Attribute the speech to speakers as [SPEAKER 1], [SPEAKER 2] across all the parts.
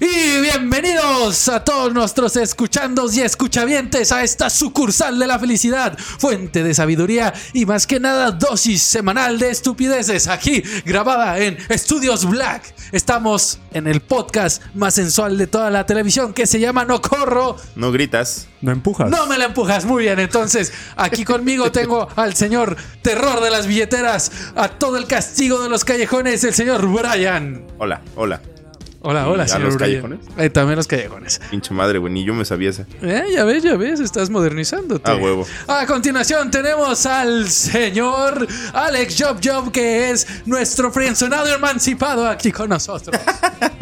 [SPEAKER 1] Y bienvenidos a todos nuestros escuchandos y escuchavientes a esta sucursal de la felicidad, fuente de sabiduría y más que nada dosis semanal de estupideces aquí grabada en Estudios Black. Estamos en el podcast más sensual de toda la televisión que se llama No Corro,
[SPEAKER 2] No gritas.
[SPEAKER 3] No empujas.
[SPEAKER 1] no me la empujas. Muy bien, entonces aquí conmigo tengo al señor terror de las billeteras, a todo el castigo de los callejones, el señor Brian.
[SPEAKER 2] Hola, hola.
[SPEAKER 1] Hola,
[SPEAKER 2] ¿Y
[SPEAKER 1] hola,
[SPEAKER 2] a
[SPEAKER 1] señor
[SPEAKER 2] los
[SPEAKER 1] Brian.
[SPEAKER 2] callejones?
[SPEAKER 1] Eh, también los callejones.
[SPEAKER 2] Pinche madre, güey. Ni yo me sabía esa.
[SPEAKER 1] Eh, ya ves, ya ves, estás modernizándote.
[SPEAKER 2] A huevo.
[SPEAKER 1] A continuación tenemos al señor Alex Job Job, que es nuestro frienzonado emancipado aquí con nosotros.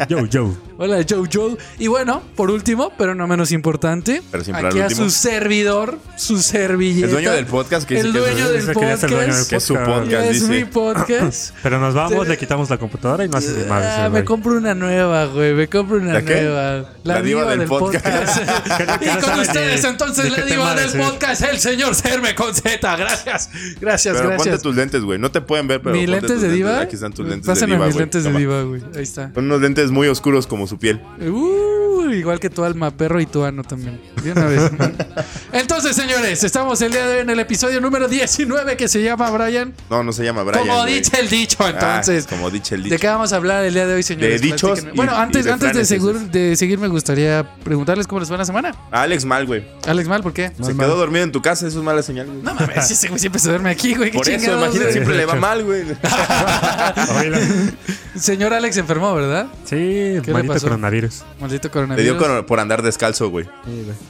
[SPEAKER 3] Yo, yo.
[SPEAKER 1] Hola, Joe Joe. Y bueno, por último, pero no menos importante,
[SPEAKER 2] Pero siempre al
[SPEAKER 1] aquí a
[SPEAKER 2] último.
[SPEAKER 1] su servidor, su servilleta.
[SPEAKER 2] El dueño del podcast que dice
[SPEAKER 1] El
[SPEAKER 2] que es-
[SPEAKER 1] dueño del
[SPEAKER 3] Dice que ya es el dueño del
[SPEAKER 1] podcast.
[SPEAKER 2] Que es su
[SPEAKER 1] Y
[SPEAKER 2] podcast,
[SPEAKER 1] Es mi
[SPEAKER 2] dice.
[SPEAKER 1] podcast.
[SPEAKER 3] Pero nos vamos,
[SPEAKER 1] Sí.
[SPEAKER 3] le quitamos la computadora y no haces ni madres,
[SPEAKER 1] Ah,
[SPEAKER 3] el
[SPEAKER 1] me
[SPEAKER 3] güey.
[SPEAKER 1] compro una nueva, güey. Me compro una
[SPEAKER 2] ¿La qué?
[SPEAKER 1] nueva.
[SPEAKER 2] La diva del
[SPEAKER 3] no
[SPEAKER 1] y con
[SPEAKER 3] sabe
[SPEAKER 1] ustedes,
[SPEAKER 3] ni-
[SPEAKER 1] entonces,
[SPEAKER 3] ni
[SPEAKER 1] la
[SPEAKER 3] qué
[SPEAKER 1] diva
[SPEAKER 3] tema
[SPEAKER 1] del
[SPEAKER 3] decir.
[SPEAKER 1] podcast, el señor Serme con Z. Gracias. Gracias,
[SPEAKER 2] Pero ponte
[SPEAKER 1] gracias.
[SPEAKER 2] tus lentes, güey. No te pueden ver, pero.
[SPEAKER 1] ¿Mis
[SPEAKER 2] ponte
[SPEAKER 1] lentes
[SPEAKER 2] tus
[SPEAKER 1] de diva?
[SPEAKER 2] Aquí están tus lentes
[SPEAKER 1] Pásame
[SPEAKER 2] de diva.
[SPEAKER 1] mis
[SPEAKER 2] güey.
[SPEAKER 1] lentes de
[SPEAKER 2] Toma.
[SPEAKER 1] diva, güey. Ahí está.
[SPEAKER 2] Son unos lentes muy oscuros como su piel.
[SPEAKER 1] Uh, igual que tu alma, perro y tu ano también. De una vez. Entonces, señores, estamos el día de hoy en el episodio número 19 que se llama Brian.
[SPEAKER 2] No, no se llama Brian.
[SPEAKER 1] como
[SPEAKER 2] güey.
[SPEAKER 1] dice el dicho, entonces.
[SPEAKER 2] Ah, como dice el
[SPEAKER 1] ¿De qué
[SPEAKER 2] dicho.
[SPEAKER 1] vamos a hablar el día de hoy, señores?
[SPEAKER 2] De dichos
[SPEAKER 1] Platíquenme.
[SPEAKER 2] y-
[SPEAKER 1] bueno, antes,
[SPEAKER 2] y de
[SPEAKER 1] antes de,
[SPEAKER 2] planes,
[SPEAKER 1] seguro-
[SPEAKER 2] esos.
[SPEAKER 1] de seguir, me gustaría preguntarles cómo les fue la semana.
[SPEAKER 2] A Alex mal, güey.
[SPEAKER 1] Alex Mal, ¿por qué?
[SPEAKER 2] Se quedó dormido en tu casa. Eso es mala señal, güey.
[SPEAKER 1] No mames, ese güey siempre se duerme aquí, güey. qué
[SPEAKER 2] Por eso,
[SPEAKER 1] chingados,
[SPEAKER 2] imagínate,
[SPEAKER 1] güey.
[SPEAKER 2] siempre le va mal, güey.
[SPEAKER 3] Oye, la-
[SPEAKER 1] Señor Alex se enfermó, ¿verdad?
[SPEAKER 3] Sí,
[SPEAKER 1] le
[SPEAKER 3] maldito
[SPEAKER 1] pasó?
[SPEAKER 3] coronavirus.
[SPEAKER 1] Maldito
[SPEAKER 2] Le
[SPEAKER 1] coronavirus.
[SPEAKER 2] dio con- por andar descalzo, güey.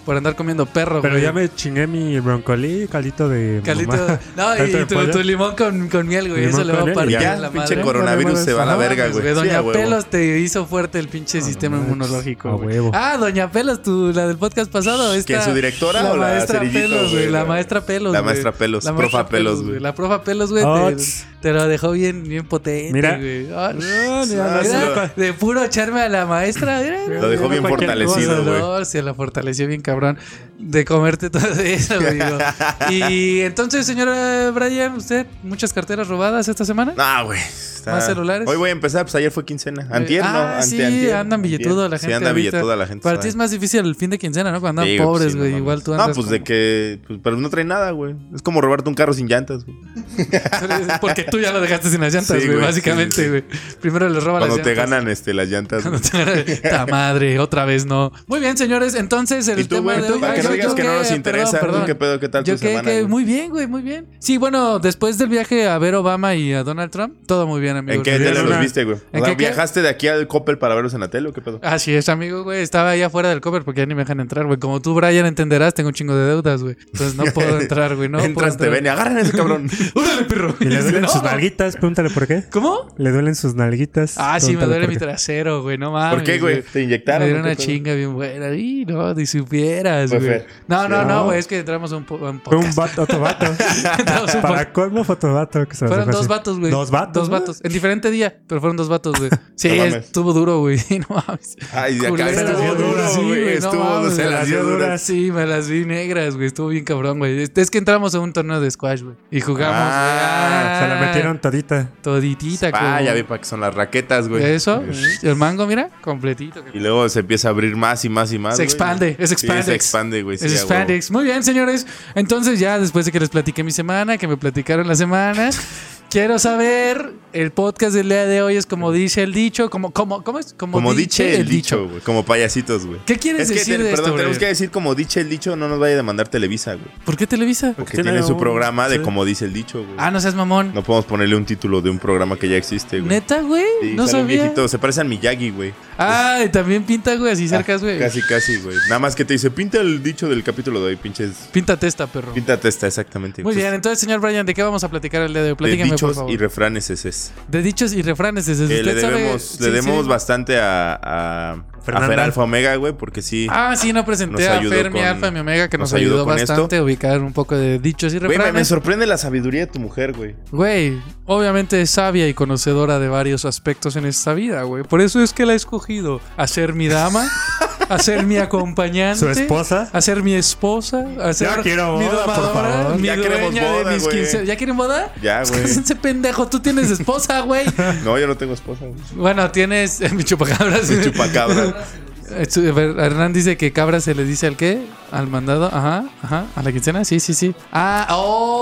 [SPEAKER 1] Por andar comiendo perro,
[SPEAKER 3] Pero
[SPEAKER 1] güey.
[SPEAKER 3] ya me chingué mi broncolí, caldito de.
[SPEAKER 1] Calito,
[SPEAKER 3] mamá.
[SPEAKER 1] no, y,
[SPEAKER 3] Caldo de
[SPEAKER 1] tu,
[SPEAKER 3] pollo.
[SPEAKER 1] tu limón con, con miel, güey.
[SPEAKER 3] Limón
[SPEAKER 1] Eso le va
[SPEAKER 3] con
[SPEAKER 1] a
[SPEAKER 3] miel y
[SPEAKER 1] partir
[SPEAKER 3] ya.
[SPEAKER 2] Ya,
[SPEAKER 1] la
[SPEAKER 2] pinche
[SPEAKER 1] madre. pues,
[SPEAKER 2] coronavirus se va a la
[SPEAKER 3] No,
[SPEAKER 2] verga, güey. Sí,
[SPEAKER 1] Doña
[SPEAKER 2] a huevo.
[SPEAKER 1] Pelos te hizo fuerte el pinche sistema
[SPEAKER 3] manches.
[SPEAKER 1] inmunológico.
[SPEAKER 3] A
[SPEAKER 1] güey.
[SPEAKER 3] huevo.
[SPEAKER 1] Ah, Doña Pelos, tu, la del podcast pasado. Esta,
[SPEAKER 2] ¿Quién, su directora
[SPEAKER 1] la
[SPEAKER 2] o la
[SPEAKER 1] maestra
[SPEAKER 2] cerillito,
[SPEAKER 1] Pelos, güey?
[SPEAKER 2] güey?
[SPEAKER 1] La maestra Pelos.
[SPEAKER 2] La
[SPEAKER 1] güey.
[SPEAKER 2] maestra Pelos, profa Pelos, güey.
[SPEAKER 1] La profa Pelos, güey, te,
[SPEAKER 3] Ots.
[SPEAKER 1] te lo dejó bien, bien potente,
[SPEAKER 3] Oh, Mira.
[SPEAKER 1] güey. Ots.
[SPEAKER 3] No, ni a
[SPEAKER 2] Ah,
[SPEAKER 3] la-
[SPEAKER 2] se
[SPEAKER 1] Mira,
[SPEAKER 2] lo-
[SPEAKER 1] de puro echarme a la maestra. mira, mira,
[SPEAKER 2] Lo dejó bien
[SPEAKER 3] Cualquier
[SPEAKER 2] fortalecido,
[SPEAKER 3] cosa,
[SPEAKER 2] güey.
[SPEAKER 1] no, se la fortaleció bien cabrón de comerte todo eso, güey, digo. Y entonces, señora Brian, usted muchas carteras robadas esta semana?
[SPEAKER 2] No, güey. está-
[SPEAKER 1] ¿Más celulares?
[SPEAKER 2] Hoy voy a empezar, pues ayer fue quincena. Antier, no.
[SPEAKER 1] ah, sí,
[SPEAKER 2] anteantier,
[SPEAKER 1] andan billetudo
[SPEAKER 2] antier.
[SPEAKER 1] la gente.
[SPEAKER 2] Sí, anda
[SPEAKER 1] ahorita.
[SPEAKER 2] billetuda la gente.
[SPEAKER 1] Para ti
[SPEAKER 2] ¿sabes?
[SPEAKER 1] es más difícil el fin de quincena, ¿no? Cuando andan
[SPEAKER 2] Sí, güey, pues,
[SPEAKER 1] pobres,
[SPEAKER 2] sí,
[SPEAKER 1] güey,
[SPEAKER 2] no
[SPEAKER 1] igual
[SPEAKER 2] mames.
[SPEAKER 1] tú andas
[SPEAKER 2] No, pues de
[SPEAKER 1] como-
[SPEAKER 2] que. Pues, pero no trae nada, güey. Es como robarte un carro sin llantas, güey.
[SPEAKER 1] porque tú ya lo dejaste sin las llantas,
[SPEAKER 2] Sí,
[SPEAKER 1] güey,
[SPEAKER 2] güey,
[SPEAKER 1] básicamente,
[SPEAKER 2] sí, sí.
[SPEAKER 1] güey. Primero les roban
[SPEAKER 2] Cuando
[SPEAKER 1] las
[SPEAKER 2] te
[SPEAKER 1] llantas.
[SPEAKER 2] ganan este, las llantas. güey.
[SPEAKER 1] Cuando te ganan. Ta madre, otra vez no. Muy bien, señores, entonces el
[SPEAKER 2] ¿Y tú,
[SPEAKER 1] tema
[SPEAKER 2] güey?
[SPEAKER 1] de
[SPEAKER 2] ¿Tú?
[SPEAKER 1] hoy-
[SPEAKER 2] Para que no
[SPEAKER 1] Yo-
[SPEAKER 2] digas
[SPEAKER 1] yo
[SPEAKER 2] que no nos interesa. ¿tú
[SPEAKER 1] perdón,
[SPEAKER 2] ¿Qué pedo? ¿Qué tal
[SPEAKER 1] Yo
[SPEAKER 2] tu
[SPEAKER 1] que,
[SPEAKER 2] semana?
[SPEAKER 1] que
[SPEAKER 2] güey?
[SPEAKER 1] muy bien, güey, muy bien. Sí, bueno, después del viaje a ver Obama y a Donald Trump, todo muy bien, amigos.
[SPEAKER 2] ¿En qué
[SPEAKER 3] Yo
[SPEAKER 2] tele
[SPEAKER 3] vi
[SPEAKER 2] los
[SPEAKER 3] una-
[SPEAKER 2] viste, güey? O
[SPEAKER 1] ¿En
[SPEAKER 2] sea,
[SPEAKER 1] qué, qué?
[SPEAKER 2] ¿Viajaste de aquí al Coppel para verlos en la tele o qué pedo?
[SPEAKER 1] Así es, amigo, güey. Estaba ahí afuera del cover porque ya ni me dejan entrar, güey. Como tú, Brian, entenderás, tengo un chingo de deudas, güey. Entonces no puedo entrar, güey. No pues, puedo
[SPEAKER 2] Entras, te
[SPEAKER 1] entrar.
[SPEAKER 2] ven y agarran a ese cabrón.
[SPEAKER 1] ¡Órale, perro!
[SPEAKER 3] Y le duelen sus
[SPEAKER 1] No.
[SPEAKER 3] nalguitas, pregúntale por qué.
[SPEAKER 1] ¿Cómo?
[SPEAKER 3] Le duelen sus nalguitas.
[SPEAKER 1] Ah, sí, me
[SPEAKER 3] pregúntale
[SPEAKER 1] duele
[SPEAKER 3] por
[SPEAKER 1] mi
[SPEAKER 3] qué.
[SPEAKER 1] trasero, güey. No mames.
[SPEAKER 2] ¿Por qué, güey? ¿Te
[SPEAKER 1] Me
[SPEAKER 2] inyectaron?
[SPEAKER 1] dieron
[SPEAKER 2] ¿Qué
[SPEAKER 1] una
[SPEAKER 2] pedo?
[SPEAKER 1] chinga bien buena. Y no, ni supieras,
[SPEAKER 2] Fue
[SPEAKER 1] güey.
[SPEAKER 2] Fer.
[SPEAKER 1] No, no,
[SPEAKER 3] Sí.
[SPEAKER 1] no,
[SPEAKER 3] Pues No.
[SPEAKER 1] güey. Es que entramos a un, po a un
[SPEAKER 3] Fue un
[SPEAKER 1] podcast.
[SPEAKER 3] vato, otro vato.
[SPEAKER 1] Entramos a un podcast.
[SPEAKER 3] Para colmo, fotovato. Que se nos
[SPEAKER 1] Fueron
[SPEAKER 3] dejó
[SPEAKER 1] dos
[SPEAKER 3] así.
[SPEAKER 1] vatos, güey.
[SPEAKER 3] Dos vatos.
[SPEAKER 1] Dos
[SPEAKER 3] ¿no?
[SPEAKER 1] vatos. En diferente día, pero fueron dos vatos, güey. Sí,
[SPEAKER 2] No mames.
[SPEAKER 1] estuvo duro, güey. No mames.
[SPEAKER 2] Ay, de acá
[SPEAKER 1] Culero,
[SPEAKER 2] estuvo
[SPEAKER 3] güey. Sí,
[SPEAKER 2] duro, güey.
[SPEAKER 1] güey, no mames,
[SPEAKER 2] Estuvo, se
[SPEAKER 1] se
[SPEAKER 3] las
[SPEAKER 2] las dio
[SPEAKER 3] dio
[SPEAKER 2] duras.
[SPEAKER 3] duras.
[SPEAKER 1] Sí, me las vi negras, güey. Estuvo bien cabrón, güey. Es- Es que entramos a un torneo de squash, güey. Y jugamos, güey.
[SPEAKER 2] Ah,
[SPEAKER 3] Se la
[SPEAKER 1] Ah,
[SPEAKER 3] metieron todita.
[SPEAKER 1] Toditita,
[SPEAKER 2] Ah,
[SPEAKER 1] como-
[SPEAKER 2] ya vi para que son las raquetas, güey.
[SPEAKER 1] Eso. El mango, mira, completito.
[SPEAKER 2] Y luego se empieza a abrir más y más y más.
[SPEAKER 1] Se
[SPEAKER 2] güey.
[SPEAKER 1] expande, es
[SPEAKER 2] Sí,
[SPEAKER 1] expandex.
[SPEAKER 2] se expande, güey. sí,
[SPEAKER 1] Es
[SPEAKER 2] a huevo.
[SPEAKER 1] Spandex. Muy bien, señores. Entonces, ya después de que les platiqué mi semana, que me platicaron la semana, quiero saber. El podcast del día de hoy es como dice el dicho, como, como, ¿cómo es? Como,
[SPEAKER 2] Como
[SPEAKER 1] dice
[SPEAKER 2] diche el dicho, güey. Como payasitos, güey.
[SPEAKER 1] ¿Qué quieres
[SPEAKER 2] Es que,
[SPEAKER 1] decir
[SPEAKER 2] ten-
[SPEAKER 1] de
[SPEAKER 2] perdón,
[SPEAKER 1] esto,
[SPEAKER 2] tenemos
[SPEAKER 1] güey?
[SPEAKER 2] que decir como diche el dicho, no nos vaya a demandar Televisa, güey.
[SPEAKER 1] ¿Por qué Televisa?
[SPEAKER 2] Porque
[SPEAKER 3] Pues Tiene
[SPEAKER 2] tiene su
[SPEAKER 3] un-
[SPEAKER 2] programa de
[SPEAKER 3] sí.
[SPEAKER 2] como dice el dicho, güey.
[SPEAKER 1] Ah, no seas mamón.
[SPEAKER 2] No podemos ponerle un título de un programa que ya existe, güey.
[SPEAKER 1] Neta, güey.
[SPEAKER 2] Sí,
[SPEAKER 1] no
[SPEAKER 2] sale un
[SPEAKER 1] sabía.
[SPEAKER 2] viejito, se parece a Miyagi, güey. Ah,
[SPEAKER 1] Ah, y también pinta, güey, así cercas, güey.
[SPEAKER 2] Casi, casi, güey. Nada más que te dice, pinta el dicho del capítulo de hoy, pinches.
[SPEAKER 1] Pinta testa, perro.
[SPEAKER 2] Pinta testa, exactamente.
[SPEAKER 1] Muy
[SPEAKER 2] Entonces,
[SPEAKER 1] bien, entonces, señor Brian, ¿de qué vamos a platicar el día de hoy?
[SPEAKER 2] de
[SPEAKER 1] Platíqueme, por
[SPEAKER 2] dichos
[SPEAKER 1] favor.
[SPEAKER 2] y refranes es ese.
[SPEAKER 1] De dichos y refranes. es-
[SPEAKER 2] Que Eh, le
[SPEAKER 1] Pues usted sabe-
[SPEAKER 2] debemos,
[SPEAKER 1] sí,
[SPEAKER 2] le debemos
[SPEAKER 1] sí.
[SPEAKER 2] bastante a, a, a
[SPEAKER 3] Fernanda.
[SPEAKER 2] Fer Alfa Omega, güey, porque sí.
[SPEAKER 1] Ah, sí, no presenté
[SPEAKER 2] Nos
[SPEAKER 1] a
[SPEAKER 2] ayudó
[SPEAKER 1] Fer, mi
[SPEAKER 2] con-
[SPEAKER 1] alfa, mi omega, que nos,
[SPEAKER 2] nos
[SPEAKER 1] ayudó,
[SPEAKER 2] ayudó con esto.
[SPEAKER 1] bastante a ubicar un poco de dichos y
[SPEAKER 2] Güey, me, me
[SPEAKER 1] refranes.
[SPEAKER 2] sorprende la sabiduría de tu mujer, güey.
[SPEAKER 1] Güey, obviamente es sabia y conocedora de varios aspectos en esta vida, güey. Por eso es que la he escogido a ser mi dama, a ser mi acompañante.
[SPEAKER 3] Su esposa.
[SPEAKER 1] A ser mi esposa, a ser
[SPEAKER 3] quiero
[SPEAKER 1] mi
[SPEAKER 3] boda, por
[SPEAKER 1] domadora,
[SPEAKER 3] favor.
[SPEAKER 1] mi
[SPEAKER 2] Ya queremos
[SPEAKER 1] dueña de
[SPEAKER 2] boda,
[SPEAKER 1] mis
[SPEAKER 2] güey.
[SPEAKER 1] 15 ¿Ya quieren boda?
[SPEAKER 2] Ya, güey.
[SPEAKER 1] Ese pendejo, tú tienes esposa, güey.
[SPEAKER 2] No, yo no tengo esposa, güey.
[SPEAKER 1] bueno, tienes mi chupacabras.
[SPEAKER 2] Soy Chupacabra.
[SPEAKER 1] Eh, su- a ver, Hernán dice que cabra se le dice al qué? Al mandado, ajá, ajá, a la quincena, sí, sí, sí. Ah,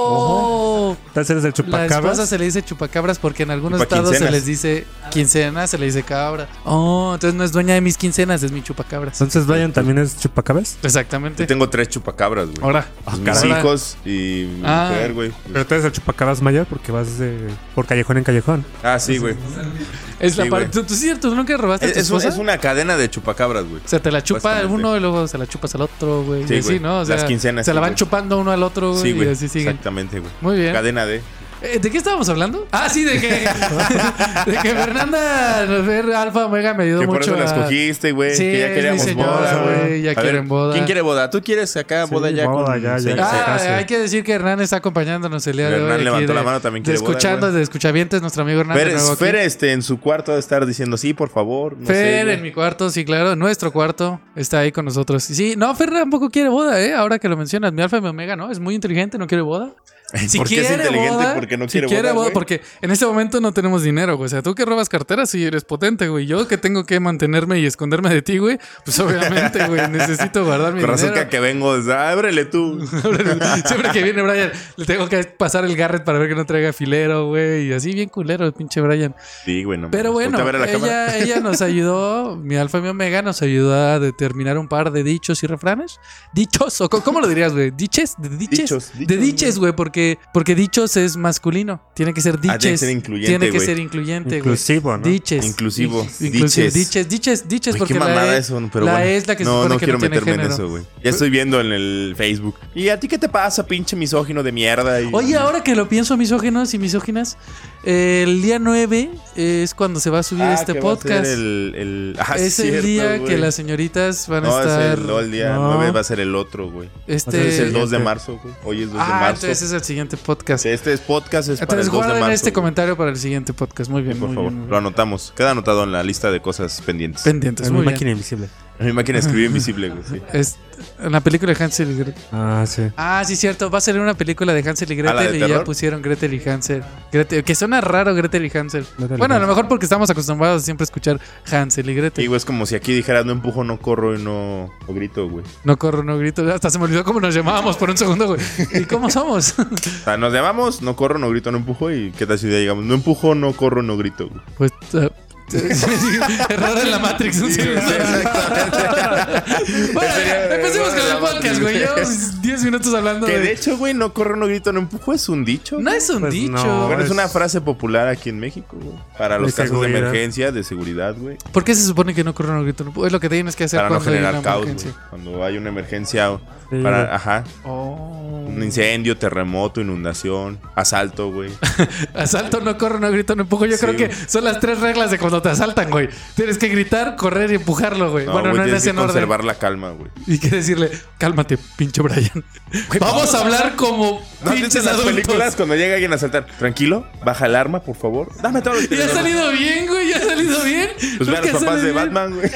[SPEAKER 1] oh.
[SPEAKER 3] Entonces eres el
[SPEAKER 1] La esposa
[SPEAKER 3] chupacabras.
[SPEAKER 1] se le dice chupacabras porque en algunos
[SPEAKER 2] Chupa
[SPEAKER 1] estados se
[SPEAKER 2] quincenas.
[SPEAKER 1] les dice quincena, se le dice cabra. Oh, entonces no es dueña de mis quincenas, es mi chupacabras.
[SPEAKER 3] Entonces Brian también es chupacabras.
[SPEAKER 2] Yo
[SPEAKER 1] Exactamente.
[SPEAKER 2] tengo tres chupacabras, güey.
[SPEAKER 1] Ahora,
[SPEAKER 2] Pues mis
[SPEAKER 1] caray.
[SPEAKER 2] hijos y mi
[SPEAKER 1] Ah.
[SPEAKER 2] mujer, güey.
[SPEAKER 3] Pero tú eres el chupacabras mayor porque vas de- por callejón en callejón.
[SPEAKER 2] Ah, sí, güey.
[SPEAKER 1] es la
[SPEAKER 2] Sí,
[SPEAKER 1] parte.
[SPEAKER 2] güey.
[SPEAKER 1] ¿Tú, tú es cierto, ¿tú nunca robaste a
[SPEAKER 2] Es,
[SPEAKER 1] tu
[SPEAKER 2] es un-
[SPEAKER 1] esposa?
[SPEAKER 2] es una cadena de chupacabras, güey.
[SPEAKER 1] O sea, te la chupa
[SPEAKER 2] Supuestamente.
[SPEAKER 1] uno y luego se la chupas al otro, güey.
[SPEAKER 2] Sí,
[SPEAKER 1] y así,
[SPEAKER 2] güey.
[SPEAKER 1] ¿no? O sea,
[SPEAKER 2] Las quincenas,
[SPEAKER 1] Se la
[SPEAKER 2] sí,
[SPEAKER 1] van
[SPEAKER 2] güey.
[SPEAKER 1] chupando uno al otro, güey.
[SPEAKER 2] Sí,
[SPEAKER 1] y
[SPEAKER 2] güey.
[SPEAKER 1] así siguen.
[SPEAKER 2] Exactamente, güey.
[SPEAKER 1] Muy bien.
[SPEAKER 2] Cadena de.
[SPEAKER 1] Eh, ¿De qué estábamos hablando? Ah, sí, de que, de que Fernanda Fer Alfa Omega me ayudó
[SPEAKER 2] Que por
[SPEAKER 1] mucho.
[SPEAKER 2] eso la
[SPEAKER 1] a-
[SPEAKER 2] escogiste, güey.
[SPEAKER 1] Sí,
[SPEAKER 2] que ya
[SPEAKER 1] mi
[SPEAKER 2] queríamos
[SPEAKER 1] señora,
[SPEAKER 2] boda,
[SPEAKER 1] güey,
[SPEAKER 2] güey.
[SPEAKER 1] ya
[SPEAKER 2] A ver,
[SPEAKER 1] quieren boda.
[SPEAKER 2] ¿Quién quiere boda? ¿Tú quieres acá
[SPEAKER 3] Sí,
[SPEAKER 2] boda ya?
[SPEAKER 3] boda,
[SPEAKER 2] con-
[SPEAKER 3] ya, ya.
[SPEAKER 2] Sí,
[SPEAKER 3] se
[SPEAKER 1] Ah,
[SPEAKER 3] case.
[SPEAKER 1] hay que decir que Hernán está acompañándonos el día de hoy.
[SPEAKER 2] Hernán
[SPEAKER 1] aquí
[SPEAKER 2] levantó
[SPEAKER 1] de-
[SPEAKER 2] la mano, también
[SPEAKER 1] de
[SPEAKER 2] quiere boda,
[SPEAKER 1] escuchando,
[SPEAKER 2] güey.
[SPEAKER 1] de escuchavientes, nuestro amigo Hernán. de
[SPEAKER 2] Fer,
[SPEAKER 1] nuevo aquí.
[SPEAKER 2] Fer, este, en su cuarto de estar diciendo sí, por favor. No sé,
[SPEAKER 1] Fer
[SPEAKER 2] güey.
[SPEAKER 1] en mi cuarto, sí, claro, nuestro cuarto está ahí con nosotros. Sí, no, Fer tampoco quiere boda, ¿eh? Ahora que lo mencionas, mi alfa y mi omega, ¿no? Es muy inteligente, no quiere boda. Si
[SPEAKER 2] ¿Por qué es
[SPEAKER 1] quiere
[SPEAKER 2] inteligente?
[SPEAKER 1] boda,
[SPEAKER 2] Porque no
[SPEAKER 1] si
[SPEAKER 2] quiere boda, güey.
[SPEAKER 1] porque en este momento no tenemos dinero, güey. O sea, tú que robas carteras y eres potente, güey. Yo que tengo que mantenerme y esconderme de ti, güey. Pues obviamente, güey, necesito guardar mi
[SPEAKER 2] Con razón que,
[SPEAKER 1] dinero.
[SPEAKER 2] a que vengo, es, "Ah, ábrele tú.
[SPEAKER 1] Siempre que viene Brian, le tengo que pasar el Garrett para ver que no traiga filero, güey. Y así bien culero el pinche Brian.
[SPEAKER 2] Sí, güey, no
[SPEAKER 1] Pero
[SPEAKER 2] mames.
[SPEAKER 1] bueno,
[SPEAKER 2] Ponte a ver a la cámara.
[SPEAKER 1] ella, ella nos ayudó, mi alfa y mi omega nos ayudó a determinar un par de dichos y refranes. Dichos, o co- ¿cómo lo dirías, güey? ¿Diches? ¿De diches?
[SPEAKER 2] Dichos,
[SPEAKER 1] de
[SPEAKER 2] dichos,
[SPEAKER 1] diches, güey, porque, porque dichos es masculino. Tiene que ser
[SPEAKER 2] tiene que
[SPEAKER 1] diches.
[SPEAKER 2] ser incluyente,
[SPEAKER 1] Tiene que
[SPEAKER 2] güey.
[SPEAKER 1] ser incluyente, güey.
[SPEAKER 3] Inclusivo, ¿no?
[SPEAKER 1] Diches.
[SPEAKER 2] Inclusivo.
[SPEAKER 1] Inclusivo.
[SPEAKER 2] Diches.
[SPEAKER 1] Diches, diches, diches,
[SPEAKER 2] Güey,
[SPEAKER 1] porque
[SPEAKER 2] qué
[SPEAKER 1] la
[SPEAKER 2] mamada
[SPEAKER 1] E-
[SPEAKER 2] eso, pero
[SPEAKER 1] la
[SPEAKER 2] bueno.
[SPEAKER 1] E es la que se
[SPEAKER 2] no,
[SPEAKER 1] supone
[SPEAKER 2] no
[SPEAKER 1] que
[SPEAKER 2] quiero
[SPEAKER 1] no tiene
[SPEAKER 2] meterme en
[SPEAKER 1] género.
[SPEAKER 2] eso, güey. Ya estoy viendo en el Facebook. ¿Y a ti qué te pasa, pinche misógino de mierda? Y-
[SPEAKER 1] Oye, ahora que lo pienso, misógenos y misóginas, eh, el día 9 es cuando se va a subir
[SPEAKER 2] Ah,
[SPEAKER 1] este
[SPEAKER 2] que va a ser
[SPEAKER 1] podcast.
[SPEAKER 2] el- el- ah,
[SPEAKER 1] es el
[SPEAKER 2] cierto,
[SPEAKER 1] día
[SPEAKER 2] güey.
[SPEAKER 1] que las señoritas van
[SPEAKER 2] No,
[SPEAKER 1] a
[SPEAKER 2] es
[SPEAKER 1] estar.
[SPEAKER 2] el, no, el día
[SPEAKER 3] No.
[SPEAKER 2] 9 va a ser el otro, güey.
[SPEAKER 1] este...
[SPEAKER 2] Es el 2 de
[SPEAKER 3] Siguiente.
[SPEAKER 2] marzo, güey. Hoy es 2 de
[SPEAKER 1] ah,
[SPEAKER 2] marzo.
[SPEAKER 1] entonces es el siguiente podcast.
[SPEAKER 2] Sí, Este es podcast es para
[SPEAKER 1] entonces
[SPEAKER 2] el 2 de
[SPEAKER 1] guarden
[SPEAKER 2] marzo.
[SPEAKER 1] este
[SPEAKER 2] güey.
[SPEAKER 1] comentario para el siguiente podcast. Muy bien,
[SPEAKER 2] Por
[SPEAKER 1] muy
[SPEAKER 2] favor,
[SPEAKER 1] bien, muy
[SPEAKER 2] lo
[SPEAKER 1] bien.
[SPEAKER 2] anotamos. Queda anotado en la lista de cosas pendientes.
[SPEAKER 1] Pendientes,
[SPEAKER 3] Es mi
[SPEAKER 1] muy bien.
[SPEAKER 3] máquina invisible.
[SPEAKER 2] en mi máquina escribió invisible, güey. sí.
[SPEAKER 1] Es en la película de Hansel y Gretel.
[SPEAKER 3] Ah, sí.
[SPEAKER 1] Ah, sí, cierto. Va a salir una película de Hansel y
[SPEAKER 2] ¿Ah, la de
[SPEAKER 1] Gretel y ya
[SPEAKER 2] terror?
[SPEAKER 1] pusieron Gretel y Hansel. Gretel- que suena raro Gretel y Hansel.
[SPEAKER 3] Gretel y
[SPEAKER 1] bueno, a lo
[SPEAKER 3] Hansel.
[SPEAKER 1] mejor porque estamos acostumbrados siempre a escuchar Hansel y Gretel.
[SPEAKER 2] Y, güey, es como si aquí dijeras no empujo, no corro y no o grito, güey.
[SPEAKER 1] No corro, no grito. Hasta se me olvidó cómo nos llamábamos por un segundo, güey. ¿Y cómo somos?
[SPEAKER 2] O sea, nos llamamos, no corro, no grito, no empujo. ¿Y qué tal si ya llegamos? No empujo, no corro, no grito, güey.
[SPEAKER 1] Pues. eh, Error en la Matrix. un
[SPEAKER 2] Sí,
[SPEAKER 1] segundo.
[SPEAKER 2] sí,
[SPEAKER 1] bueno,
[SPEAKER 2] Sería-
[SPEAKER 1] empecemos con el
[SPEAKER 2] la
[SPEAKER 1] podcast,
[SPEAKER 2] Matrix.
[SPEAKER 1] güey. Llevamos 10 minutos hablando
[SPEAKER 2] Que de
[SPEAKER 1] de.
[SPEAKER 2] hecho, güey, no corro, no grito, no empujo es un dicho.
[SPEAKER 1] No
[SPEAKER 2] güey.
[SPEAKER 1] es un
[SPEAKER 3] Pues
[SPEAKER 1] dicho.
[SPEAKER 3] no.
[SPEAKER 2] Bueno, es una
[SPEAKER 3] es-
[SPEAKER 2] frase popular aquí en México, güey. Para
[SPEAKER 3] De
[SPEAKER 2] los casos
[SPEAKER 3] seguridad.
[SPEAKER 2] de emergencia, de seguridad, güey.
[SPEAKER 1] ¿Por qué se supone que no corro, no grito? No- Es lo que tienes que hacer
[SPEAKER 2] Para no
[SPEAKER 1] cuando hay una
[SPEAKER 2] generar caos,
[SPEAKER 1] emergencia.
[SPEAKER 2] güey. Cuando hay una emergencia,
[SPEAKER 3] Sí, güey.
[SPEAKER 2] para, ajá,
[SPEAKER 1] Oh.
[SPEAKER 2] un incendio, terremoto, inundación, asalto, güey.
[SPEAKER 1] Asalto, no corro, no grito, no empujo. Yo
[SPEAKER 2] Sí,
[SPEAKER 1] creo que
[SPEAKER 2] güey.
[SPEAKER 1] son las tres reglas de cuando te asaltan, güey. Tienes que gritar, correr y empujarlo, güey.
[SPEAKER 2] No,
[SPEAKER 1] bueno,
[SPEAKER 2] güey,
[SPEAKER 1] no en
[SPEAKER 2] tienes
[SPEAKER 1] ese
[SPEAKER 2] que
[SPEAKER 1] orden.
[SPEAKER 2] conservar la calma, güey.
[SPEAKER 1] Y que decirle, cálmate, pinche Brian. vamos a hablar como
[SPEAKER 2] ¿No has visto
[SPEAKER 1] pinches
[SPEAKER 2] en las
[SPEAKER 1] adultos.
[SPEAKER 2] películas cuando llega alguien a asaltar? Tranquilo, baja el arma, por favor. Dame todo el
[SPEAKER 1] Y ha
[SPEAKER 2] teléfono.
[SPEAKER 1] salido bien, güey, ya ha salido bien.
[SPEAKER 2] Pues ve
[SPEAKER 1] Creo
[SPEAKER 2] a
[SPEAKER 1] que
[SPEAKER 2] los
[SPEAKER 1] ha
[SPEAKER 2] papás
[SPEAKER 1] salido
[SPEAKER 2] de
[SPEAKER 1] bien.
[SPEAKER 2] Batman, güey.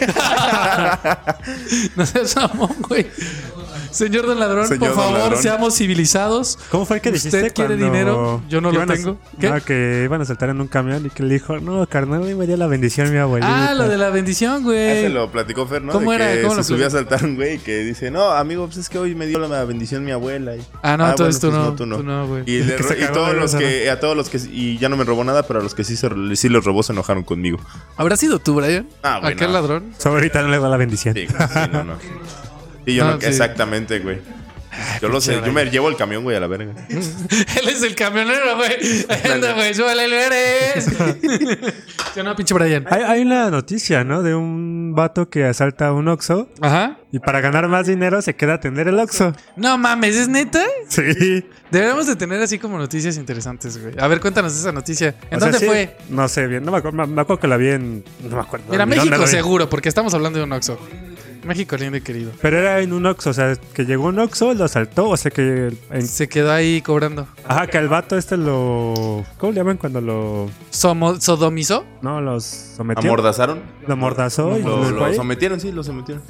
[SPEAKER 1] No seas mamón, güey. Señor don ladrón,
[SPEAKER 2] Señor
[SPEAKER 1] por
[SPEAKER 2] don
[SPEAKER 1] favor,
[SPEAKER 2] ladrón.
[SPEAKER 1] seamos civilizados.
[SPEAKER 3] ¿Cómo fue que
[SPEAKER 1] ¿Usted
[SPEAKER 3] dijiste
[SPEAKER 1] quiere
[SPEAKER 3] cuando
[SPEAKER 1] dinero? Yo no lo
[SPEAKER 3] iban a-
[SPEAKER 1] tengo. ¿Qué?
[SPEAKER 3] No, que iban a saltar en un camión y que le dijo, no, carnal, hoy me dio la bendición mi abuelita.
[SPEAKER 1] Ah, lo de la bendición,
[SPEAKER 2] Ya se
[SPEAKER 1] güey.
[SPEAKER 2] lo platicó Fer, ¿no?
[SPEAKER 1] Eh, ¿Cómo
[SPEAKER 2] de
[SPEAKER 1] era?
[SPEAKER 2] Que
[SPEAKER 1] ¿Cómo lo
[SPEAKER 2] se subió a
[SPEAKER 1] platicó?
[SPEAKER 2] saltar un güey que dice, no, amigo, pues es que hoy me dio la bendición mi abuela. Y,
[SPEAKER 1] Ah, no, entonces
[SPEAKER 2] bueno, pues
[SPEAKER 1] tú, no, tú no, güey.
[SPEAKER 2] Y, le
[SPEAKER 3] Que se
[SPEAKER 2] ro- y
[SPEAKER 3] cagó
[SPEAKER 2] todos
[SPEAKER 3] de
[SPEAKER 2] los
[SPEAKER 3] risa,
[SPEAKER 2] que, a todos los que, y ya no me robó nada, pero a los que sí, se, sí los robó se enojaron conmigo.
[SPEAKER 1] ¿Habrá sido tú, Brian?
[SPEAKER 2] Ah, güey,
[SPEAKER 1] Aquel
[SPEAKER 2] no.
[SPEAKER 1] ladrón.
[SPEAKER 3] So, ahorita no le da la bendición.
[SPEAKER 2] Sí, güey, sí, no, no. Y yo
[SPEAKER 1] No,
[SPEAKER 2] no,
[SPEAKER 1] sí. Ah,
[SPEAKER 2] exactamente, güey. Yo lo sé, yo me llevo el camión, güey, a la verga.
[SPEAKER 1] Él es el camionero, güey. Ahí Anda, güey, súbale el Everest. Yo no, pinche Brian.
[SPEAKER 3] Hay, hay una noticia, ¿no? De un vato que asalta un Oxxo
[SPEAKER 1] Ajá.
[SPEAKER 3] y para ganar más dinero se queda a atender el Oxxo.
[SPEAKER 1] No mames, ¿es neta?
[SPEAKER 3] Sí.
[SPEAKER 1] Deberíamos de tener así como noticias interesantes, güey. A ver, cuéntanos esa noticia. ¿En
[SPEAKER 3] O sea,
[SPEAKER 1] dónde
[SPEAKER 3] sí,
[SPEAKER 1] fue?
[SPEAKER 3] No sé bien, no me acuerdo, me- me acuerdo que la vi en... No me acuerdo.
[SPEAKER 1] Mira,
[SPEAKER 3] ¿en dónde la
[SPEAKER 1] México
[SPEAKER 3] vi?
[SPEAKER 1] seguro, porque estamos hablando de un Oxxo. México lindo y querido.
[SPEAKER 3] Pero era en un Oxxo, o sea, que llegó un Oxxo, lo asaltó, o sea que... en-
[SPEAKER 1] Se quedó ahí cobrando.
[SPEAKER 3] Ajá, que al vato este lo... ¿Cómo le llaman cuando lo...
[SPEAKER 1] Somo- ¿Sodomizó?
[SPEAKER 3] No, los sometió?
[SPEAKER 2] ¿Amordazaron?
[SPEAKER 3] Lo amordazó y
[SPEAKER 2] Lo,
[SPEAKER 3] lo
[SPEAKER 2] lo
[SPEAKER 3] dejó ahí.
[SPEAKER 2] sometieron, sí, lo sometieron.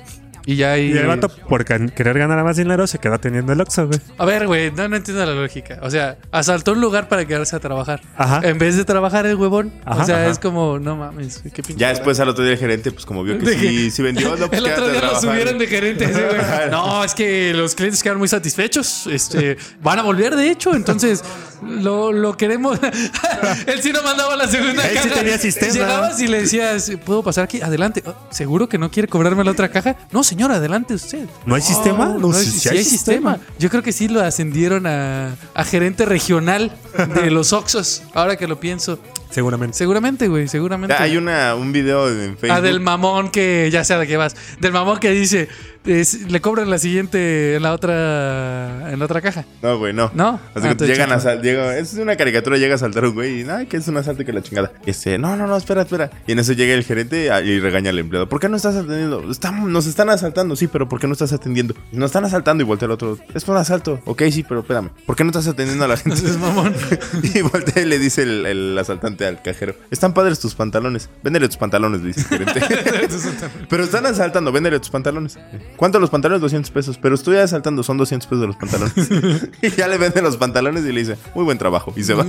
[SPEAKER 1] Y ya ahí...
[SPEAKER 3] Y el vato, por can- querer ganar más dinero, se quedó teniendo el Oxxo, güey.
[SPEAKER 1] A ver, güey, no, no entiendo la lógica. O sea, asaltó un lugar para quedarse a trabajar.
[SPEAKER 3] Ajá.
[SPEAKER 1] En vez de trabajar el huevón. o
[SPEAKER 3] Ajá,
[SPEAKER 1] sea,
[SPEAKER 3] ajá.
[SPEAKER 1] es como, no mames, qué pinche.
[SPEAKER 2] Ya después al otro día el gerente, pues como vio que
[SPEAKER 1] De que-
[SPEAKER 2] sí, sí vendió, no, pues
[SPEAKER 1] el otro
[SPEAKER 2] quédate a
[SPEAKER 1] día lo
[SPEAKER 2] trabajar.
[SPEAKER 1] subieron de gerente. sí, güey. no, es que los clientes quedaron muy satisfechos. Este, van a volver, de hecho. Entonces, lo, lo queremos. Él sí nos mandaba la segunda
[SPEAKER 3] Él sí
[SPEAKER 1] caja.
[SPEAKER 3] tenía sistema.
[SPEAKER 1] Llegabas y le decías, ¿puedo pasar aquí? Adelante. "Oh, ¿Seguro que no quiere cobrarme la otra caja? No, señor, adelante usted.
[SPEAKER 3] ¿No hay sistema?
[SPEAKER 1] No,
[SPEAKER 3] No,
[SPEAKER 1] no,
[SPEAKER 3] sí-
[SPEAKER 1] sí,
[SPEAKER 3] sí
[SPEAKER 1] sí hay sistema. Yo creo que sí lo ascendieron a, a gerente regional de los Oxos. Ahora que lo pienso.
[SPEAKER 3] Seguramente.
[SPEAKER 1] Seguramente, güey, seguramente.
[SPEAKER 2] Ya, hay una, un video en Facebook.
[SPEAKER 1] Ah, del mamón que ya sea de qué vas. Del mamón que dice, es- le cobran la siguiente en la otra en la otra caja.
[SPEAKER 2] No, güey, no.
[SPEAKER 1] ¿No?
[SPEAKER 2] Así
[SPEAKER 1] Ah,
[SPEAKER 2] que
[SPEAKER 1] tú
[SPEAKER 2] llegan a
[SPEAKER 1] chapa.
[SPEAKER 2] sal, llega, es una caricatura, llega a saltar un güey y ay, que es un asalto que la chingada. Este, no, no, no, espera, espera. Y en eso llega el gerente a- y regaña al empleado. ¿Por qué no estás atendiendo? Estamos, nos están asaltando, sí, pero ¿por qué no estás atendiendo? Nos están asaltando y voltea el otro. Es por asalto. Ok, sí, pero espérame. ¿Por qué no estás atendiendo a la gente?
[SPEAKER 1] Entonces, mamón.
[SPEAKER 2] y voltea y le dice el, el asaltante al cajero. Están padres tus pantalones. Véndele tus pantalones, le dice el gerente. Pero están asaltando, véndele tus pantalones. ¿Cuánto los pantalones? 200 pesos. Pero estoy asaltando, son 200 pesos de los pantalones. y ya le vende los pantalones y le dice, muy buen trabajo. Y se va.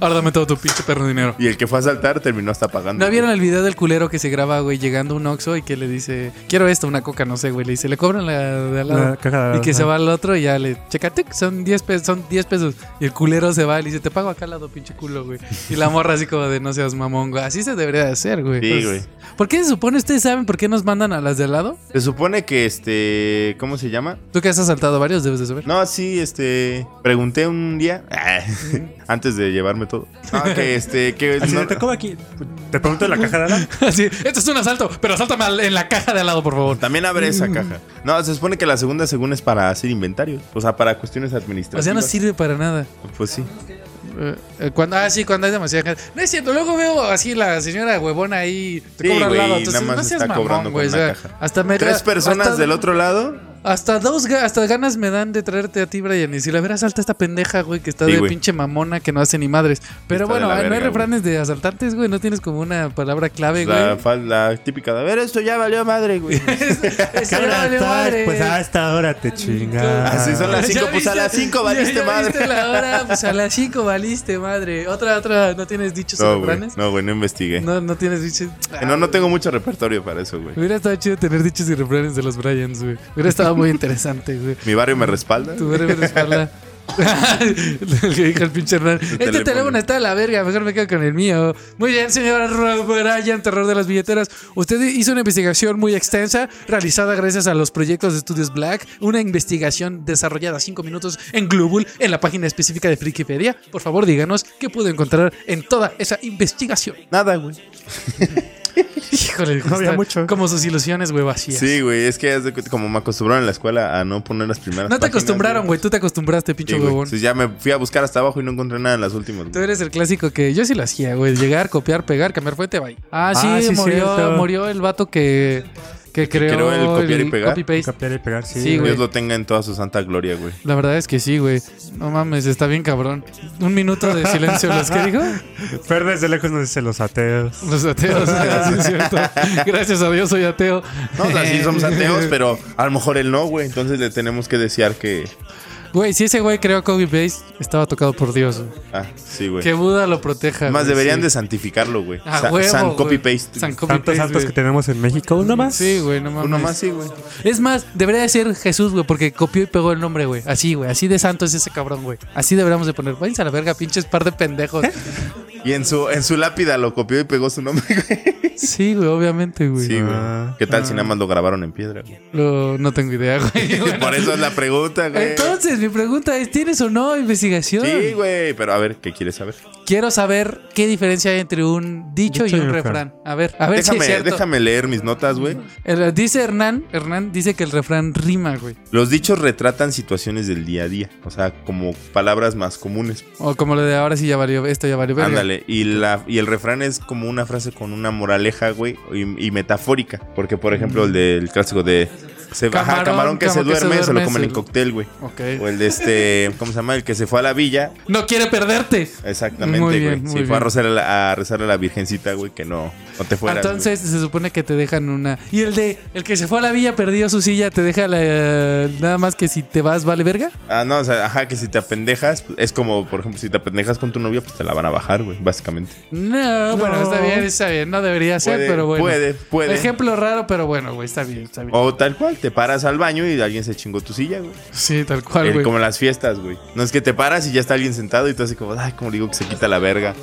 [SPEAKER 1] Ahora dame todo tu pinche perro dinero.
[SPEAKER 2] y el que fue a asaltar terminó hasta pagando.
[SPEAKER 1] ¿No vieron el video del culero que se graba, güey, llegando a un Oxxo y que le dice, quiero esto, una coca, no sé, güey? Le dice, le cobran la de al lado.
[SPEAKER 3] La caja de al
[SPEAKER 1] y
[SPEAKER 3] lado,
[SPEAKER 1] que se
[SPEAKER 3] ajá.
[SPEAKER 1] va al otro y ya le, checa, tic, son 10 pesos, son 10 pesos. Y el culero se va y le dice, te pago acá al lado, pinche culo, güey. Y la morra así como de, no seas mamón, güey. Así se debería de hacer, güey.
[SPEAKER 2] Sí,
[SPEAKER 1] Pues,
[SPEAKER 2] güey.
[SPEAKER 1] ¿Por qué se supone, ustedes saben por qué nos mandan a las de al lado?
[SPEAKER 2] Se supone que este. ¿Cómo se llama?
[SPEAKER 1] Tú que has asaltado varios, debes de saber.
[SPEAKER 2] No, sí, este. Pregunté un día. ah, antes de llevarme todo. No, que este. Que,
[SPEAKER 3] Así
[SPEAKER 2] no-
[SPEAKER 3] de, te como aquí. Te pregunto en la caja de al lado.
[SPEAKER 1] Así, esto es un asalto, pero asáltame al- en la caja de al lado, por favor.
[SPEAKER 2] También abre esa caja. No, se supone que la segunda, según es para hacer inventarios. O sea, para cuestiones
[SPEAKER 1] O
[SPEAKER 2] administrativas.
[SPEAKER 1] sea, no sirve para nada.
[SPEAKER 2] Pues sí.
[SPEAKER 1] Eh, eh, cuando, ah, sí, cuando hay demasiada gente. No es cierto, luego veo así la señora huevona ahí. Te
[SPEAKER 2] Sí,
[SPEAKER 1] cobra al
[SPEAKER 2] güey,
[SPEAKER 1] lado.
[SPEAKER 2] nada
[SPEAKER 1] Entonces,
[SPEAKER 2] más
[SPEAKER 1] no seas
[SPEAKER 2] está cobrando
[SPEAKER 1] mamón,
[SPEAKER 2] con
[SPEAKER 1] güey. o
[SPEAKER 2] una
[SPEAKER 1] sea,
[SPEAKER 2] caja.
[SPEAKER 1] hasta me
[SPEAKER 2] Tres personas
[SPEAKER 1] hasta-
[SPEAKER 2] del otro lado.
[SPEAKER 1] Hasta dos ga- hasta ganas me dan de traerte a ti, Brian. Y si la verás alta esta pendeja, güey, que está
[SPEAKER 2] Sí,
[SPEAKER 1] de
[SPEAKER 2] güey.
[SPEAKER 1] pinche mamona que no hace ni madres. Pero
[SPEAKER 2] Está de
[SPEAKER 1] bueno,
[SPEAKER 2] la
[SPEAKER 1] ah, no hay
[SPEAKER 2] verga,
[SPEAKER 1] refranes de asaltantes, güey. No tienes como una palabra clave,
[SPEAKER 2] La,
[SPEAKER 1] güey.
[SPEAKER 2] fal- la típica de, a ver, esto ya valió madre, güey.
[SPEAKER 1] Eso
[SPEAKER 3] Cara,
[SPEAKER 1] vale
[SPEAKER 3] tal,
[SPEAKER 1] madre.
[SPEAKER 3] Pues hasta ahora te chingas.
[SPEAKER 2] Así son las
[SPEAKER 1] Ya
[SPEAKER 2] cinco, pues, a
[SPEAKER 1] viste-
[SPEAKER 2] las cinco
[SPEAKER 1] ya-
[SPEAKER 2] valiste
[SPEAKER 1] ya
[SPEAKER 2] madre.
[SPEAKER 1] viste la hora, pues a las 5 valiste madre. Otra, otra, ¿no tienes dichos
[SPEAKER 2] No, güey,
[SPEAKER 1] refranes?
[SPEAKER 2] no, güey, no investigué. No,
[SPEAKER 1] No, no tienes dichos.
[SPEAKER 2] no, tengo mucho repertorio para eso, güey.
[SPEAKER 1] Hubiera estado chido tener dichos y refranes de los Bryans, güey. Hubiera estado muy interesante, güey.
[SPEAKER 2] Mi barrio me respalda.
[SPEAKER 1] Tu verga de espalda. Lo que dijo el pinche Hernán. Este
[SPEAKER 2] teléfono.
[SPEAKER 1] teléfono está de la verga, mejor me quedo con el mío. Muy bien, señora Ro- Brian, terror de las billeteras. Usted hizo una investigación muy extensa, realizada gracias a los proyectos de Estudios Black. Una investigación desarrollada cinco minutos en Global, en la página específica de Frikipedia. Por favor, díganos qué pudo encontrar en toda esa investigación.
[SPEAKER 2] Nada, güey.
[SPEAKER 1] Híjole,
[SPEAKER 3] No había
[SPEAKER 1] está
[SPEAKER 3] mucho.
[SPEAKER 1] Como sus ilusiones, güey, vacías.
[SPEAKER 2] Sí, güey, es que haz de cuenta, como me acostumbraron en la escuela a no poner las primeras.
[SPEAKER 1] No te
[SPEAKER 2] páginas,
[SPEAKER 1] acostumbraron, güey. Tú te acostumbraste,
[SPEAKER 2] Sí,
[SPEAKER 1] pinche
[SPEAKER 2] güey.
[SPEAKER 1] huevón.
[SPEAKER 2] Entonces ya me fui a buscar hasta abajo y no encontré nada en las últimas. güey.
[SPEAKER 1] Tú eres el clásico que yo sí lo hacía, güey. Llegar, copiar, pegar, cambiar fuente, bye. Ah, sí,
[SPEAKER 3] Ah, sí,
[SPEAKER 1] murió,
[SPEAKER 3] cierto.
[SPEAKER 1] murió el vato que, que creó,
[SPEAKER 2] creó el copiar y pegar.
[SPEAKER 1] copy-paste.
[SPEAKER 3] Copiar y pegar, sí.
[SPEAKER 1] Sí,
[SPEAKER 3] güey.
[SPEAKER 1] güey.
[SPEAKER 2] Dios lo tenga en toda su santa gloria, güey.
[SPEAKER 1] La verdad es que sí, güey. No mames, está bien cabrón. Un minuto de silencio, ¿los que dijo?
[SPEAKER 3] Fer desde lejos nos dice los ateos.
[SPEAKER 1] Los ateos, ah, sí, es cierto. Gracias a Dios soy ateo.
[SPEAKER 2] No, o sea, sí somos ateos, pero a lo mejor él no, güey. Entonces le tenemos que desear que.
[SPEAKER 1] Güey, si ese güey creó copy-paste, estaba tocado por Dios. güey.
[SPEAKER 2] Ah, sí, güey.
[SPEAKER 1] Que Buda lo proteja.
[SPEAKER 2] Más
[SPEAKER 1] güey,
[SPEAKER 2] deberían
[SPEAKER 1] sí.
[SPEAKER 2] de santificarlo, güey.
[SPEAKER 1] A
[SPEAKER 2] Sa-
[SPEAKER 1] huevo,
[SPEAKER 2] san
[SPEAKER 1] güey.
[SPEAKER 2] copy paste.
[SPEAKER 1] San copy
[SPEAKER 3] Tantos santos que tenemos en México. Uno más.
[SPEAKER 1] Sí, güey, no mames.
[SPEAKER 2] Uno más sí, güey.
[SPEAKER 1] Es más, debería de ser Jesús, güey, porque copió y pegó el nombre, güey. Así, güey, así de santo es ese cabrón, güey. Así deberíamos de poner. Váyanse a la verga, pinches par de pendejos.
[SPEAKER 2] Y en su, en su lápida lo copió y pegó su nombre, güey.
[SPEAKER 1] Sí, güey, obviamente, güey.
[SPEAKER 2] Sí,
[SPEAKER 3] Ah,
[SPEAKER 2] güey. ¿Qué tal
[SPEAKER 3] ah.
[SPEAKER 2] si nada más lo grabaron en piedra, güey?
[SPEAKER 1] Lo- no tengo idea, güey. Bueno,
[SPEAKER 2] Por eso es la pregunta, güey.
[SPEAKER 1] Entonces, mi pregunta es, ¿tienes o no investigación?
[SPEAKER 2] Sí, güey. Pero a ver, ¿qué quieres saber?
[SPEAKER 1] Quiero saber qué diferencia hay entre un dicho, y un refrán. A ver, a ver
[SPEAKER 2] déjame,
[SPEAKER 1] si es cierto.
[SPEAKER 2] déjame leer mis notas, güey.
[SPEAKER 1] El- dice Hernán, Hernán dice que el refrán rima, güey.
[SPEAKER 2] Los dichos retratan situaciones del día a día. O sea, como palabras más comunes.
[SPEAKER 1] O como lo de ahora sí ya valió, esto ya valió. verga.
[SPEAKER 2] Ándale, y, la, y el refrán es como una frase con una moraleja, güey, y, y metafórica. Porque, por ejemplo, el del clásico de se,
[SPEAKER 1] Camarón,
[SPEAKER 2] ajá, camarón que, se,
[SPEAKER 1] camarón
[SPEAKER 2] duerme,
[SPEAKER 1] que se
[SPEAKER 2] se
[SPEAKER 1] duerme,
[SPEAKER 2] lo comen
[SPEAKER 1] se-
[SPEAKER 2] en cóctel, güey.
[SPEAKER 1] Ok.
[SPEAKER 2] O el de este, ¿cómo se llama? El que se fue a la villa.
[SPEAKER 1] No quiere perderte.
[SPEAKER 2] Exactamente,
[SPEAKER 1] Muy
[SPEAKER 2] güey.
[SPEAKER 1] bien, muy
[SPEAKER 2] sí, fue
[SPEAKER 1] bien.
[SPEAKER 2] a rezar a, la, a rezar a la virgencita, güey, que no, no te fueras. güey.
[SPEAKER 1] Entonces se supone que te dejan una. Y el de el que se fue a la villa perdió su silla, te deja la- nada más que si te vas, vale verga.
[SPEAKER 2] Ah, no, o sea, ajá, que si te apendejas, pues, es como, por ejemplo, si te apendejas con tu novia, pues te la van a bajar, güey, básicamente.
[SPEAKER 1] No, bueno, está bien, está bien. No debería ser,
[SPEAKER 2] Puede,
[SPEAKER 1] pero bueno.
[SPEAKER 2] puede, puede. Oh,
[SPEAKER 1] Ejemplo raro, pero bueno, güey, está bien, está bien.
[SPEAKER 2] O tal cual, te paras al baño y alguien se chingó tu silla, güey.
[SPEAKER 1] Sí, tal cual,
[SPEAKER 2] El-
[SPEAKER 1] Ah, güey.
[SPEAKER 2] como en las fiestas, güey. No es que te paras y ya está alguien sentado y tú así como, ay, como digo que se quita la verga.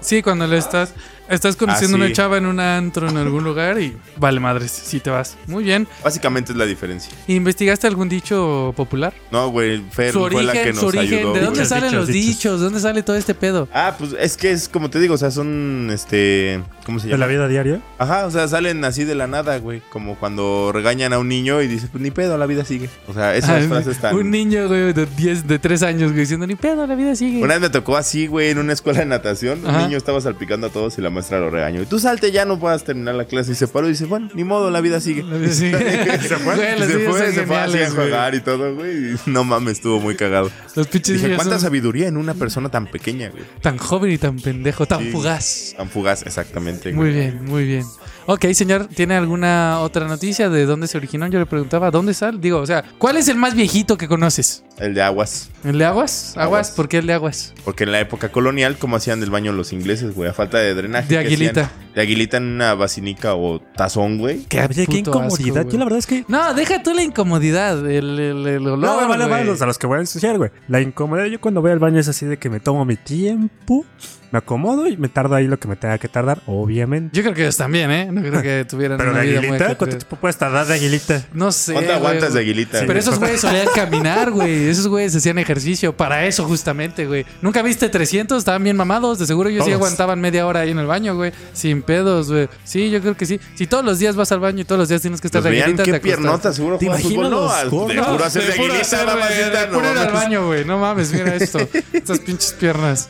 [SPEAKER 1] Sí, cuando le estás estás conociendo
[SPEAKER 2] Ah, sí.
[SPEAKER 1] una chava en un antro en algún lugar y vale madres, si te vas. Muy bien.
[SPEAKER 2] Básicamente es la diferencia.
[SPEAKER 1] ¿Investigaste algún dicho popular?
[SPEAKER 2] No, güey, Fer
[SPEAKER 1] su
[SPEAKER 2] fue la que
[SPEAKER 1] origen,
[SPEAKER 2] nos
[SPEAKER 1] su origen,
[SPEAKER 2] ayudó.
[SPEAKER 1] ¿de dónde
[SPEAKER 2] güey.
[SPEAKER 3] sale?
[SPEAKER 1] salen
[SPEAKER 3] Dichos,
[SPEAKER 1] los
[SPEAKER 3] dichos.
[SPEAKER 1] dichos? ¿Dónde sale todo este pedo?
[SPEAKER 2] Ah, pues es que es como te digo, o sea, son este, ¿cómo se
[SPEAKER 3] ¿De la
[SPEAKER 2] llama?
[SPEAKER 3] vida diaria?
[SPEAKER 2] Ajá, o sea, salen así de la nada, güey, como cuando regañan a un niño y dicen, pues ni pedo, la vida sigue. O sea, esas
[SPEAKER 1] Ah,
[SPEAKER 2] frases tan
[SPEAKER 1] Un niño, güey, de 10, de 3 años, güey, diciendo, ni pedo, la vida sigue.
[SPEAKER 2] Una vez me tocó así, güey, en una escuela de natación.
[SPEAKER 1] Ajá.
[SPEAKER 2] Un niño estaba salpicando a todos y la maestra lo regañó. Y tú salte, ya no puedas terminar la clase. Y se paró y dice, bueno, ni modo, la vida sigue.
[SPEAKER 1] La vida sigue.
[SPEAKER 2] se fue,
[SPEAKER 1] Güey, los
[SPEAKER 2] se
[SPEAKER 1] niños
[SPEAKER 2] fue,
[SPEAKER 1] son
[SPEAKER 2] se fue así a
[SPEAKER 1] geniales, güey.
[SPEAKER 2] jugar y todo, güey. Y No mames, estuvo muy cagado.
[SPEAKER 1] Los pinches
[SPEAKER 2] Dije,
[SPEAKER 1] niños
[SPEAKER 2] ¿cuánta
[SPEAKER 1] son
[SPEAKER 2] sabiduría en una persona tan pequeña, güey?
[SPEAKER 1] tan joven y tan pendejo, tan
[SPEAKER 2] Sí.
[SPEAKER 1] fugaz.
[SPEAKER 2] Tan fugaz, exactamente,
[SPEAKER 1] Muy
[SPEAKER 2] güey.
[SPEAKER 1] bien, muy bien. Ok, señor, ¿tiene alguna otra noticia de dónde se originó? Yo le preguntaba, ¿dónde sale? Digo, o sea, ¿cuál es el más viejito que conoces?
[SPEAKER 2] El de aguas.
[SPEAKER 1] ¿El de aguas? Aguas,
[SPEAKER 2] Aguas.
[SPEAKER 1] ¿por qué el de aguas?
[SPEAKER 2] Porque en la época colonial, ¿cómo hacían del baño los ingleses, güey? A falta de drenaje.
[SPEAKER 1] De
[SPEAKER 2] ¿qué
[SPEAKER 1] aguilita.
[SPEAKER 2] hacían? De aguilita en una basinica o tazón, güey.
[SPEAKER 1] Qué
[SPEAKER 3] Oye, qué
[SPEAKER 1] puto asco,
[SPEAKER 3] incomodidad.
[SPEAKER 1] güey.
[SPEAKER 3] Yo la verdad es que.
[SPEAKER 1] No, deja tú la incomodidad, el, el, el olor.
[SPEAKER 3] No, vale,
[SPEAKER 1] güey.
[SPEAKER 3] vale, los- a los que voy a ensuciar, güey. La incomodidad yo cuando voy al baño es así de que me tomo mi tiempo, me acomodo y me tardo ahí lo que me tenga que tardar, obviamente.
[SPEAKER 1] Yo creo que ellos también, ¿eh? No creo que tuvieran
[SPEAKER 3] Pero
[SPEAKER 1] una
[SPEAKER 3] de
[SPEAKER 1] vida muy
[SPEAKER 3] aguilita, ¿cuánto
[SPEAKER 1] ajetreada.
[SPEAKER 3] tiempo puedes tardar de aguilita?
[SPEAKER 1] No sé.
[SPEAKER 2] ¿Cuánto
[SPEAKER 1] güey.
[SPEAKER 2] aguantas de aguilita?
[SPEAKER 1] Pero
[SPEAKER 2] güey?
[SPEAKER 1] esos güeyes solían caminar, güey. Esos güeyes hacían ejercicio para eso justamente, güey. ¿Nunca viste 300? Estaban bien mamados. De seguro ellos sí
[SPEAKER 3] Todos.
[SPEAKER 1] aguantaban media hora ahí en el baño, güey. Sin pedos, güey. Sí, yo creo que sí. Si todos los días vas al baño y todos los días tienes que estar
[SPEAKER 2] Pues
[SPEAKER 1] de
[SPEAKER 2] vean
[SPEAKER 1] aguilita,
[SPEAKER 2] qué
[SPEAKER 1] te acuestas.
[SPEAKER 2] piernota, seguro
[SPEAKER 3] ¿Te
[SPEAKER 2] juega
[SPEAKER 3] imaginas
[SPEAKER 2] fútbol. No,
[SPEAKER 3] los
[SPEAKER 2] al-
[SPEAKER 3] gordos?
[SPEAKER 2] de puro hacer de
[SPEAKER 1] puro
[SPEAKER 2] aguilita,
[SPEAKER 1] hacer,
[SPEAKER 2] nada más
[SPEAKER 1] güey, de
[SPEAKER 2] está, no
[SPEAKER 1] puro ir al
[SPEAKER 2] mames.
[SPEAKER 1] baño, güey. No mames, mira esto. estas pinches piernas.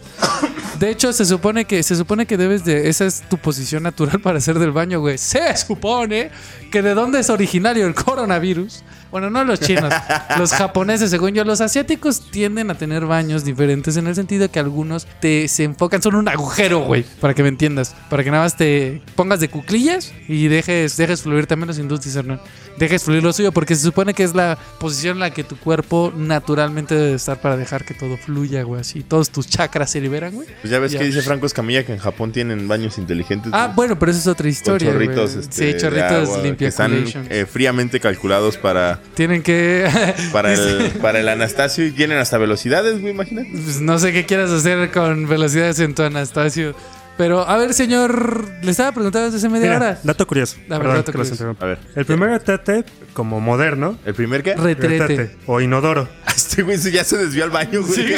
[SPEAKER 1] De hecho, se supone que se supone que debes de esa es tu posición natural para hacer del baño, güey. Se supone que de dónde es originario el coronavirus. Bueno, no los chinos, los japoneses, según yo, los asiáticos tienden a tener baños diferentes en el sentido que algunos te se enfocan son un agujero, güey, para que me entiendas, para que nada más te pongas de cuclillas y dejes dejes fluir también los hindúes, Hernán. Dejes fluir lo suyo porque se supone que es la posición en la que tu cuerpo naturalmente debe estar para dejar que todo fluya, güey, así todos tus chakras se liberan, güey.
[SPEAKER 2] Pues ya ves
[SPEAKER 1] Ya.
[SPEAKER 2] que dice Franco Escamilla que en Japón tienen baños inteligentes.
[SPEAKER 1] Ah,
[SPEAKER 2] güey,
[SPEAKER 1] bueno, pero eso es otra
[SPEAKER 2] con
[SPEAKER 1] historia.
[SPEAKER 2] chorritos,
[SPEAKER 1] güey.
[SPEAKER 2] este,
[SPEAKER 1] sí,
[SPEAKER 2] de
[SPEAKER 1] chorritos
[SPEAKER 2] agua,
[SPEAKER 1] limpia
[SPEAKER 2] que están
[SPEAKER 1] Coolation.
[SPEAKER 2] eh, fríamente calculados para,
[SPEAKER 1] Tienen que.
[SPEAKER 2] para,
[SPEAKER 1] Dice-
[SPEAKER 2] el, para el Anastasio y tienen hasta velocidades, güey, imagínate.
[SPEAKER 1] Pues no sé qué quieras hacer con velocidades en tu Anastasio. Pero, a ver, señor. Le estaba preguntando desde hace media
[SPEAKER 3] Mira,
[SPEAKER 1] hora.
[SPEAKER 3] dato curioso.
[SPEAKER 1] A ver,
[SPEAKER 3] Perdón
[SPEAKER 1] dato
[SPEAKER 3] que los
[SPEAKER 1] curioso.
[SPEAKER 3] interrumpa.
[SPEAKER 2] A ver,
[SPEAKER 3] El primer retrete, como moderno,
[SPEAKER 2] ¿el primer qué?
[SPEAKER 1] Retrete.
[SPEAKER 3] retrete o inodoro.
[SPEAKER 2] Este güey se- ya se desvió al baño, güey.
[SPEAKER 1] Sí, güey.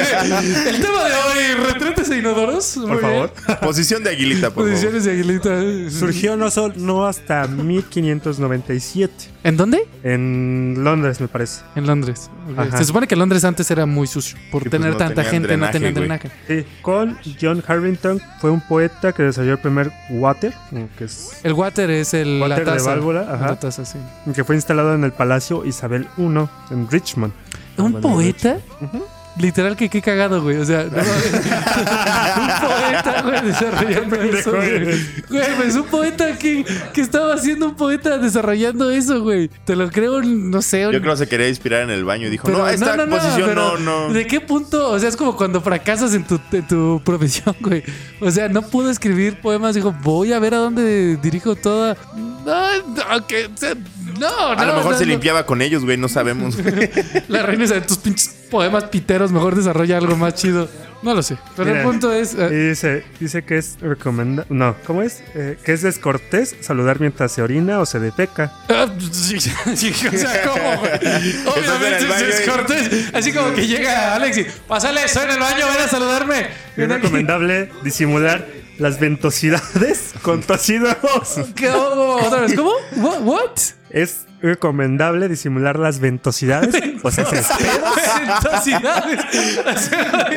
[SPEAKER 1] el tema de hoy, retretes e inodoros. Muy
[SPEAKER 3] Por
[SPEAKER 1] bien.
[SPEAKER 3] favor.
[SPEAKER 2] Posición de aguilita, por favor.
[SPEAKER 1] Posiciones de aguilita.
[SPEAKER 3] Surgió no, sol- no hasta 1597.
[SPEAKER 1] ¿En dónde?
[SPEAKER 3] En Londres, me parece.
[SPEAKER 1] En Londres. Ok.
[SPEAKER 3] Ajá.
[SPEAKER 1] Se supone que Londres antes era muy sucio. Por
[SPEAKER 2] Sí, pues,
[SPEAKER 1] tener
[SPEAKER 2] no
[SPEAKER 1] tanta
[SPEAKER 2] tenían
[SPEAKER 1] gente, no
[SPEAKER 2] drenaje,
[SPEAKER 1] tenían
[SPEAKER 2] güey.
[SPEAKER 1] drenaje.
[SPEAKER 3] Sí, con John Harrington fue un poeta que desarrolló el primer water, que, es-
[SPEAKER 1] El water es el,
[SPEAKER 3] Water
[SPEAKER 1] la
[SPEAKER 3] de
[SPEAKER 1] taza.
[SPEAKER 3] válvula, ajá.
[SPEAKER 1] La taza, sí.
[SPEAKER 3] que fue instalado en el Palacio Isabel I en Richmond.
[SPEAKER 1] ¿Un
[SPEAKER 3] Bueno,
[SPEAKER 1] poeta? Literal que qué cagado, güey. O sea, no mames. un poeta, güey, desarrollando eso, güey. Güey, pues un poeta que, que estaba haciendo un poeta desarrollando eso, güey. Te lo creo, un- no sé. un-
[SPEAKER 2] Yo creo que se quería inspirar en el baño y dijo,
[SPEAKER 1] pero-
[SPEAKER 2] no, esta posición
[SPEAKER 1] pero
[SPEAKER 2] no, no.
[SPEAKER 1] ¿De qué punto? O sea, es como cuando fracasas en tu, en tu profesión, güey. O sea, no pudo escribir poemas. Dijo, voy a ver a dónde dirijo toda. Ah, ok, o sea, No, no.
[SPEAKER 2] A lo mejor
[SPEAKER 1] no,
[SPEAKER 2] se
[SPEAKER 1] no.
[SPEAKER 2] limpiaba con ellos, güey, no sabemos.
[SPEAKER 1] La reina de tus pinches poemas piteros. Mejor desarrolla algo más chido. No lo sé. Pero el
[SPEAKER 3] Mira,
[SPEAKER 1] punto es.
[SPEAKER 3] Y
[SPEAKER 1] eh,
[SPEAKER 3] dice, dice que es recomenda... No, ¿cómo es? Eh, que es descortés saludar mientras se orina o se defeca.
[SPEAKER 1] ah, sí, sí, sí, o sea, ¿cómo, güey?
[SPEAKER 2] en el
[SPEAKER 1] Obviamente
[SPEAKER 2] baño
[SPEAKER 1] es
[SPEAKER 2] y-
[SPEAKER 1] cortés. Así como que llega Alex y. Pásale, estoy en el baño, ven a saludarme.
[SPEAKER 3] Es recomendable disimular las ventosidades con tosidos.
[SPEAKER 1] ¿Qué hago? ¿Otra vez? ¿Cómo? ¿What? what?
[SPEAKER 3] Es recomendable disimular las ventosidades. O sea, se-
[SPEAKER 1] Ventosidades. O sea,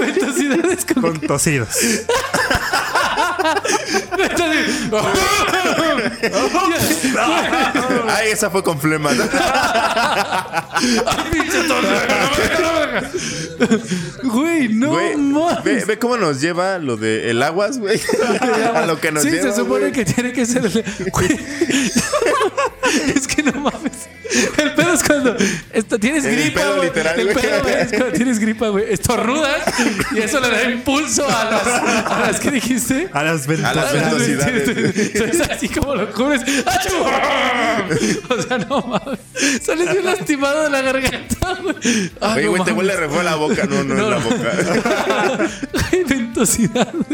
[SPEAKER 1] Ventosidades con.
[SPEAKER 3] con tosidos.
[SPEAKER 1] Ventosidades.
[SPEAKER 2] Ay, esa fue con flema.
[SPEAKER 1] Pinche tornado. Güey, no
[SPEAKER 2] Güey,
[SPEAKER 1] mames.
[SPEAKER 2] ve, ve cómo nos lleva lo de el aguas, güey. A lo que nos
[SPEAKER 1] sí,
[SPEAKER 2] lleva.
[SPEAKER 1] se supone
[SPEAKER 2] güey.
[SPEAKER 1] que tiene que ser. el- Güey. es que no mames. El pedo es cuando esta- tienes
[SPEAKER 2] El
[SPEAKER 1] gripa.
[SPEAKER 2] pedo
[SPEAKER 1] güey.
[SPEAKER 2] literal,
[SPEAKER 1] el
[SPEAKER 2] güey.
[SPEAKER 1] pedo güey, es cuando tienes gripa, güey. Estornudas y eso le da impulso a las, a las que dijiste.
[SPEAKER 3] A
[SPEAKER 2] A las
[SPEAKER 3] las ventosidades.
[SPEAKER 2] velocidades.
[SPEAKER 1] Entonces, así como lo cubres. ¡achú! O sea, no mames. Sales bien lastimado de la garganta, güey. Ah,
[SPEAKER 2] Oye,
[SPEAKER 1] no
[SPEAKER 2] güey, te
[SPEAKER 1] mames.
[SPEAKER 2] huele re feo la boca. No, no,
[SPEAKER 1] No.
[SPEAKER 2] en la boca.
[SPEAKER 1] Ay, ventosidades.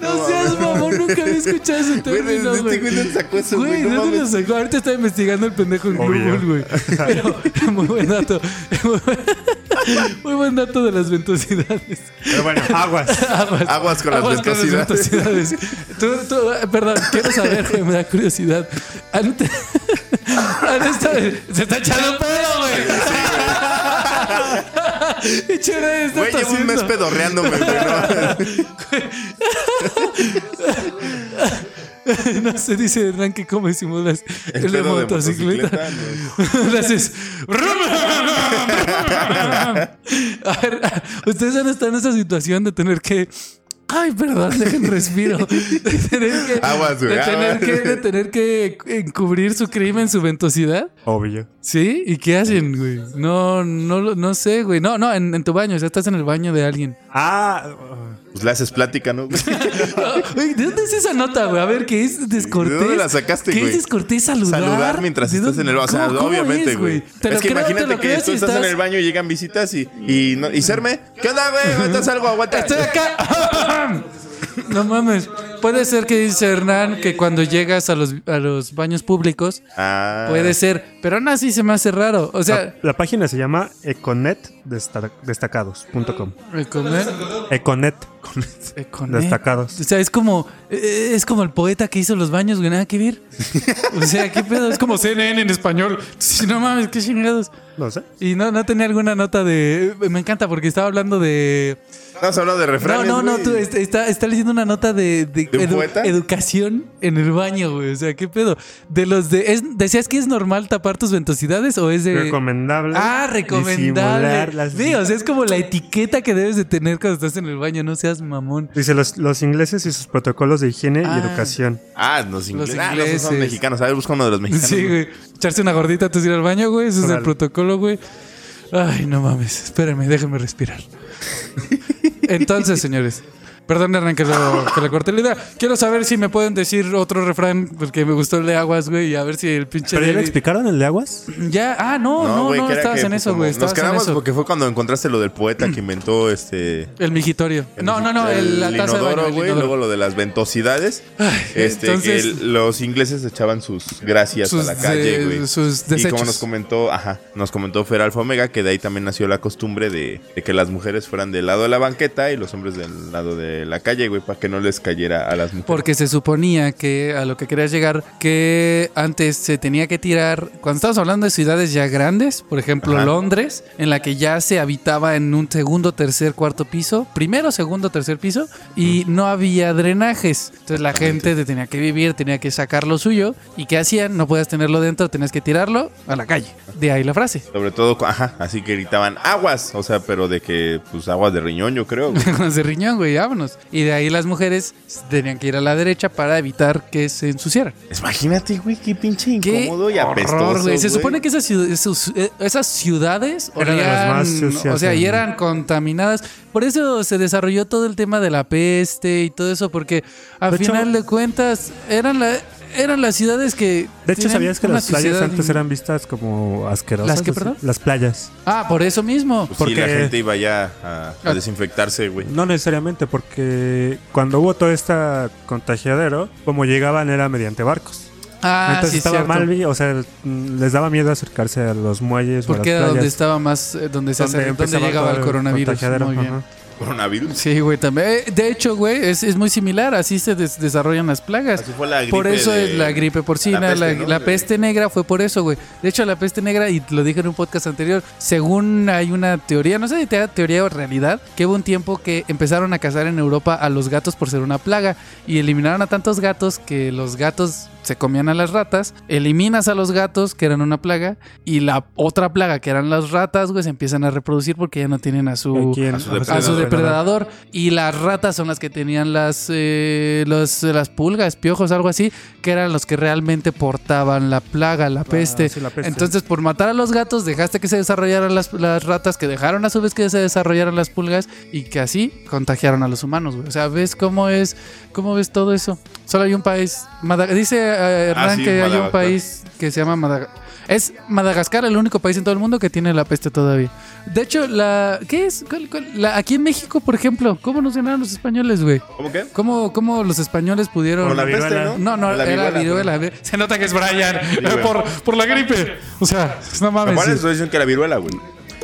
[SPEAKER 1] No,
[SPEAKER 2] No
[SPEAKER 1] seas mamón, nunca había escuchado ese
[SPEAKER 2] Güey, ¿de-
[SPEAKER 1] término,
[SPEAKER 2] de-
[SPEAKER 1] güey.
[SPEAKER 2] este güey dónde sacó eso,
[SPEAKER 1] Güey,
[SPEAKER 2] güey? No
[SPEAKER 1] ¿de dónde lo
[SPEAKER 2] mames.
[SPEAKER 1] sacó? Ahorita está investigando el pendejo en
[SPEAKER 3] Obvio.
[SPEAKER 1] Google, güey. Pero, muy buen dato. Muy buen- Muy buen dato de las ventosidades. Ah, pues,
[SPEAKER 3] Pero bueno, aguas.
[SPEAKER 1] Aguas,
[SPEAKER 2] Aguas con las ventosidades.
[SPEAKER 1] ventosidades. Tú, tú, eh, perdón, quiero saber, güey, me da curiosidad. Antes, antes se está echando un pedo, güey. Y chévere, está
[SPEAKER 2] Güey, llevo un mes
[SPEAKER 1] tosiendo.
[SPEAKER 2] pedorreándome, güey. ¿no?
[SPEAKER 1] No se dice Hernán que cómo disimulas el, de
[SPEAKER 2] pedo de
[SPEAKER 1] motocicleta. Le haces. A ver, ustedes han estado en esa situación de tener que. Ay, perdón, dejen respiro. De tener que,
[SPEAKER 2] Aguas, güey,
[SPEAKER 1] de tener
[SPEAKER 2] aguas.
[SPEAKER 1] que, de tener que encubrir su crimen, su ventosidad.
[SPEAKER 3] Obvio.
[SPEAKER 1] ¿Sí? ¿Y qué hacen, güey? No, no, lo- no sé, güey. No, no, en, en tu baño. O sea, estás en el baño de alguien.
[SPEAKER 3] Ah,
[SPEAKER 2] Pues le haces plática, ¿no?
[SPEAKER 1] Pues, Güey, ¿de dónde es esa nota, güey? A ver, ¿qué es descortés?
[SPEAKER 2] ¿De dónde la sacaste,
[SPEAKER 1] ¿Qué es
[SPEAKER 2] güey?
[SPEAKER 1] descortés saludar?
[SPEAKER 2] Saludar mientras
[SPEAKER 1] ¿De
[SPEAKER 2] estás
[SPEAKER 1] dónde-
[SPEAKER 2] en el baño. O sea,
[SPEAKER 1] cómo- cómo
[SPEAKER 2] obviamente,
[SPEAKER 1] es,
[SPEAKER 2] güey.
[SPEAKER 1] Te lo
[SPEAKER 2] Es que
[SPEAKER 1] creo, te
[SPEAKER 2] imagínate
[SPEAKER 1] lo
[SPEAKER 2] que
[SPEAKER 1] creo si
[SPEAKER 2] tú estás en el baño y llegan visitas y, y, no- y serme. ¿Qué onda, güey? ¿Aguantas algo? ¿Aguantas?
[SPEAKER 1] Estoy acá. No mames. Puede ser que dice Hernán que cuando llegas a los, a los baños públicos,
[SPEAKER 2] Ah.
[SPEAKER 1] puede ser. Pero aún así se me hace raro. O sea,
[SPEAKER 3] la, Ah, la página se llama econetdestacados.com.
[SPEAKER 1] comer.
[SPEAKER 3] Econet. Destacados.
[SPEAKER 1] O sea, es como, eh, es como el poeta que hizo los baños, güey, nada que ver. O sea, qué pedo. Es como CNN en español. Sí, No mames, qué chingados.
[SPEAKER 3] No sé.
[SPEAKER 1] Y no, no tenía alguna nota de. Me encanta porque estaba hablando de.
[SPEAKER 2] Estamos hablando de
[SPEAKER 1] No,
[SPEAKER 2] refranes.
[SPEAKER 1] no, no,
[SPEAKER 2] güey.
[SPEAKER 1] tú est- está, está leyendo una nota de, de
[SPEAKER 2] ¿De un poeta?
[SPEAKER 1] educación en el baño, güey. O sea, ¿qué pedo? De los de. es- ¿Decías que es normal tapar tus ventosidades o es de.
[SPEAKER 3] Recomendable.
[SPEAKER 1] Ah, recomendable.
[SPEAKER 3] disimular las-
[SPEAKER 1] Sí, o sea, es como la etiqueta que debes de tener cuando estás en el baño, no seas mamón.
[SPEAKER 3] Dice los, los ingleses y sus protocolos de higiene
[SPEAKER 1] Ah.
[SPEAKER 3] y educación.
[SPEAKER 2] Ah, los ingleses. Ah, no, esos
[SPEAKER 1] ingleses.
[SPEAKER 2] son mexicanos. A ver, busca uno de los mexicanos.
[SPEAKER 1] Sí, güey. Echarse una gordita antes de ir al baño, güey. Eso es el
[SPEAKER 3] Órale.
[SPEAKER 1] protocolo, güey. Ay, no mames. Espérenme, déjenme respirar. Entonces, señores. Perdón, Hernán, que, lo, que le corté la idea. Quiero saber si me pueden decir otro refrán, porque me gustó el de aguas, güey, y a ver si el pinche.
[SPEAKER 3] ¿Pero ya lo
[SPEAKER 1] David-
[SPEAKER 3] explicaron el de aguas?
[SPEAKER 1] Ya, ah, no, no,
[SPEAKER 2] güey,
[SPEAKER 1] no,
[SPEAKER 2] que era
[SPEAKER 1] estabas
[SPEAKER 2] que pues
[SPEAKER 1] en eso,
[SPEAKER 2] como-
[SPEAKER 1] güey.
[SPEAKER 2] Nos
[SPEAKER 1] Estabas en
[SPEAKER 2] quedamos
[SPEAKER 1] eso.
[SPEAKER 2] porque fue cuando encontraste lo del poeta que inventó este.
[SPEAKER 1] El mijitorio.
[SPEAKER 2] el-
[SPEAKER 1] no, no, no, el, la taza de
[SPEAKER 2] inodoro,
[SPEAKER 1] baño. el
[SPEAKER 2] güey,
[SPEAKER 1] inodoro.
[SPEAKER 2] luego lo de las ventosidades. este,
[SPEAKER 1] entonces-
[SPEAKER 2] que el- los ingleses echaban sus gracias
[SPEAKER 1] Sus
[SPEAKER 2] a la
[SPEAKER 1] de-
[SPEAKER 2] calle, güey.
[SPEAKER 1] sus
[SPEAKER 2] Y
[SPEAKER 1] desechos.
[SPEAKER 2] como nos comentó, ajá, nos comentó Fer Alfa Omega que de ahí también nació la costumbre de, de que las mujeres fueran del lado de la banqueta y los hombres del lado de la calle, güey, para que no les cayera a las mujeres.
[SPEAKER 1] Porque se suponía que a lo que querías llegar, que antes se tenía que tirar, cuando estamos hablando de ciudades ya grandes, por ejemplo
[SPEAKER 2] Ajá.
[SPEAKER 1] Londres, en la que ya se habitaba en un segundo, tercer, cuarto piso, primero, segundo, tercer piso, y no había drenajes. Entonces la gente te tenía que vivir, tenía que sacar lo suyo, y ¿qué hacían? No podías tenerlo dentro, tenías que tirarlo a la calle. De ahí la frase.
[SPEAKER 2] Sobre todo, cu- ajá, así que gritaban aguas, o sea, pero de que, pues aguas de riñón, yo creo. güey.
[SPEAKER 1] Con ese riñón, güey, vámonos. Y de ahí las mujeres tenían que ir a la derecha para evitar que se ensuciaran.
[SPEAKER 2] Imagínate, güey, qué pinche
[SPEAKER 1] Qué
[SPEAKER 2] incómodo y
[SPEAKER 1] horror,
[SPEAKER 2] apestoso.
[SPEAKER 1] güey. Se
[SPEAKER 2] güey.
[SPEAKER 1] supone que esas, ciud- esos- eh, esas ciudades
[SPEAKER 3] Eran de las
[SPEAKER 1] olían-
[SPEAKER 3] más sucias
[SPEAKER 1] o sea, y
[SPEAKER 3] del-
[SPEAKER 1] eran contaminadas. Por eso se desarrolló todo el tema de la peste y todo eso, porque al
[SPEAKER 3] De hecho-
[SPEAKER 1] final de cuentas eran la- eran las ciudades que.
[SPEAKER 3] De hecho,
[SPEAKER 1] tienen
[SPEAKER 3] ¿sabías que
[SPEAKER 1] una
[SPEAKER 3] las playas
[SPEAKER 1] sociedad-
[SPEAKER 3] antes eran vistas como asquerosas?
[SPEAKER 1] ¿Las qué,
[SPEAKER 3] Así-
[SPEAKER 1] perdón?
[SPEAKER 3] Las playas.
[SPEAKER 1] Ah, por eso mismo.
[SPEAKER 2] Pues
[SPEAKER 3] Porque-
[SPEAKER 2] sí, la gente iba ya a,
[SPEAKER 1] Ah.
[SPEAKER 2] a desinfectarse, güey.
[SPEAKER 3] No necesariamente, porque cuando hubo todo este contagiadero, como llegaban era mediante barcos.
[SPEAKER 1] Ah,
[SPEAKER 3] Entonces
[SPEAKER 1] sí,
[SPEAKER 3] estaba
[SPEAKER 1] cierto.
[SPEAKER 3] mal, vi- o sea, mm, les daba miedo acercarse a los muelles o a las
[SPEAKER 1] Porque era donde
[SPEAKER 3] playas.
[SPEAKER 1] estaba más. eh, Donde, se
[SPEAKER 3] donde
[SPEAKER 1] hace- donde
[SPEAKER 3] empezaba
[SPEAKER 1] llegaba
[SPEAKER 3] todo
[SPEAKER 1] el coronavirus.
[SPEAKER 3] contagiadero,
[SPEAKER 1] Muy bien.
[SPEAKER 3] ajá.
[SPEAKER 2] Coronavirus.
[SPEAKER 1] Sí, güey, también. Eh, De hecho, güey, es, es muy similar. Así se des- desarrollan las plagas.
[SPEAKER 2] Así fue la gripe
[SPEAKER 1] por eso
[SPEAKER 2] de-
[SPEAKER 1] es la gripe porcina, la la peste,
[SPEAKER 2] peste, ¿no? De-
[SPEAKER 1] negra fue por eso, güey. De hecho, la peste negra, y lo dije en un podcast anterior, según hay una teoría, no sé si te- teoría o realidad, que hubo un tiempo que empezaron a cazar en Europa a los gatos por ser una plaga y eliminaron a tantos gatos que los gatos se comían a las ratas, eliminas a los gatos que eran una plaga y la otra plaga que eran las ratas, güey, se empiezan a reproducir porque ya no tienen a su
[SPEAKER 3] Aquí en-
[SPEAKER 2] a su
[SPEAKER 1] a su
[SPEAKER 2] Depredador.
[SPEAKER 1] depredador y las ratas son las que tenían las eh, los- las pulgas, piojos, algo así, que eran los que realmente portaban la plaga, Ah, la peste.
[SPEAKER 3] sí, la
[SPEAKER 2] Pues
[SPEAKER 3] peste.
[SPEAKER 1] Entonces, por matar a los gatos, dejaste que se desarrollaran las, las ratas, que dejaron a su vez que se desarrollaran las pulgas y que así contagiaron a los humanos, güey. O sea, ¿ves cómo es cómo ves todo eso? Solo hay un país, Mada- dice eh, Hernán
[SPEAKER 2] Ah, sí,
[SPEAKER 1] que hay un
[SPEAKER 2] Madagascar.
[SPEAKER 1] país que se llama Madagascar. Es Madagascar el único país en todo el mundo que tiene la peste todavía. De hecho, la. ¿Qué es? ¿Cuál- cuál? La- aquí en México, por ejemplo, ¿cómo nos ganaron los españoles, güey?
[SPEAKER 2] ¿Cómo qué?
[SPEAKER 1] ¿Cómo, ¿Cómo los españoles
[SPEAKER 2] Con
[SPEAKER 1] pudieron.?
[SPEAKER 2] la peste,
[SPEAKER 3] viruela.
[SPEAKER 2] ¿no?
[SPEAKER 1] No, no,
[SPEAKER 2] Con
[SPEAKER 1] era la viruela. Se nota que es Brian eh, por, por la gripe. O sea, no mames.
[SPEAKER 2] ¿Cuál
[SPEAKER 1] sí.
[SPEAKER 2] es la solución que la viruela, güey?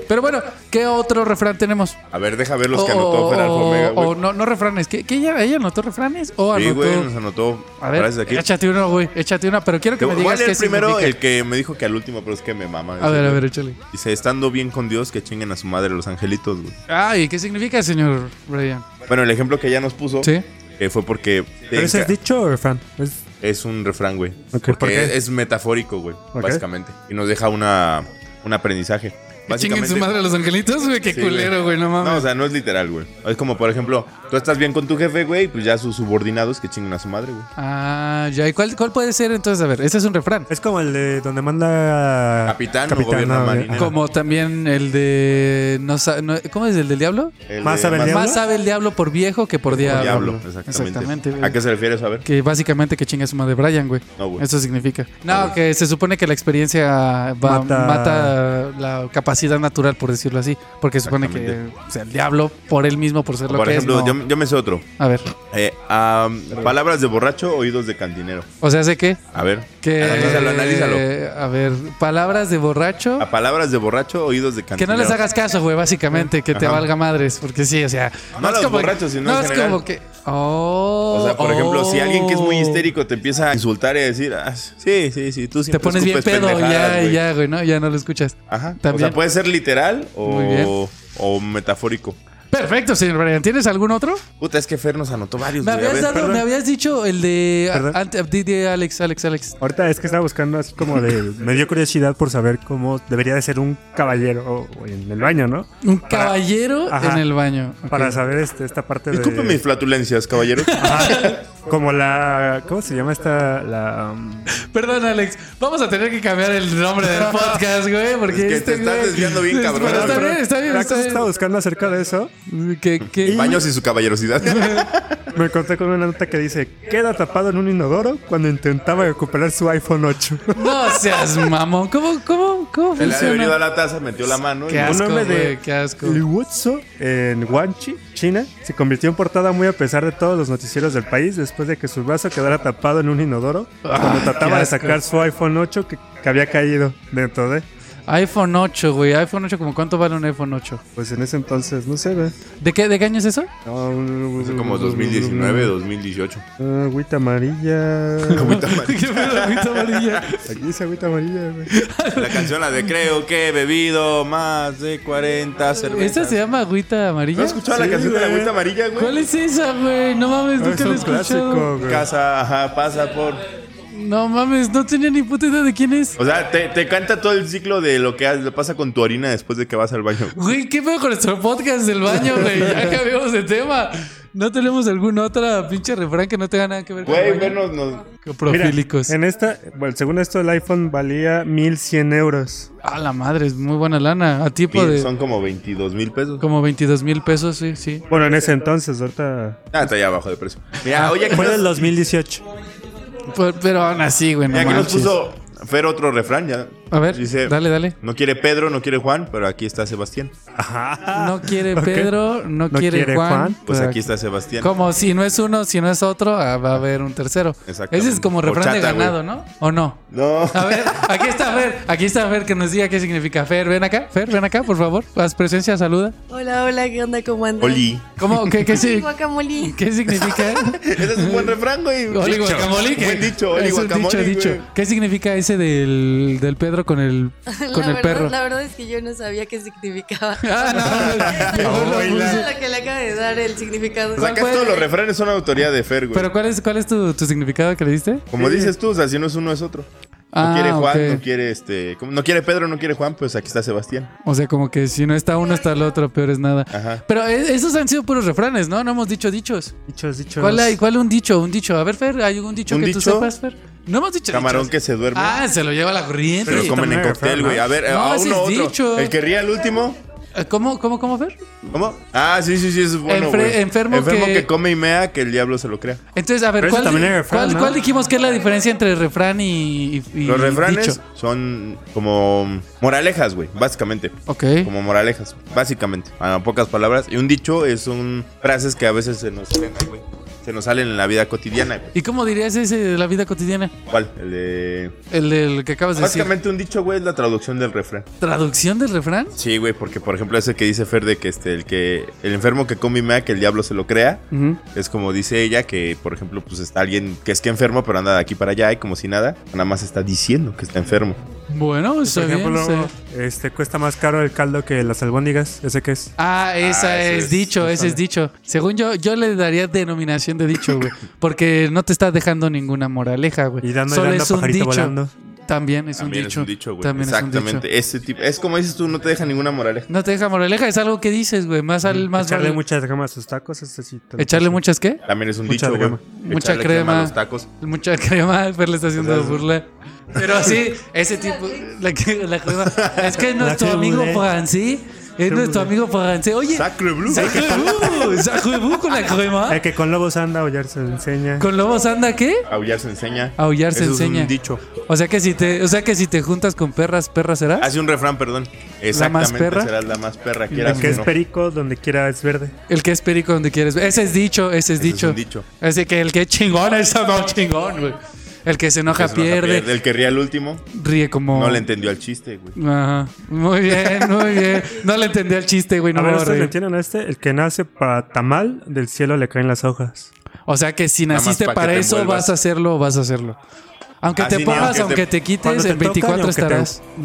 [SPEAKER 1] Pero bueno, ¿qué otro refrán tenemos?
[SPEAKER 2] A ver, deja ver los que
[SPEAKER 1] O-
[SPEAKER 2] anotó
[SPEAKER 1] o-
[SPEAKER 2] Feralfa Omega,
[SPEAKER 1] o
[SPEAKER 2] güey.
[SPEAKER 1] Oh, no, no refranes. ¿Qué, qué ella, ella anotó refranes? ¿O
[SPEAKER 2] Sí,
[SPEAKER 1] anotó?
[SPEAKER 2] güey, nos anotó.
[SPEAKER 1] a ver,
[SPEAKER 2] frases aquí.
[SPEAKER 1] échate uno, güey. Échate una, pero quiero que
[SPEAKER 2] Te
[SPEAKER 1] me
[SPEAKER 2] voy voy a
[SPEAKER 1] digas qué
[SPEAKER 2] leer primero
[SPEAKER 1] significa.
[SPEAKER 2] el que me dijo que al último, pero es que me mama.
[SPEAKER 1] A ver, a ver, échale.
[SPEAKER 2] Dice, estando bien con Dios, que chinguen a su madre los angelitos, güey.
[SPEAKER 1] Ay, ¿qué significa, señor Brian?
[SPEAKER 2] Bueno, el ejemplo que ella nos puso
[SPEAKER 1] Sí.
[SPEAKER 2] eh, fue porque
[SPEAKER 3] ¿Pero ese es
[SPEAKER 2] es,
[SPEAKER 3] dicho o fan? Es,
[SPEAKER 2] un refrán, güey.
[SPEAKER 3] ok, ¿por
[SPEAKER 2] Porque
[SPEAKER 3] qué?
[SPEAKER 2] es, es metafórico, güey, básicamente. Y nos deja una, un aprendizaje.
[SPEAKER 1] Que Chinguen su
[SPEAKER 2] Básicamente-
[SPEAKER 1] madre a los angelitos, güey. Qué
[SPEAKER 2] Sí,
[SPEAKER 1] culero, güey, no mames.
[SPEAKER 2] No, o sea, no es literal, güey. Es como, por ejemplo, tú estás bien con tu jefe, güey, pues ya sus subordinados que chinguen a su madre, güey.
[SPEAKER 1] Ah, ya. ¿Y cuál, cuál puede ser entonces? A ver, ese es un refrán.
[SPEAKER 3] Es como el de donde manda.
[SPEAKER 2] Capitán o gobierna
[SPEAKER 3] no,
[SPEAKER 2] marinero.
[SPEAKER 3] ajá.
[SPEAKER 1] Como también el de. No, sa- no- ¿Cómo es el del diablo?
[SPEAKER 2] El
[SPEAKER 3] Más
[SPEAKER 2] de-
[SPEAKER 3] sabe el diablo.
[SPEAKER 1] Más sabe el diablo por viejo que por diablo.
[SPEAKER 2] Diablo, exactamente.
[SPEAKER 1] Exactamente, güey.
[SPEAKER 2] ¿A qué se refiere eso? A ver.
[SPEAKER 1] Que básicamente que chinga su madre Brian, güey.
[SPEAKER 2] No, güey.
[SPEAKER 1] Eso significa. No, que se supone que la experiencia va- mata.
[SPEAKER 3] Mata-
[SPEAKER 1] la capacidad natural, por decirlo así. Porque se supone que
[SPEAKER 2] Exactamente.
[SPEAKER 1] o sea, el diablo, por él mismo, por ser lo
[SPEAKER 2] Por
[SPEAKER 1] que
[SPEAKER 2] ejemplo,
[SPEAKER 1] es. no.
[SPEAKER 2] yo, yo me sé otro.
[SPEAKER 1] A ver.
[SPEAKER 2] Eh, am, palabras de borracho, oídos de cantinero.
[SPEAKER 1] O sea, sé que.
[SPEAKER 2] A ver.
[SPEAKER 1] que
[SPEAKER 2] Analízalo, analízalo. Ah,
[SPEAKER 1] A ver, palabras de borracho.
[SPEAKER 2] A palabras de borracho, oídos de
[SPEAKER 1] Que
[SPEAKER 2] cantinero.
[SPEAKER 1] no les hagas caso, güey, básicamente, que te
[SPEAKER 2] Ajá.
[SPEAKER 1] valga madres, porque sí, o sea,
[SPEAKER 2] No a
[SPEAKER 1] es
[SPEAKER 2] los
[SPEAKER 1] como
[SPEAKER 2] borrachos, sino
[SPEAKER 1] no
[SPEAKER 2] en
[SPEAKER 1] es
[SPEAKER 2] general.
[SPEAKER 1] como que oh,
[SPEAKER 2] O sea, por ejemplo, si alguien que es muy
[SPEAKER 1] oh.
[SPEAKER 2] histérico te empieza a insultar y a decir, "Ah, sí, sí, sí, tú
[SPEAKER 1] te
[SPEAKER 2] siempre
[SPEAKER 1] pones bien
[SPEAKER 2] escupes
[SPEAKER 1] pedo,
[SPEAKER 2] pendejadas,
[SPEAKER 1] ya,
[SPEAKER 2] güey". Ah.
[SPEAKER 1] ya, güey, no, ya no lo escuchas.
[SPEAKER 2] Ajá.
[SPEAKER 1] También.
[SPEAKER 2] O sea, puede ser literal
[SPEAKER 1] Muy bien.
[SPEAKER 2] o, o metafórico.
[SPEAKER 1] Perfecto, señor Brian. ¿Tienes algún otro?
[SPEAKER 2] Puta, es que Fer nos anotó varios.
[SPEAKER 1] Me
[SPEAKER 2] güey. A
[SPEAKER 1] habías
[SPEAKER 2] ver,
[SPEAKER 1] dado,
[SPEAKER 2] Pues perdón.
[SPEAKER 1] me habías dicho el de,
[SPEAKER 3] ¿Perdón?
[SPEAKER 1] ante- de- de Alex, Alex, Alex.
[SPEAKER 3] Ahorita es que estaba buscando así como de... me dio curiosidad por saber cómo debería de ser un caballero o- o en el baño, ¿no?
[SPEAKER 1] Un caballero
[SPEAKER 3] Ajá.
[SPEAKER 1] en el baño. Ok.
[SPEAKER 3] Para saber este, esta parte
[SPEAKER 2] Disculpe
[SPEAKER 3] de...
[SPEAKER 2] mis flatulencias, caballero.
[SPEAKER 1] Ah,
[SPEAKER 3] Como la... ¿Cómo se llama esta? La... um,
[SPEAKER 1] Perdón, Alex. Vamos a tener que cambiar el nombre del podcast, güey, porque
[SPEAKER 2] Es que
[SPEAKER 1] este
[SPEAKER 2] te estás
[SPEAKER 1] güey-
[SPEAKER 2] desviando bien, cabrón.
[SPEAKER 1] Pero está
[SPEAKER 2] Perdón,
[SPEAKER 1] bien, está bien,
[SPEAKER 3] la
[SPEAKER 1] está
[SPEAKER 3] cosa
[SPEAKER 1] bien.
[SPEAKER 3] estaba buscando acerca de eso.
[SPEAKER 1] Que- que-
[SPEAKER 2] Baños y su caballerosidad.
[SPEAKER 3] Me encontré con una nota que dice... Queda tapado en un inodoro cuando intentaba recuperar su iPhone 8.
[SPEAKER 1] No seas mamón. ¿Cómo, cómo, cómo
[SPEAKER 2] Se le ha venido a
[SPEAKER 1] funciona?
[SPEAKER 2] la taza, metió la mano. y-
[SPEAKER 1] Qué asco,
[SPEAKER 3] Un hombre de-
[SPEAKER 1] güey, qué asco.
[SPEAKER 3] Liuzhou, en Guangxi, China, se convirtió en portada muy a pesar de todos los noticieros del país después de que su brazo quedara tapado en un inodoro cuando
[SPEAKER 1] Ah, qué
[SPEAKER 3] trataba de
[SPEAKER 1] asco.
[SPEAKER 3] sacar su iPhone 8 que, que había caído dentro de...
[SPEAKER 1] iPhone 8, güey. iPhone 8, ¿como cuánto vale un iPhone 8?
[SPEAKER 3] Pues en ese entonces, no sé, güey.
[SPEAKER 1] ¿De qué, de qué año es eso?
[SPEAKER 3] No,
[SPEAKER 2] Hace como 2019, 2018.
[SPEAKER 3] Ah, agüita amarilla.
[SPEAKER 2] Agüita amarilla.
[SPEAKER 1] ¿Qué pedo, agüita amarilla?
[SPEAKER 3] Aquí dice agüita amarilla, güey.
[SPEAKER 2] La canción la de creo que he bebido más de 40 cervezas.
[SPEAKER 1] ¿Esta se llama agüita
[SPEAKER 2] ¿No
[SPEAKER 1] amarilla?
[SPEAKER 2] has escuchado la
[SPEAKER 3] Sí,
[SPEAKER 2] canción de la
[SPEAKER 3] güey.
[SPEAKER 2] agüita amarilla, güey?
[SPEAKER 1] ¿Cuál es esa, güey? No mames,
[SPEAKER 3] Ah,
[SPEAKER 1] nunca
[SPEAKER 3] Es
[SPEAKER 1] la he
[SPEAKER 3] un
[SPEAKER 1] escuchado.
[SPEAKER 3] clásico, güey.
[SPEAKER 2] Casa, ajá, pasa por.
[SPEAKER 1] No mames, no tenía ni puta idea de quién es.
[SPEAKER 2] O sea, te, te canta todo el ciclo de lo que ha- le pasa con tu orina después de que vas al baño.
[SPEAKER 1] Güey, ¿qué pedo con nuestro podcast del baño, güey? Ya cambiamos de tema. ¿No tenemos alguna otra pinche refrán que no tenga nada que ver con
[SPEAKER 2] Güey,
[SPEAKER 1] el baño?
[SPEAKER 2] vernos nos.
[SPEAKER 1] Que
[SPEAKER 3] Mira,
[SPEAKER 1] Profílicos.
[SPEAKER 3] en esta, bueno, según esto, el iPhone valía 1100 euros.
[SPEAKER 1] A Ah, la madre, es muy buena lana. A tipo de...
[SPEAKER 2] Son como 22 mil pesos.
[SPEAKER 1] Como 22 mil pesos, sí, sí.
[SPEAKER 3] Bueno, en ese entonces, ahorita.
[SPEAKER 2] Ah, está ya abajo de precio. Mira, oye,
[SPEAKER 3] Fue
[SPEAKER 2] que
[SPEAKER 3] del
[SPEAKER 2] nos-
[SPEAKER 3] 2018.
[SPEAKER 1] Pero, pero aún así, güey. no
[SPEAKER 2] Ya que nos
[SPEAKER 1] manches.
[SPEAKER 2] puso Fer otro refrán, ya.
[SPEAKER 1] A ver,
[SPEAKER 2] Dice,
[SPEAKER 1] dale, dale.
[SPEAKER 2] No quiere Pedro, no quiere Juan, pero aquí está Sebastián.
[SPEAKER 3] Ajá.
[SPEAKER 1] No quiere
[SPEAKER 3] Ah, Ok.
[SPEAKER 1] Pedro, no,
[SPEAKER 3] No
[SPEAKER 1] quiere,
[SPEAKER 3] quiere
[SPEAKER 1] Juan.
[SPEAKER 3] Juan,
[SPEAKER 2] Pues
[SPEAKER 1] pero
[SPEAKER 2] aquí está Sebastián.
[SPEAKER 1] Como si no es uno, si no es otro, ah, va a haber un tercero.
[SPEAKER 2] Exactamente.
[SPEAKER 1] Ese es como refrán de
[SPEAKER 2] Horchata, güey.
[SPEAKER 1] ganado, ¿no? ¿O no?
[SPEAKER 2] No.
[SPEAKER 1] A ver, aquí está Fer, aquí está Fer que nos diga qué significa. Fer, ven acá, Fer, ven acá, por favor. Haz presencia, saluda.
[SPEAKER 4] Hola, hola, ¿qué onda? ¿Cómo andan?
[SPEAKER 2] Oli.
[SPEAKER 1] ¿Cómo? ¿Qué, qué,
[SPEAKER 4] Sí,
[SPEAKER 1] si-
[SPEAKER 4] guacamole.
[SPEAKER 1] qué significa?
[SPEAKER 2] Ese es un buen refrán, güey.
[SPEAKER 1] Oli
[SPEAKER 2] Dicho.
[SPEAKER 1] guacamole, que-
[SPEAKER 2] Buen dicho, Oli
[SPEAKER 1] es un
[SPEAKER 2] guacamole.
[SPEAKER 1] dicho,
[SPEAKER 2] güey.
[SPEAKER 1] dicho. ¿Qué significa ese del, del Pedro con el, con
[SPEAKER 4] la,
[SPEAKER 1] el
[SPEAKER 4] verdad,
[SPEAKER 1] perro?
[SPEAKER 4] la verdad es que yo no sabía qué significaba.
[SPEAKER 1] Ah, no, no, no,
[SPEAKER 4] Eso
[SPEAKER 1] no,
[SPEAKER 4] es lo que le acaba de dar el significado.
[SPEAKER 2] O sea, que
[SPEAKER 1] ¿Cuál fue?
[SPEAKER 2] todos los refranes son autoría de Fer, güey.
[SPEAKER 1] Pero ¿cuál es, cuál es tu, tu significado que le diste?
[SPEAKER 2] Como dices tú, o sea, si no es uno, es otro. No
[SPEAKER 1] Ah,
[SPEAKER 2] quiere Juan,
[SPEAKER 1] ok.
[SPEAKER 2] no quiere este. como- No quiere Pedro, no quiere Juan, pues aquí está Sebastián.
[SPEAKER 1] O sea, como que si no está uno, está el otro, peor es nada.
[SPEAKER 2] Ajá.
[SPEAKER 1] Pero eh, esos han sido puros refranes, ¿no? No hemos dicho dichos.
[SPEAKER 3] Dichos, dichos.
[SPEAKER 1] ¿Cuál hay? ¿Cuál un dicho? Un dicho. A ver, Fer, ¿hay algún dicho
[SPEAKER 2] ¿Un
[SPEAKER 1] que tú
[SPEAKER 2] dicho?
[SPEAKER 1] sepas, Fer? No hemos dicho
[SPEAKER 2] Camarón
[SPEAKER 1] dichos.
[SPEAKER 2] que se duerme.
[SPEAKER 1] Ah, se lo lleva la corriente.
[SPEAKER 2] pero
[SPEAKER 3] sí,
[SPEAKER 2] comen en
[SPEAKER 3] también,
[SPEAKER 2] cóctel,
[SPEAKER 3] Fer,
[SPEAKER 2] güey.
[SPEAKER 3] ¿no?
[SPEAKER 2] A ver,
[SPEAKER 1] No,
[SPEAKER 2] a
[SPEAKER 1] ese
[SPEAKER 2] uno
[SPEAKER 1] es
[SPEAKER 2] otro.
[SPEAKER 1] dicho.
[SPEAKER 2] El que ría el último.
[SPEAKER 1] Eh, ¿Cómo, cómo, cómo, Fer?
[SPEAKER 2] ¿Cómo? Ah, sí, sí, sí, eso es bueno,
[SPEAKER 1] Enfre-
[SPEAKER 2] güey.
[SPEAKER 1] enfermo que-
[SPEAKER 2] que... come y mea, que el diablo se lo crea.
[SPEAKER 1] Entonces, a ver,
[SPEAKER 3] Pero eso
[SPEAKER 1] ¿cuál,
[SPEAKER 3] también era refrán,
[SPEAKER 1] cuál-
[SPEAKER 3] ¿no?
[SPEAKER 1] cuál dijimos que es la diferencia entre refrán y, y- y
[SPEAKER 2] Los refranes
[SPEAKER 1] dicho?
[SPEAKER 2] son como moralejas, güey, básicamente.
[SPEAKER 1] Ok.
[SPEAKER 2] Como moralejas, básicamente. A pocas palabras. Y un dicho es un frases que a veces se nos salen, ay, güey, se nos salen en la vida cotidiana. güey.
[SPEAKER 1] ¿Y cómo dirías ese de la vida cotidiana?
[SPEAKER 2] ¿Cuál? El de...
[SPEAKER 1] El del que acabas de decir.
[SPEAKER 2] Básicamente un dicho, güey, es la traducción del refrán.
[SPEAKER 1] ¿Traducción del refrán?
[SPEAKER 2] Sí, güey, porque por ejemplo ese que dice Fer de que este, el que el enfermo que come y mea, que el diablo se lo crea.
[SPEAKER 1] Ujú.
[SPEAKER 2] Es como dice ella que, por ejemplo, pues está alguien que es que enfermo, pero anda de aquí para allá y como si nada, nada más está diciendo que está enfermo.
[SPEAKER 1] Bueno,
[SPEAKER 3] Pues, Por
[SPEAKER 1] está bien.
[SPEAKER 3] ejemplo,
[SPEAKER 1] sí.
[SPEAKER 3] este, cuesta más caro el caldo que las albóndigas. ¿Ese qué es?
[SPEAKER 1] Ah, esa
[SPEAKER 2] Ah, ese
[SPEAKER 1] es,
[SPEAKER 2] es-
[SPEAKER 1] dicho, ese es dicho. Según yo, yo le daría denominación de dicho, güey. Porque no te está dejando ninguna moraleja, güey.
[SPEAKER 3] Y dando y
[SPEAKER 1] Solo
[SPEAKER 3] dando
[SPEAKER 1] es un
[SPEAKER 3] pajarito
[SPEAKER 1] dicho.
[SPEAKER 3] volando.
[SPEAKER 1] También es
[SPEAKER 2] También
[SPEAKER 1] un dicho.
[SPEAKER 2] es un dicho, güey.
[SPEAKER 1] También es un dicho.
[SPEAKER 2] Exactamente. Ese tipo, es como dices tú, no te deja ninguna moraleja.
[SPEAKER 1] No te deja moraleja, es algo que dices, güey. Más al más
[SPEAKER 3] Mm, Echarle
[SPEAKER 1] vale-
[SPEAKER 3] muchas gamas a sus tacos. ese sí te lo
[SPEAKER 1] Echarle
[SPEAKER 3] paso.
[SPEAKER 1] muchas qué?
[SPEAKER 2] También es un
[SPEAKER 3] Mucha
[SPEAKER 2] dicho, güey.
[SPEAKER 3] crema.
[SPEAKER 1] Mucha
[SPEAKER 2] Echarle
[SPEAKER 1] crema.
[SPEAKER 2] a los tacos.
[SPEAKER 1] Mucha crema, pero le está haciendo
[SPEAKER 2] O sea,
[SPEAKER 1] burla. Pero sí, ese tipo. La, que- la crema. Es que es
[SPEAKER 3] La
[SPEAKER 1] nuestro
[SPEAKER 3] crema
[SPEAKER 1] amigo
[SPEAKER 3] brulee.
[SPEAKER 1] Pagansi. Es
[SPEAKER 3] Crema
[SPEAKER 1] nuestro
[SPEAKER 3] brulee.
[SPEAKER 1] amigo Pagansi. Oye,
[SPEAKER 2] Sacre blue.
[SPEAKER 1] sacre bu, sacre bu con la crema.
[SPEAKER 3] El Eh, que con lobos anda, hollar se enseña.
[SPEAKER 1] ¿Con lobos anda qué?
[SPEAKER 2] Aullar se enseña.
[SPEAKER 1] Aullar se
[SPEAKER 2] Eso
[SPEAKER 1] enseña.
[SPEAKER 2] Es un dicho.
[SPEAKER 1] O sea que si te, o sea que si te juntas con perras, perra serás.
[SPEAKER 2] Hace un refrán, perdón. Exactamente.
[SPEAKER 1] más perra?
[SPEAKER 2] Serás la más perra.
[SPEAKER 3] El
[SPEAKER 2] Quieras
[SPEAKER 3] que
[SPEAKER 2] o
[SPEAKER 3] es
[SPEAKER 2] no.
[SPEAKER 3] perico, donde quiera es verde.
[SPEAKER 1] El que es perico donde quieres. ver. Ese es dicho, ese es
[SPEAKER 2] Ese es
[SPEAKER 1] dicho.
[SPEAKER 2] un dicho.
[SPEAKER 1] Así que el que es chingón es no chingón, güey. El que se enoja,
[SPEAKER 2] Que se enoja,
[SPEAKER 1] pierde,
[SPEAKER 2] El que ría el último
[SPEAKER 1] ríe como.
[SPEAKER 2] no le entendió al chiste, güey.
[SPEAKER 1] Ajá. Muy bien, muy bien. No le entendí al chiste, güey. No
[SPEAKER 3] a
[SPEAKER 1] me
[SPEAKER 3] ver,
[SPEAKER 1] voy a
[SPEAKER 3] ¿ustedes
[SPEAKER 1] reír.
[SPEAKER 3] le entienden a este? El que nace para tamal, del cielo le caen las hojas.
[SPEAKER 1] O sea que si
[SPEAKER 2] Nada más
[SPEAKER 1] naciste
[SPEAKER 2] pa' que
[SPEAKER 1] para
[SPEAKER 2] te
[SPEAKER 1] eso,
[SPEAKER 2] envuelvas.
[SPEAKER 1] vas a hacerlo, vas a hacerlo. Aunque te
[SPEAKER 2] Así no,
[SPEAKER 1] pongas,
[SPEAKER 2] aunque te-
[SPEAKER 1] aunque te,
[SPEAKER 3] Cuando
[SPEAKER 1] quites,
[SPEAKER 3] te
[SPEAKER 1] en
[SPEAKER 3] tocan,
[SPEAKER 1] 24
[SPEAKER 3] ni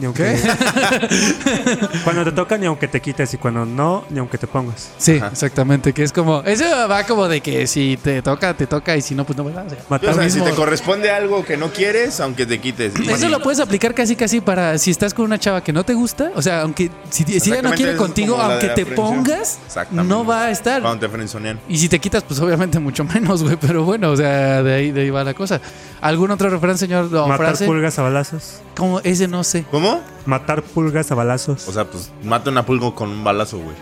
[SPEAKER 3] aunque te-
[SPEAKER 1] estarás.
[SPEAKER 3] ni aunque- Cuando te toca, ni aunque te quites, y cuando no, ni aunque te pongas.
[SPEAKER 1] Sí,
[SPEAKER 2] Ajá.
[SPEAKER 1] exactamente. Que es como. Eso va como de que si te toca, te toca y si no, pues no vas a hacer.
[SPEAKER 2] Sí,
[SPEAKER 3] Matar
[SPEAKER 2] o sea, si
[SPEAKER 3] mismo.
[SPEAKER 2] te corresponde algo que no quieres, aunque te quites. Y-
[SPEAKER 1] Eso
[SPEAKER 2] y-
[SPEAKER 1] lo puedes aplicar casi casi para si estás con una chava que no te gusta, o sea, aunque si, si ella no
[SPEAKER 2] Exactamente,
[SPEAKER 1] quiere
[SPEAKER 2] eso es
[SPEAKER 1] contigo,
[SPEAKER 2] como la de
[SPEAKER 1] aunque
[SPEAKER 2] la
[SPEAKER 1] te
[SPEAKER 2] friendzone.
[SPEAKER 1] pongas,
[SPEAKER 2] Exactamente.
[SPEAKER 1] no va a estar.
[SPEAKER 2] Cuando te frenzonean.
[SPEAKER 1] Y si te quitas, pues obviamente mucho menos, güey, pero bueno, o sea, de ahí, de ahí va la cosa. ¿Algún otro refrán, señor, o
[SPEAKER 3] Matar
[SPEAKER 1] frase?
[SPEAKER 3] pulgas a balazos.
[SPEAKER 1] Como ese no sé.
[SPEAKER 2] ¿Cómo?
[SPEAKER 3] Matar pulgas a balazos.
[SPEAKER 2] O sea, pues mata una pulgo con un balazo, güey.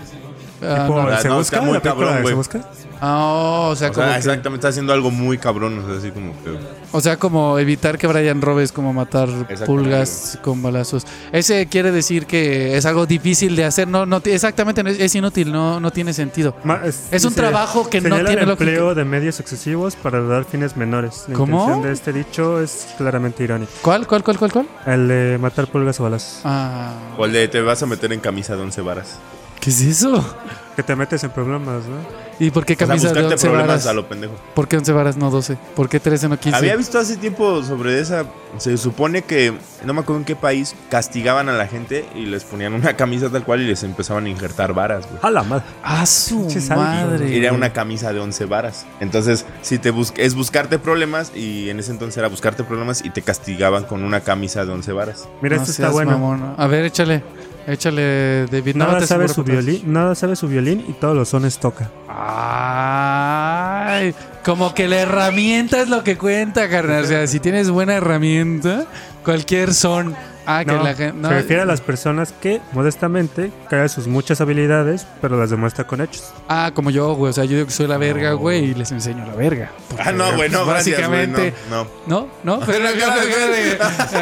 [SPEAKER 1] Ah,
[SPEAKER 3] Tipo,
[SPEAKER 1] no.
[SPEAKER 2] no,
[SPEAKER 3] ¿Se
[SPEAKER 2] no,
[SPEAKER 3] busca?
[SPEAKER 2] está muy
[SPEAKER 3] ¿La película
[SPEAKER 2] cabrón,
[SPEAKER 3] de
[SPEAKER 2] güey.
[SPEAKER 3] ¿Se busca?
[SPEAKER 1] Ah, o sea,
[SPEAKER 2] O
[SPEAKER 1] como
[SPEAKER 2] sea,
[SPEAKER 1] que-
[SPEAKER 2] exactamente, está haciendo algo muy cabrón, o sea, así como que-
[SPEAKER 1] o sea, como evitar que Brian robe es como matar pulgas con balazos. Ese quiere decir que es algo difícil de hacer, no, no exactamente no es, es inútil, no, no tiene sentido.
[SPEAKER 3] Ma-
[SPEAKER 1] Es un
[SPEAKER 3] dice,
[SPEAKER 1] trabajo que no
[SPEAKER 3] señala
[SPEAKER 1] tiene
[SPEAKER 3] el
[SPEAKER 1] lógica.
[SPEAKER 3] empleo de medios excesivos para lograr fines menores. La
[SPEAKER 1] ¿Cómo?
[SPEAKER 3] intención de este dicho es claramente irónica.
[SPEAKER 1] ¿Cuál, cuál, cuál, cuál, cuál?
[SPEAKER 3] El de matar pulgas o balazos.
[SPEAKER 1] Ah,
[SPEAKER 2] O el de te vas a meter en camisa de once varas.
[SPEAKER 1] ¿qué es eso?
[SPEAKER 3] Que te metes en problemas, ¿no?
[SPEAKER 1] ¿Y por qué
[SPEAKER 2] O sea,
[SPEAKER 1] camisa de
[SPEAKER 2] buscarte
[SPEAKER 1] 11
[SPEAKER 2] problemas
[SPEAKER 1] varas?
[SPEAKER 2] a lo pendejo.
[SPEAKER 1] ¿Por qué 11 varas no 12? ¿Por qué 13 no 15?
[SPEAKER 2] Había visto hace tiempo sobre esa. Se supone que, no me acuerdo en qué país, castigaban a la gente y les ponían una camisa tal cual y les empezaban a injertar varas, güey.
[SPEAKER 3] A la madre.
[SPEAKER 1] ¡A ¡Ah, su
[SPEAKER 3] Pinches
[SPEAKER 1] madre!
[SPEAKER 3] algo.
[SPEAKER 2] Era una camisa de 11 varas. Entonces, si te bus- es buscarte problemas y en ese entonces era buscarte problemas y te castigaban con una camisa de 11 varas.
[SPEAKER 3] Mira,
[SPEAKER 1] No
[SPEAKER 3] esto está
[SPEAKER 1] seas
[SPEAKER 3] bueno.
[SPEAKER 1] mamón. A ver, échale. Échale, David. No,
[SPEAKER 3] Nada
[SPEAKER 1] te
[SPEAKER 3] sabe
[SPEAKER 1] aseguro
[SPEAKER 3] su
[SPEAKER 1] que te-
[SPEAKER 3] violín, nada sabe su violín y todos los sones toca.
[SPEAKER 1] ¡Ay! Como que la herramienta es lo que cuenta, carnal. O sea, si tienes buena herramienta, cualquier son Ah, que
[SPEAKER 3] No,
[SPEAKER 1] la gente. no,
[SPEAKER 3] se refiere a las personas que, modestamente, caen sus muchas habilidades, pero las demuestra con hechos.
[SPEAKER 1] Ah, como yo, güey. O sea, yo digo que soy la verga, güey, y les enseño la verga.
[SPEAKER 2] Ah, no, güey, no, gracias, güey,
[SPEAKER 1] Básicamente.
[SPEAKER 2] no, no.
[SPEAKER 1] No, no, pero no, Eh,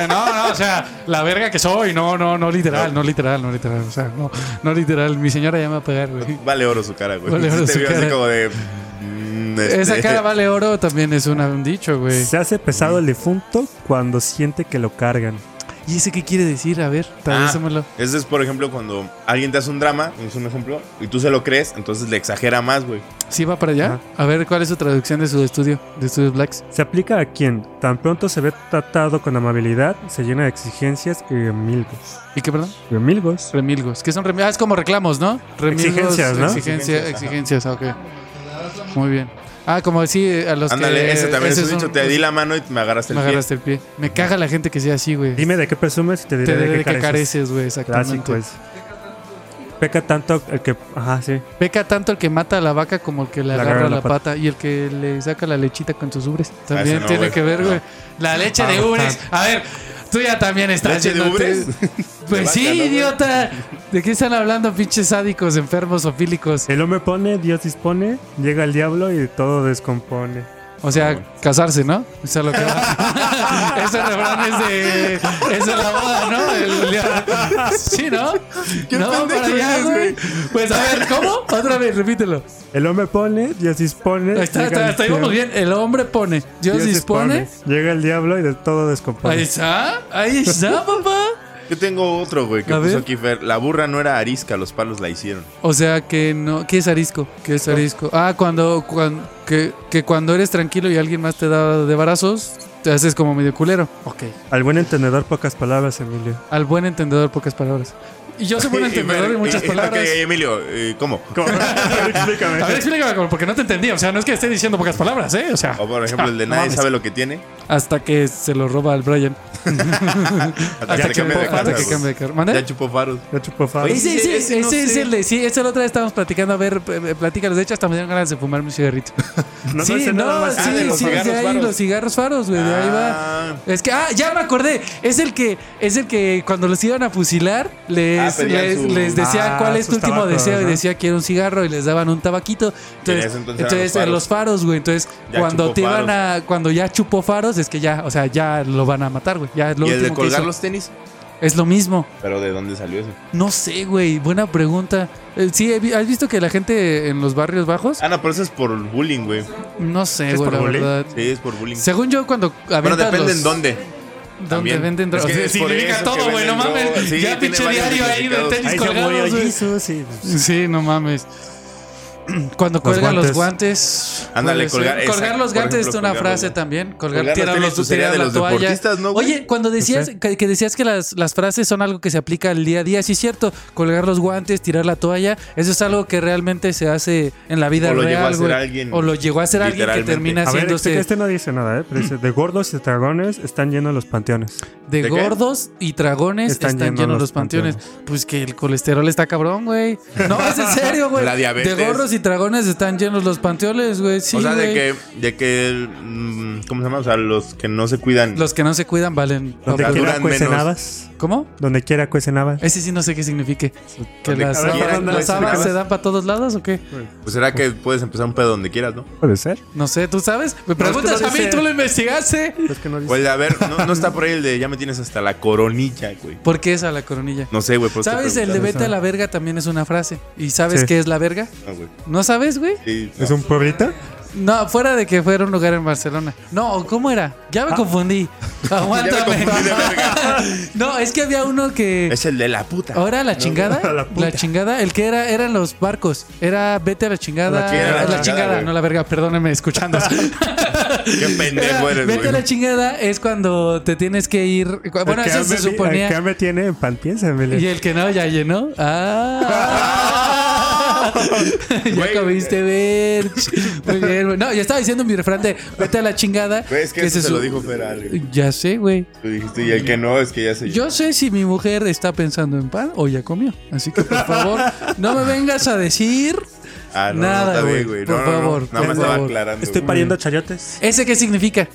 [SPEAKER 1] no, o sea, la verga que soy, no, no, no literal, no literal, no literal, o sea, no, no literal, mi señora ya me va a pegar, güey.
[SPEAKER 2] Vale oro su cara, güey.
[SPEAKER 1] Vale
[SPEAKER 2] Sí
[SPEAKER 1] oro
[SPEAKER 2] te
[SPEAKER 1] su
[SPEAKER 2] vio así
[SPEAKER 1] cara.
[SPEAKER 2] como de. mm,
[SPEAKER 1] Esa
[SPEAKER 2] este,
[SPEAKER 1] cara vale oro también es una- un dicho, güey.
[SPEAKER 3] Se hace pesado el difunto cuando siente que lo cargan.
[SPEAKER 1] ¿Y ese qué quiere decir? A ver,
[SPEAKER 2] Ah,
[SPEAKER 1] tradúcemelo.
[SPEAKER 2] Ese es, por ejemplo, cuando alguien te hace un drama, es un ejemplo, y tú se lo crees, entonces le exagera más, güey.
[SPEAKER 1] ¿Sí va para allá? A ver, ¿cuál es su traducción de su estudio, de Estudios Blacks?
[SPEAKER 3] Se aplica a quien tan pronto se ve tratado con amabilidad, se llena de exigencias y remilgos.
[SPEAKER 1] ¿Y qué, perdón?
[SPEAKER 3] ¿Remilgos?
[SPEAKER 1] Remilgos. ¿Qué son remilgos? Ah, es como reclamos, ¿no? Remilgos.
[SPEAKER 3] Exigencias, ¿no?
[SPEAKER 1] Exigencias, exigencias, ah, ok. Muy bien. Ah, como decir a los
[SPEAKER 2] Ándale,
[SPEAKER 1] que...
[SPEAKER 2] ese también es un dicho, te di la mano y me agarraste
[SPEAKER 1] pues,
[SPEAKER 2] el
[SPEAKER 1] Me
[SPEAKER 2] pie.
[SPEAKER 1] agarraste el pie. Me caga la gente que sea así, güey.
[SPEAKER 3] Dime de qué presumes y te
[SPEAKER 1] Te
[SPEAKER 3] diré
[SPEAKER 1] de,
[SPEAKER 3] de
[SPEAKER 1] de
[SPEAKER 3] qué
[SPEAKER 1] que
[SPEAKER 3] careces.
[SPEAKER 1] careces, güey,
[SPEAKER 3] Clásico
[SPEAKER 1] exactamente.
[SPEAKER 3] es. Peca tanto el que... Ajá, sí.
[SPEAKER 1] Peca tanto el que mata a la vaca como el que le
[SPEAKER 3] Le
[SPEAKER 1] agarra, la, pata. y el que le saca la lechita con sus ubres. También
[SPEAKER 2] Ah, ese no,
[SPEAKER 1] tiene
[SPEAKER 2] güey.
[SPEAKER 1] que ver, güey. La leche de
[SPEAKER 3] Ah,
[SPEAKER 1] ubres. A ver, tú ya también estás
[SPEAKER 2] ¿Leche de
[SPEAKER 1] yéndote-
[SPEAKER 2] ubres?
[SPEAKER 1] Pues
[SPEAKER 2] vaca,
[SPEAKER 1] sí,
[SPEAKER 2] ¿no, güey?
[SPEAKER 1] idiota. ¿De qué están hablando pinches sádicos, enfermos o fílicos?
[SPEAKER 3] El hombre pone, Dios dispone, llega el diablo y todo descompone.
[SPEAKER 1] O sea, casarse, ¿no? O sea, lo que va. Ese refrán es de. Es de la boda, ¿no? El- el- sí, ¿no?
[SPEAKER 2] Qué
[SPEAKER 1] no,
[SPEAKER 2] pendejo
[SPEAKER 1] para allá,
[SPEAKER 2] eres,
[SPEAKER 1] güey. Pues a ver, ¿cómo? Otra vez, repítelo.
[SPEAKER 3] El hombre pone, Dios dispone.
[SPEAKER 1] Ahí está,
[SPEAKER 3] llega
[SPEAKER 1] está,
[SPEAKER 3] el
[SPEAKER 1] hasta ahí
[SPEAKER 3] diablo-
[SPEAKER 1] vamos bien. El hombre pone, Dios, dispone.
[SPEAKER 3] Llega el diablo y de todo
[SPEAKER 1] Ahí
[SPEAKER 3] descompone.
[SPEAKER 1] está, ahí está, papá.
[SPEAKER 2] Yo tengo otro, güey, que
[SPEAKER 1] A
[SPEAKER 2] puso
[SPEAKER 1] ver.
[SPEAKER 2] aquí Fer. La burra no era arisca, los palos la hicieron.
[SPEAKER 1] O sea que no, ¿qué es arisco? ¿Qué es arisco? Ah, cuando, cuan- que, que cuando eres tranquilo y alguien más te da de varazos, te haces como medio culero. Ok.
[SPEAKER 3] Al buen entendedor, pocas palabras, Emilio.
[SPEAKER 1] Al buen entendedor, pocas palabras. Y yo soy buen entendedor
[SPEAKER 2] Fer,
[SPEAKER 1] en muchas
[SPEAKER 2] y- y-
[SPEAKER 1] palabras.
[SPEAKER 2] ok, Emilio, eh, ¿cómo?
[SPEAKER 1] A ver, explícame, como, porque no te entendí. O sea, no es que esté diciendo pocas palabras, ¿eh? O sea,
[SPEAKER 2] O por ejemplo, el de
[SPEAKER 1] no
[SPEAKER 2] nadie
[SPEAKER 1] mames.
[SPEAKER 2] sabe lo que tiene.
[SPEAKER 1] hasta que se lo roba al Brian.
[SPEAKER 2] Hasta
[SPEAKER 1] Hasta
[SPEAKER 2] que
[SPEAKER 1] que
[SPEAKER 2] cambie de
[SPEAKER 1] hasta
[SPEAKER 2] casa,
[SPEAKER 1] que
[SPEAKER 2] güey.
[SPEAKER 1] cambie de carro. ¿Mande?
[SPEAKER 2] Ya chupó faros.
[SPEAKER 3] No chupo faro.
[SPEAKER 2] Oye,
[SPEAKER 1] Ese,
[SPEAKER 2] Ese-
[SPEAKER 1] ese,
[SPEAKER 2] ese no
[SPEAKER 1] ese es
[SPEAKER 2] sé.
[SPEAKER 1] el de. Sí, ese la otra vez estábamos platicando. A ver, p- p- platícanos. De hecho, hasta me dieron ganas de fumarme un cigarrito.
[SPEAKER 3] No,
[SPEAKER 1] sí,
[SPEAKER 3] dice nada
[SPEAKER 1] no,
[SPEAKER 3] más.
[SPEAKER 1] sí,
[SPEAKER 2] Ah, de los
[SPEAKER 1] sí, de
[SPEAKER 2] cigarros
[SPEAKER 1] ahí
[SPEAKER 2] faros.
[SPEAKER 1] los cigarros faros, güey. De ahí va.
[SPEAKER 2] Ah,
[SPEAKER 1] Es que, ah, ya me acordé. Es el que, es el que cuando los iban a fusilar, les,
[SPEAKER 2] Ah, pedían
[SPEAKER 1] les,
[SPEAKER 2] su-
[SPEAKER 1] les decían
[SPEAKER 3] Ah,
[SPEAKER 1] cuál es tu
[SPEAKER 3] sus
[SPEAKER 1] último
[SPEAKER 3] tabacos,
[SPEAKER 1] deseo. Y
[SPEAKER 3] ¿no?
[SPEAKER 1] decía que era un cigarro y les daban un tabaquito.
[SPEAKER 2] en
[SPEAKER 1] Entonces,
[SPEAKER 2] ese entonces eran
[SPEAKER 1] entonces
[SPEAKER 2] los
[SPEAKER 1] eran los faros, güey. Entonces,
[SPEAKER 2] Ya
[SPEAKER 1] cuando
[SPEAKER 2] chupó
[SPEAKER 1] te iban
[SPEAKER 2] faros.
[SPEAKER 1] a, cuando ya chupó faros, es que ya, o sea, ya lo van a matar, güey. Ya es lo
[SPEAKER 2] ¿Y el
[SPEAKER 1] último
[SPEAKER 2] de
[SPEAKER 1] que hizo.
[SPEAKER 2] colgar los tenis?
[SPEAKER 1] Es lo mismo.
[SPEAKER 2] Pero ¿de dónde salió eso?
[SPEAKER 1] No sé, güey. Buena pregunta. Eh, Sí, he vi- ¿has visto que la gente en los barrios bajos?
[SPEAKER 2] Ah, no, pero eso es por bullying, güey.
[SPEAKER 1] No sé,
[SPEAKER 3] ¿Es
[SPEAKER 1] güey,
[SPEAKER 3] por
[SPEAKER 1] la
[SPEAKER 3] bullying?
[SPEAKER 1] verdad.
[SPEAKER 2] Sí, es por bullying.
[SPEAKER 1] Según yo, cuando
[SPEAKER 2] Bueno,
[SPEAKER 1] avientas
[SPEAKER 2] depende
[SPEAKER 1] los-
[SPEAKER 2] en dónde.
[SPEAKER 1] Donde
[SPEAKER 2] También.
[SPEAKER 1] venden
[SPEAKER 2] Es
[SPEAKER 1] drogas.
[SPEAKER 2] que
[SPEAKER 1] Sí,
[SPEAKER 2] es por
[SPEAKER 1] significa
[SPEAKER 2] eso
[SPEAKER 1] todo,
[SPEAKER 2] que
[SPEAKER 1] güey, no
[SPEAKER 2] venden
[SPEAKER 1] mames.
[SPEAKER 2] drogas. Sí,
[SPEAKER 1] ya
[SPEAKER 2] tiene
[SPEAKER 1] pinche
[SPEAKER 2] varios
[SPEAKER 1] diario ahí de
[SPEAKER 2] significados.
[SPEAKER 1] tenis
[SPEAKER 3] Ahí se murió
[SPEAKER 1] colgados, güey.
[SPEAKER 3] Jesús y... pues,
[SPEAKER 1] Sí, no mames. Cuando cuelgan los guantes. puede
[SPEAKER 2] Ándale,
[SPEAKER 1] ser.
[SPEAKER 2] colgar, exacto.
[SPEAKER 1] Colgar los
[SPEAKER 2] Por
[SPEAKER 1] guantes es
[SPEAKER 2] ejemplo,
[SPEAKER 1] una
[SPEAKER 2] colgar
[SPEAKER 1] frase
[SPEAKER 2] los-
[SPEAKER 1] también. Colgar,
[SPEAKER 2] colgar
[SPEAKER 1] tirar
[SPEAKER 2] los
[SPEAKER 1] los
[SPEAKER 2] tenis, pues, sería
[SPEAKER 1] tirar
[SPEAKER 2] de
[SPEAKER 1] la
[SPEAKER 2] los
[SPEAKER 1] toalla.
[SPEAKER 2] deportistas, ¿no, güey?
[SPEAKER 1] Oye, cuando decías que, que decías que las, las frases son algo que se aplica al día a día, sí es cierto. Colgar los guantes, tirar la toalla, eso es algo que realmente se hace en la vida
[SPEAKER 2] O lo
[SPEAKER 1] real,
[SPEAKER 2] llegó a hacer
[SPEAKER 1] güey.
[SPEAKER 2] alguien,
[SPEAKER 1] o lo llegó a hacer alguien que
[SPEAKER 2] literalmente.
[SPEAKER 1] termina
[SPEAKER 3] A ver,
[SPEAKER 1] haciéndose
[SPEAKER 3] este, este no dice nada, ¿eh? Pero dice, de gordos y dragones están llenos los panteones.
[SPEAKER 1] de,
[SPEAKER 2] ¿De qué?
[SPEAKER 1] gordos y dragones están, llenos los panteones. Pues que el colesterol está cabrón, güey. No, es en serio, güey.
[SPEAKER 2] La diabetes.
[SPEAKER 1] De gordos y dragones están llenos los panteones, güey. Sí,
[SPEAKER 2] o sea, de
[SPEAKER 1] güey.
[SPEAKER 2] que, de que el, mm, ¿cómo se llama? O sea, los que no se cuidan.
[SPEAKER 1] Los que no se cuidan valen.
[SPEAKER 3] Donde
[SPEAKER 2] Duran
[SPEAKER 3] quiera cuecen
[SPEAKER 2] menos.
[SPEAKER 3] habas.
[SPEAKER 1] ¿Cómo?
[SPEAKER 3] Donde quiera cuecen habas.
[SPEAKER 1] Ese sí no sé qué signifique. ¿Que
[SPEAKER 2] Donde
[SPEAKER 1] las,
[SPEAKER 2] quiera
[SPEAKER 1] habas-
[SPEAKER 3] que
[SPEAKER 1] las
[SPEAKER 3] se
[SPEAKER 1] habas
[SPEAKER 3] hagan.
[SPEAKER 1] se dan para todos lados o qué?
[SPEAKER 2] Pues será que puedes empezar un pedo donde quieras, ¿no?
[SPEAKER 3] Puede ser.
[SPEAKER 1] No sé, ¿tú sabes? Me
[SPEAKER 3] No, es que
[SPEAKER 1] preguntas
[SPEAKER 3] no
[SPEAKER 1] a mí,
[SPEAKER 3] dice.
[SPEAKER 1] tú lo investigaste.
[SPEAKER 3] Es que no dice.
[SPEAKER 2] O el de, a ver, no, no está por ahí el de ya me tienes hasta la coronilla, güey.
[SPEAKER 1] ¿Por qué esa la coronilla?
[SPEAKER 2] No sé, güey. por eso te
[SPEAKER 1] ¿Sabes? El de
[SPEAKER 2] preguntaba.
[SPEAKER 1] vete a la verga también es una frase. ¿Y sabes
[SPEAKER 3] Sí.
[SPEAKER 1] qué es la verga?
[SPEAKER 2] No, güey.
[SPEAKER 1] ¿No sabes, güey?
[SPEAKER 2] Sí,
[SPEAKER 3] ¿Es
[SPEAKER 2] no.
[SPEAKER 3] un pueblito?
[SPEAKER 1] No, fuera de que fuera un lugar en Barcelona. No, ¿cómo era? Ya me confundí. Aguántame.
[SPEAKER 2] confundí de verga.
[SPEAKER 1] no, es que había uno que.
[SPEAKER 2] Es el de la puta.
[SPEAKER 1] Ahora la chingada.
[SPEAKER 3] no,
[SPEAKER 1] la,
[SPEAKER 3] la puta.
[SPEAKER 1] chingada. El que era, eran los barcos. Era vete a la chingada. La
[SPEAKER 3] La
[SPEAKER 1] chingada,
[SPEAKER 3] chingada,
[SPEAKER 1] la
[SPEAKER 3] la
[SPEAKER 1] chingada,
[SPEAKER 2] chingada, güey.
[SPEAKER 1] no la verga, perdónenme escuchando.
[SPEAKER 2] Qué pendejo
[SPEAKER 1] Era,
[SPEAKER 2] eres,
[SPEAKER 1] vete a la
[SPEAKER 2] güey.
[SPEAKER 1] chingada es cuando te tienes que ir. Bueno,
[SPEAKER 3] El que
[SPEAKER 1] eso se
[SPEAKER 3] hambre- El que
[SPEAKER 1] suponía.
[SPEAKER 3] hambre tiene en pan piensa,
[SPEAKER 1] Y
[SPEAKER 3] Emilio.
[SPEAKER 1] el que no, ya llenó. Ah. ya
[SPEAKER 2] Güey.
[SPEAKER 1] comiste ver. Muy bien, güey. No, yo estaba diciendo mi refrán de vete a la chingada.
[SPEAKER 2] Güey, es que, eso
[SPEAKER 1] se
[SPEAKER 2] se lo
[SPEAKER 1] su-
[SPEAKER 2] dijo Feral, güey.
[SPEAKER 1] Ya sé, güey.
[SPEAKER 2] Tú dijiste, y el que no, es que ya se
[SPEAKER 1] Yo sé si mi mujer está pensando en pan o ya comió. Así que, por favor, no me vengas a decir.
[SPEAKER 2] Ah, no,
[SPEAKER 1] Nada,
[SPEAKER 2] no está
[SPEAKER 1] güey,
[SPEAKER 2] bien, güey.
[SPEAKER 1] por
[SPEAKER 2] No, no, no.
[SPEAKER 1] favor, Este
[SPEAKER 2] Nada
[SPEAKER 1] por
[SPEAKER 2] más estaba
[SPEAKER 1] favor.
[SPEAKER 2] aclarando.
[SPEAKER 3] Estoy
[SPEAKER 2] güey.
[SPEAKER 3] pariendo Este chayotes.
[SPEAKER 1] ¿Ese qué significa?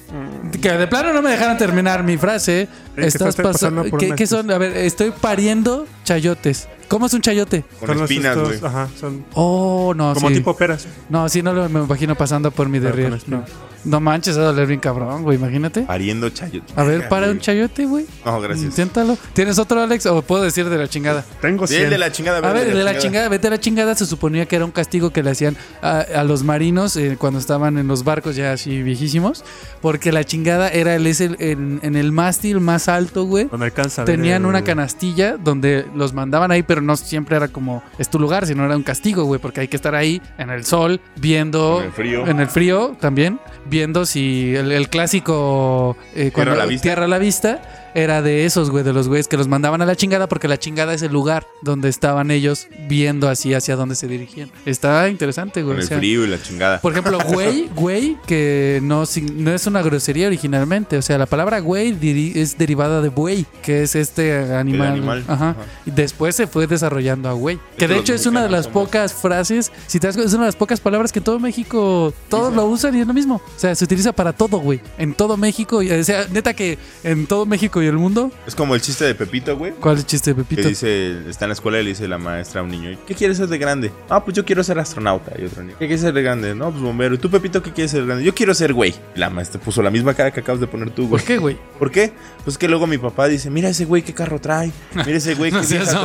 [SPEAKER 1] que de plano no me dejaran terminar mi frase.
[SPEAKER 3] Eh, que
[SPEAKER 1] Estás
[SPEAKER 3] estás
[SPEAKER 1] pasando.
[SPEAKER 3] pasando por
[SPEAKER 1] ¿Qué,
[SPEAKER 3] una
[SPEAKER 1] qué son? A ver, estoy pariendo chayotes. ¿Cómo es un chayote?
[SPEAKER 2] Con
[SPEAKER 3] Son los
[SPEAKER 2] espinas,
[SPEAKER 3] estos-
[SPEAKER 2] güey.
[SPEAKER 3] Ajá, son
[SPEAKER 1] Oh, no,
[SPEAKER 3] como
[SPEAKER 1] sí.
[SPEAKER 3] tipo peras.
[SPEAKER 1] No, sí, no lo, me imagino pasando por mi
[SPEAKER 3] Pero con este.
[SPEAKER 1] derrier. No.
[SPEAKER 3] espinas.
[SPEAKER 1] no manches, va a doler bien cabrón, güey, imagínate.
[SPEAKER 2] Pariendo chayotes.
[SPEAKER 1] A ver, para un chayote, güey.
[SPEAKER 2] No, gracias.
[SPEAKER 1] Inténtalo. ¿Tienes otro, Alex? ¿O puedo decir de la chingada?
[SPEAKER 3] Tengo
[SPEAKER 2] Sí, el
[SPEAKER 3] 100.
[SPEAKER 2] de la chingada.
[SPEAKER 1] A ver,
[SPEAKER 2] el
[SPEAKER 1] de la chingada, vete a la chingada. Se suponía que era un castigo que le hacían a, a los marinos eh, cuando estaban en los barcos ya así viejísimos. Porque la chingada era el, es el- en, en el mástil más alto, güey.
[SPEAKER 3] Donde alcanza a ver
[SPEAKER 1] Tenían
[SPEAKER 3] el-
[SPEAKER 1] una canastilla donde los mandaban ahí, pero no siempre era como es tu lugar, sino era un castigo, güey, porque hay que estar ahí en el sol, viendo.
[SPEAKER 2] En el frío.
[SPEAKER 1] En el frío también, viendo si el, el clásico eh, cuando-
[SPEAKER 2] a la vista.
[SPEAKER 1] Tierra a la vista era de esos, güey, de los güeyes que los mandaban a la chingada porque la chingada es el lugar donde estaban ellos viendo así hacia dónde se dirigían. Está interesante, güey.
[SPEAKER 2] Con
[SPEAKER 1] o
[SPEAKER 2] el
[SPEAKER 1] sea,
[SPEAKER 2] frío y la chingada.
[SPEAKER 1] por ejemplo, güey, güey, que no, sin- no es una grosería originalmente. O sea, la palabra güey diri- es derivada de buey, que es este animal.
[SPEAKER 2] animal.
[SPEAKER 1] Ajá.
[SPEAKER 2] Ajá.
[SPEAKER 1] Y después se fue desarrollando a güey. Que de
[SPEAKER 2] los
[SPEAKER 1] hecho es una de las
[SPEAKER 2] mexicanos somos.
[SPEAKER 1] pocas frases, si te das cuenta, es una de las pocas palabras que en todo México todos lo usan y es lo mismo. O sea, se utiliza para todo, güey. En todo México, y- o sea, neta que en todo México y el mundo.
[SPEAKER 2] Es como el chiste de Pepito, güey.
[SPEAKER 1] ¿Cuál es el chiste, Pepito?
[SPEAKER 2] Que dice, está en la escuela y le dice la maestra a un niño, ¿qué quieres ser de grande? Ah, pues yo quiero ser astronauta. Y otro niño, ¿qué quieres ser de grande? No, pues bombero. ¿Y tú, Pepito, qué quieres ser de grande? Yo quiero ser güey. Y la maestra puso la misma cara que acabas de poner tú,
[SPEAKER 1] ¿Por
[SPEAKER 2] güey.
[SPEAKER 1] qué, güey?
[SPEAKER 2] ¿Por qué? Pues que luego mi papá dice, mira ese güey qué carro trae. Mira ese güey qué
[SPEAKER 1] No seas
[SPEAKER 2] vieja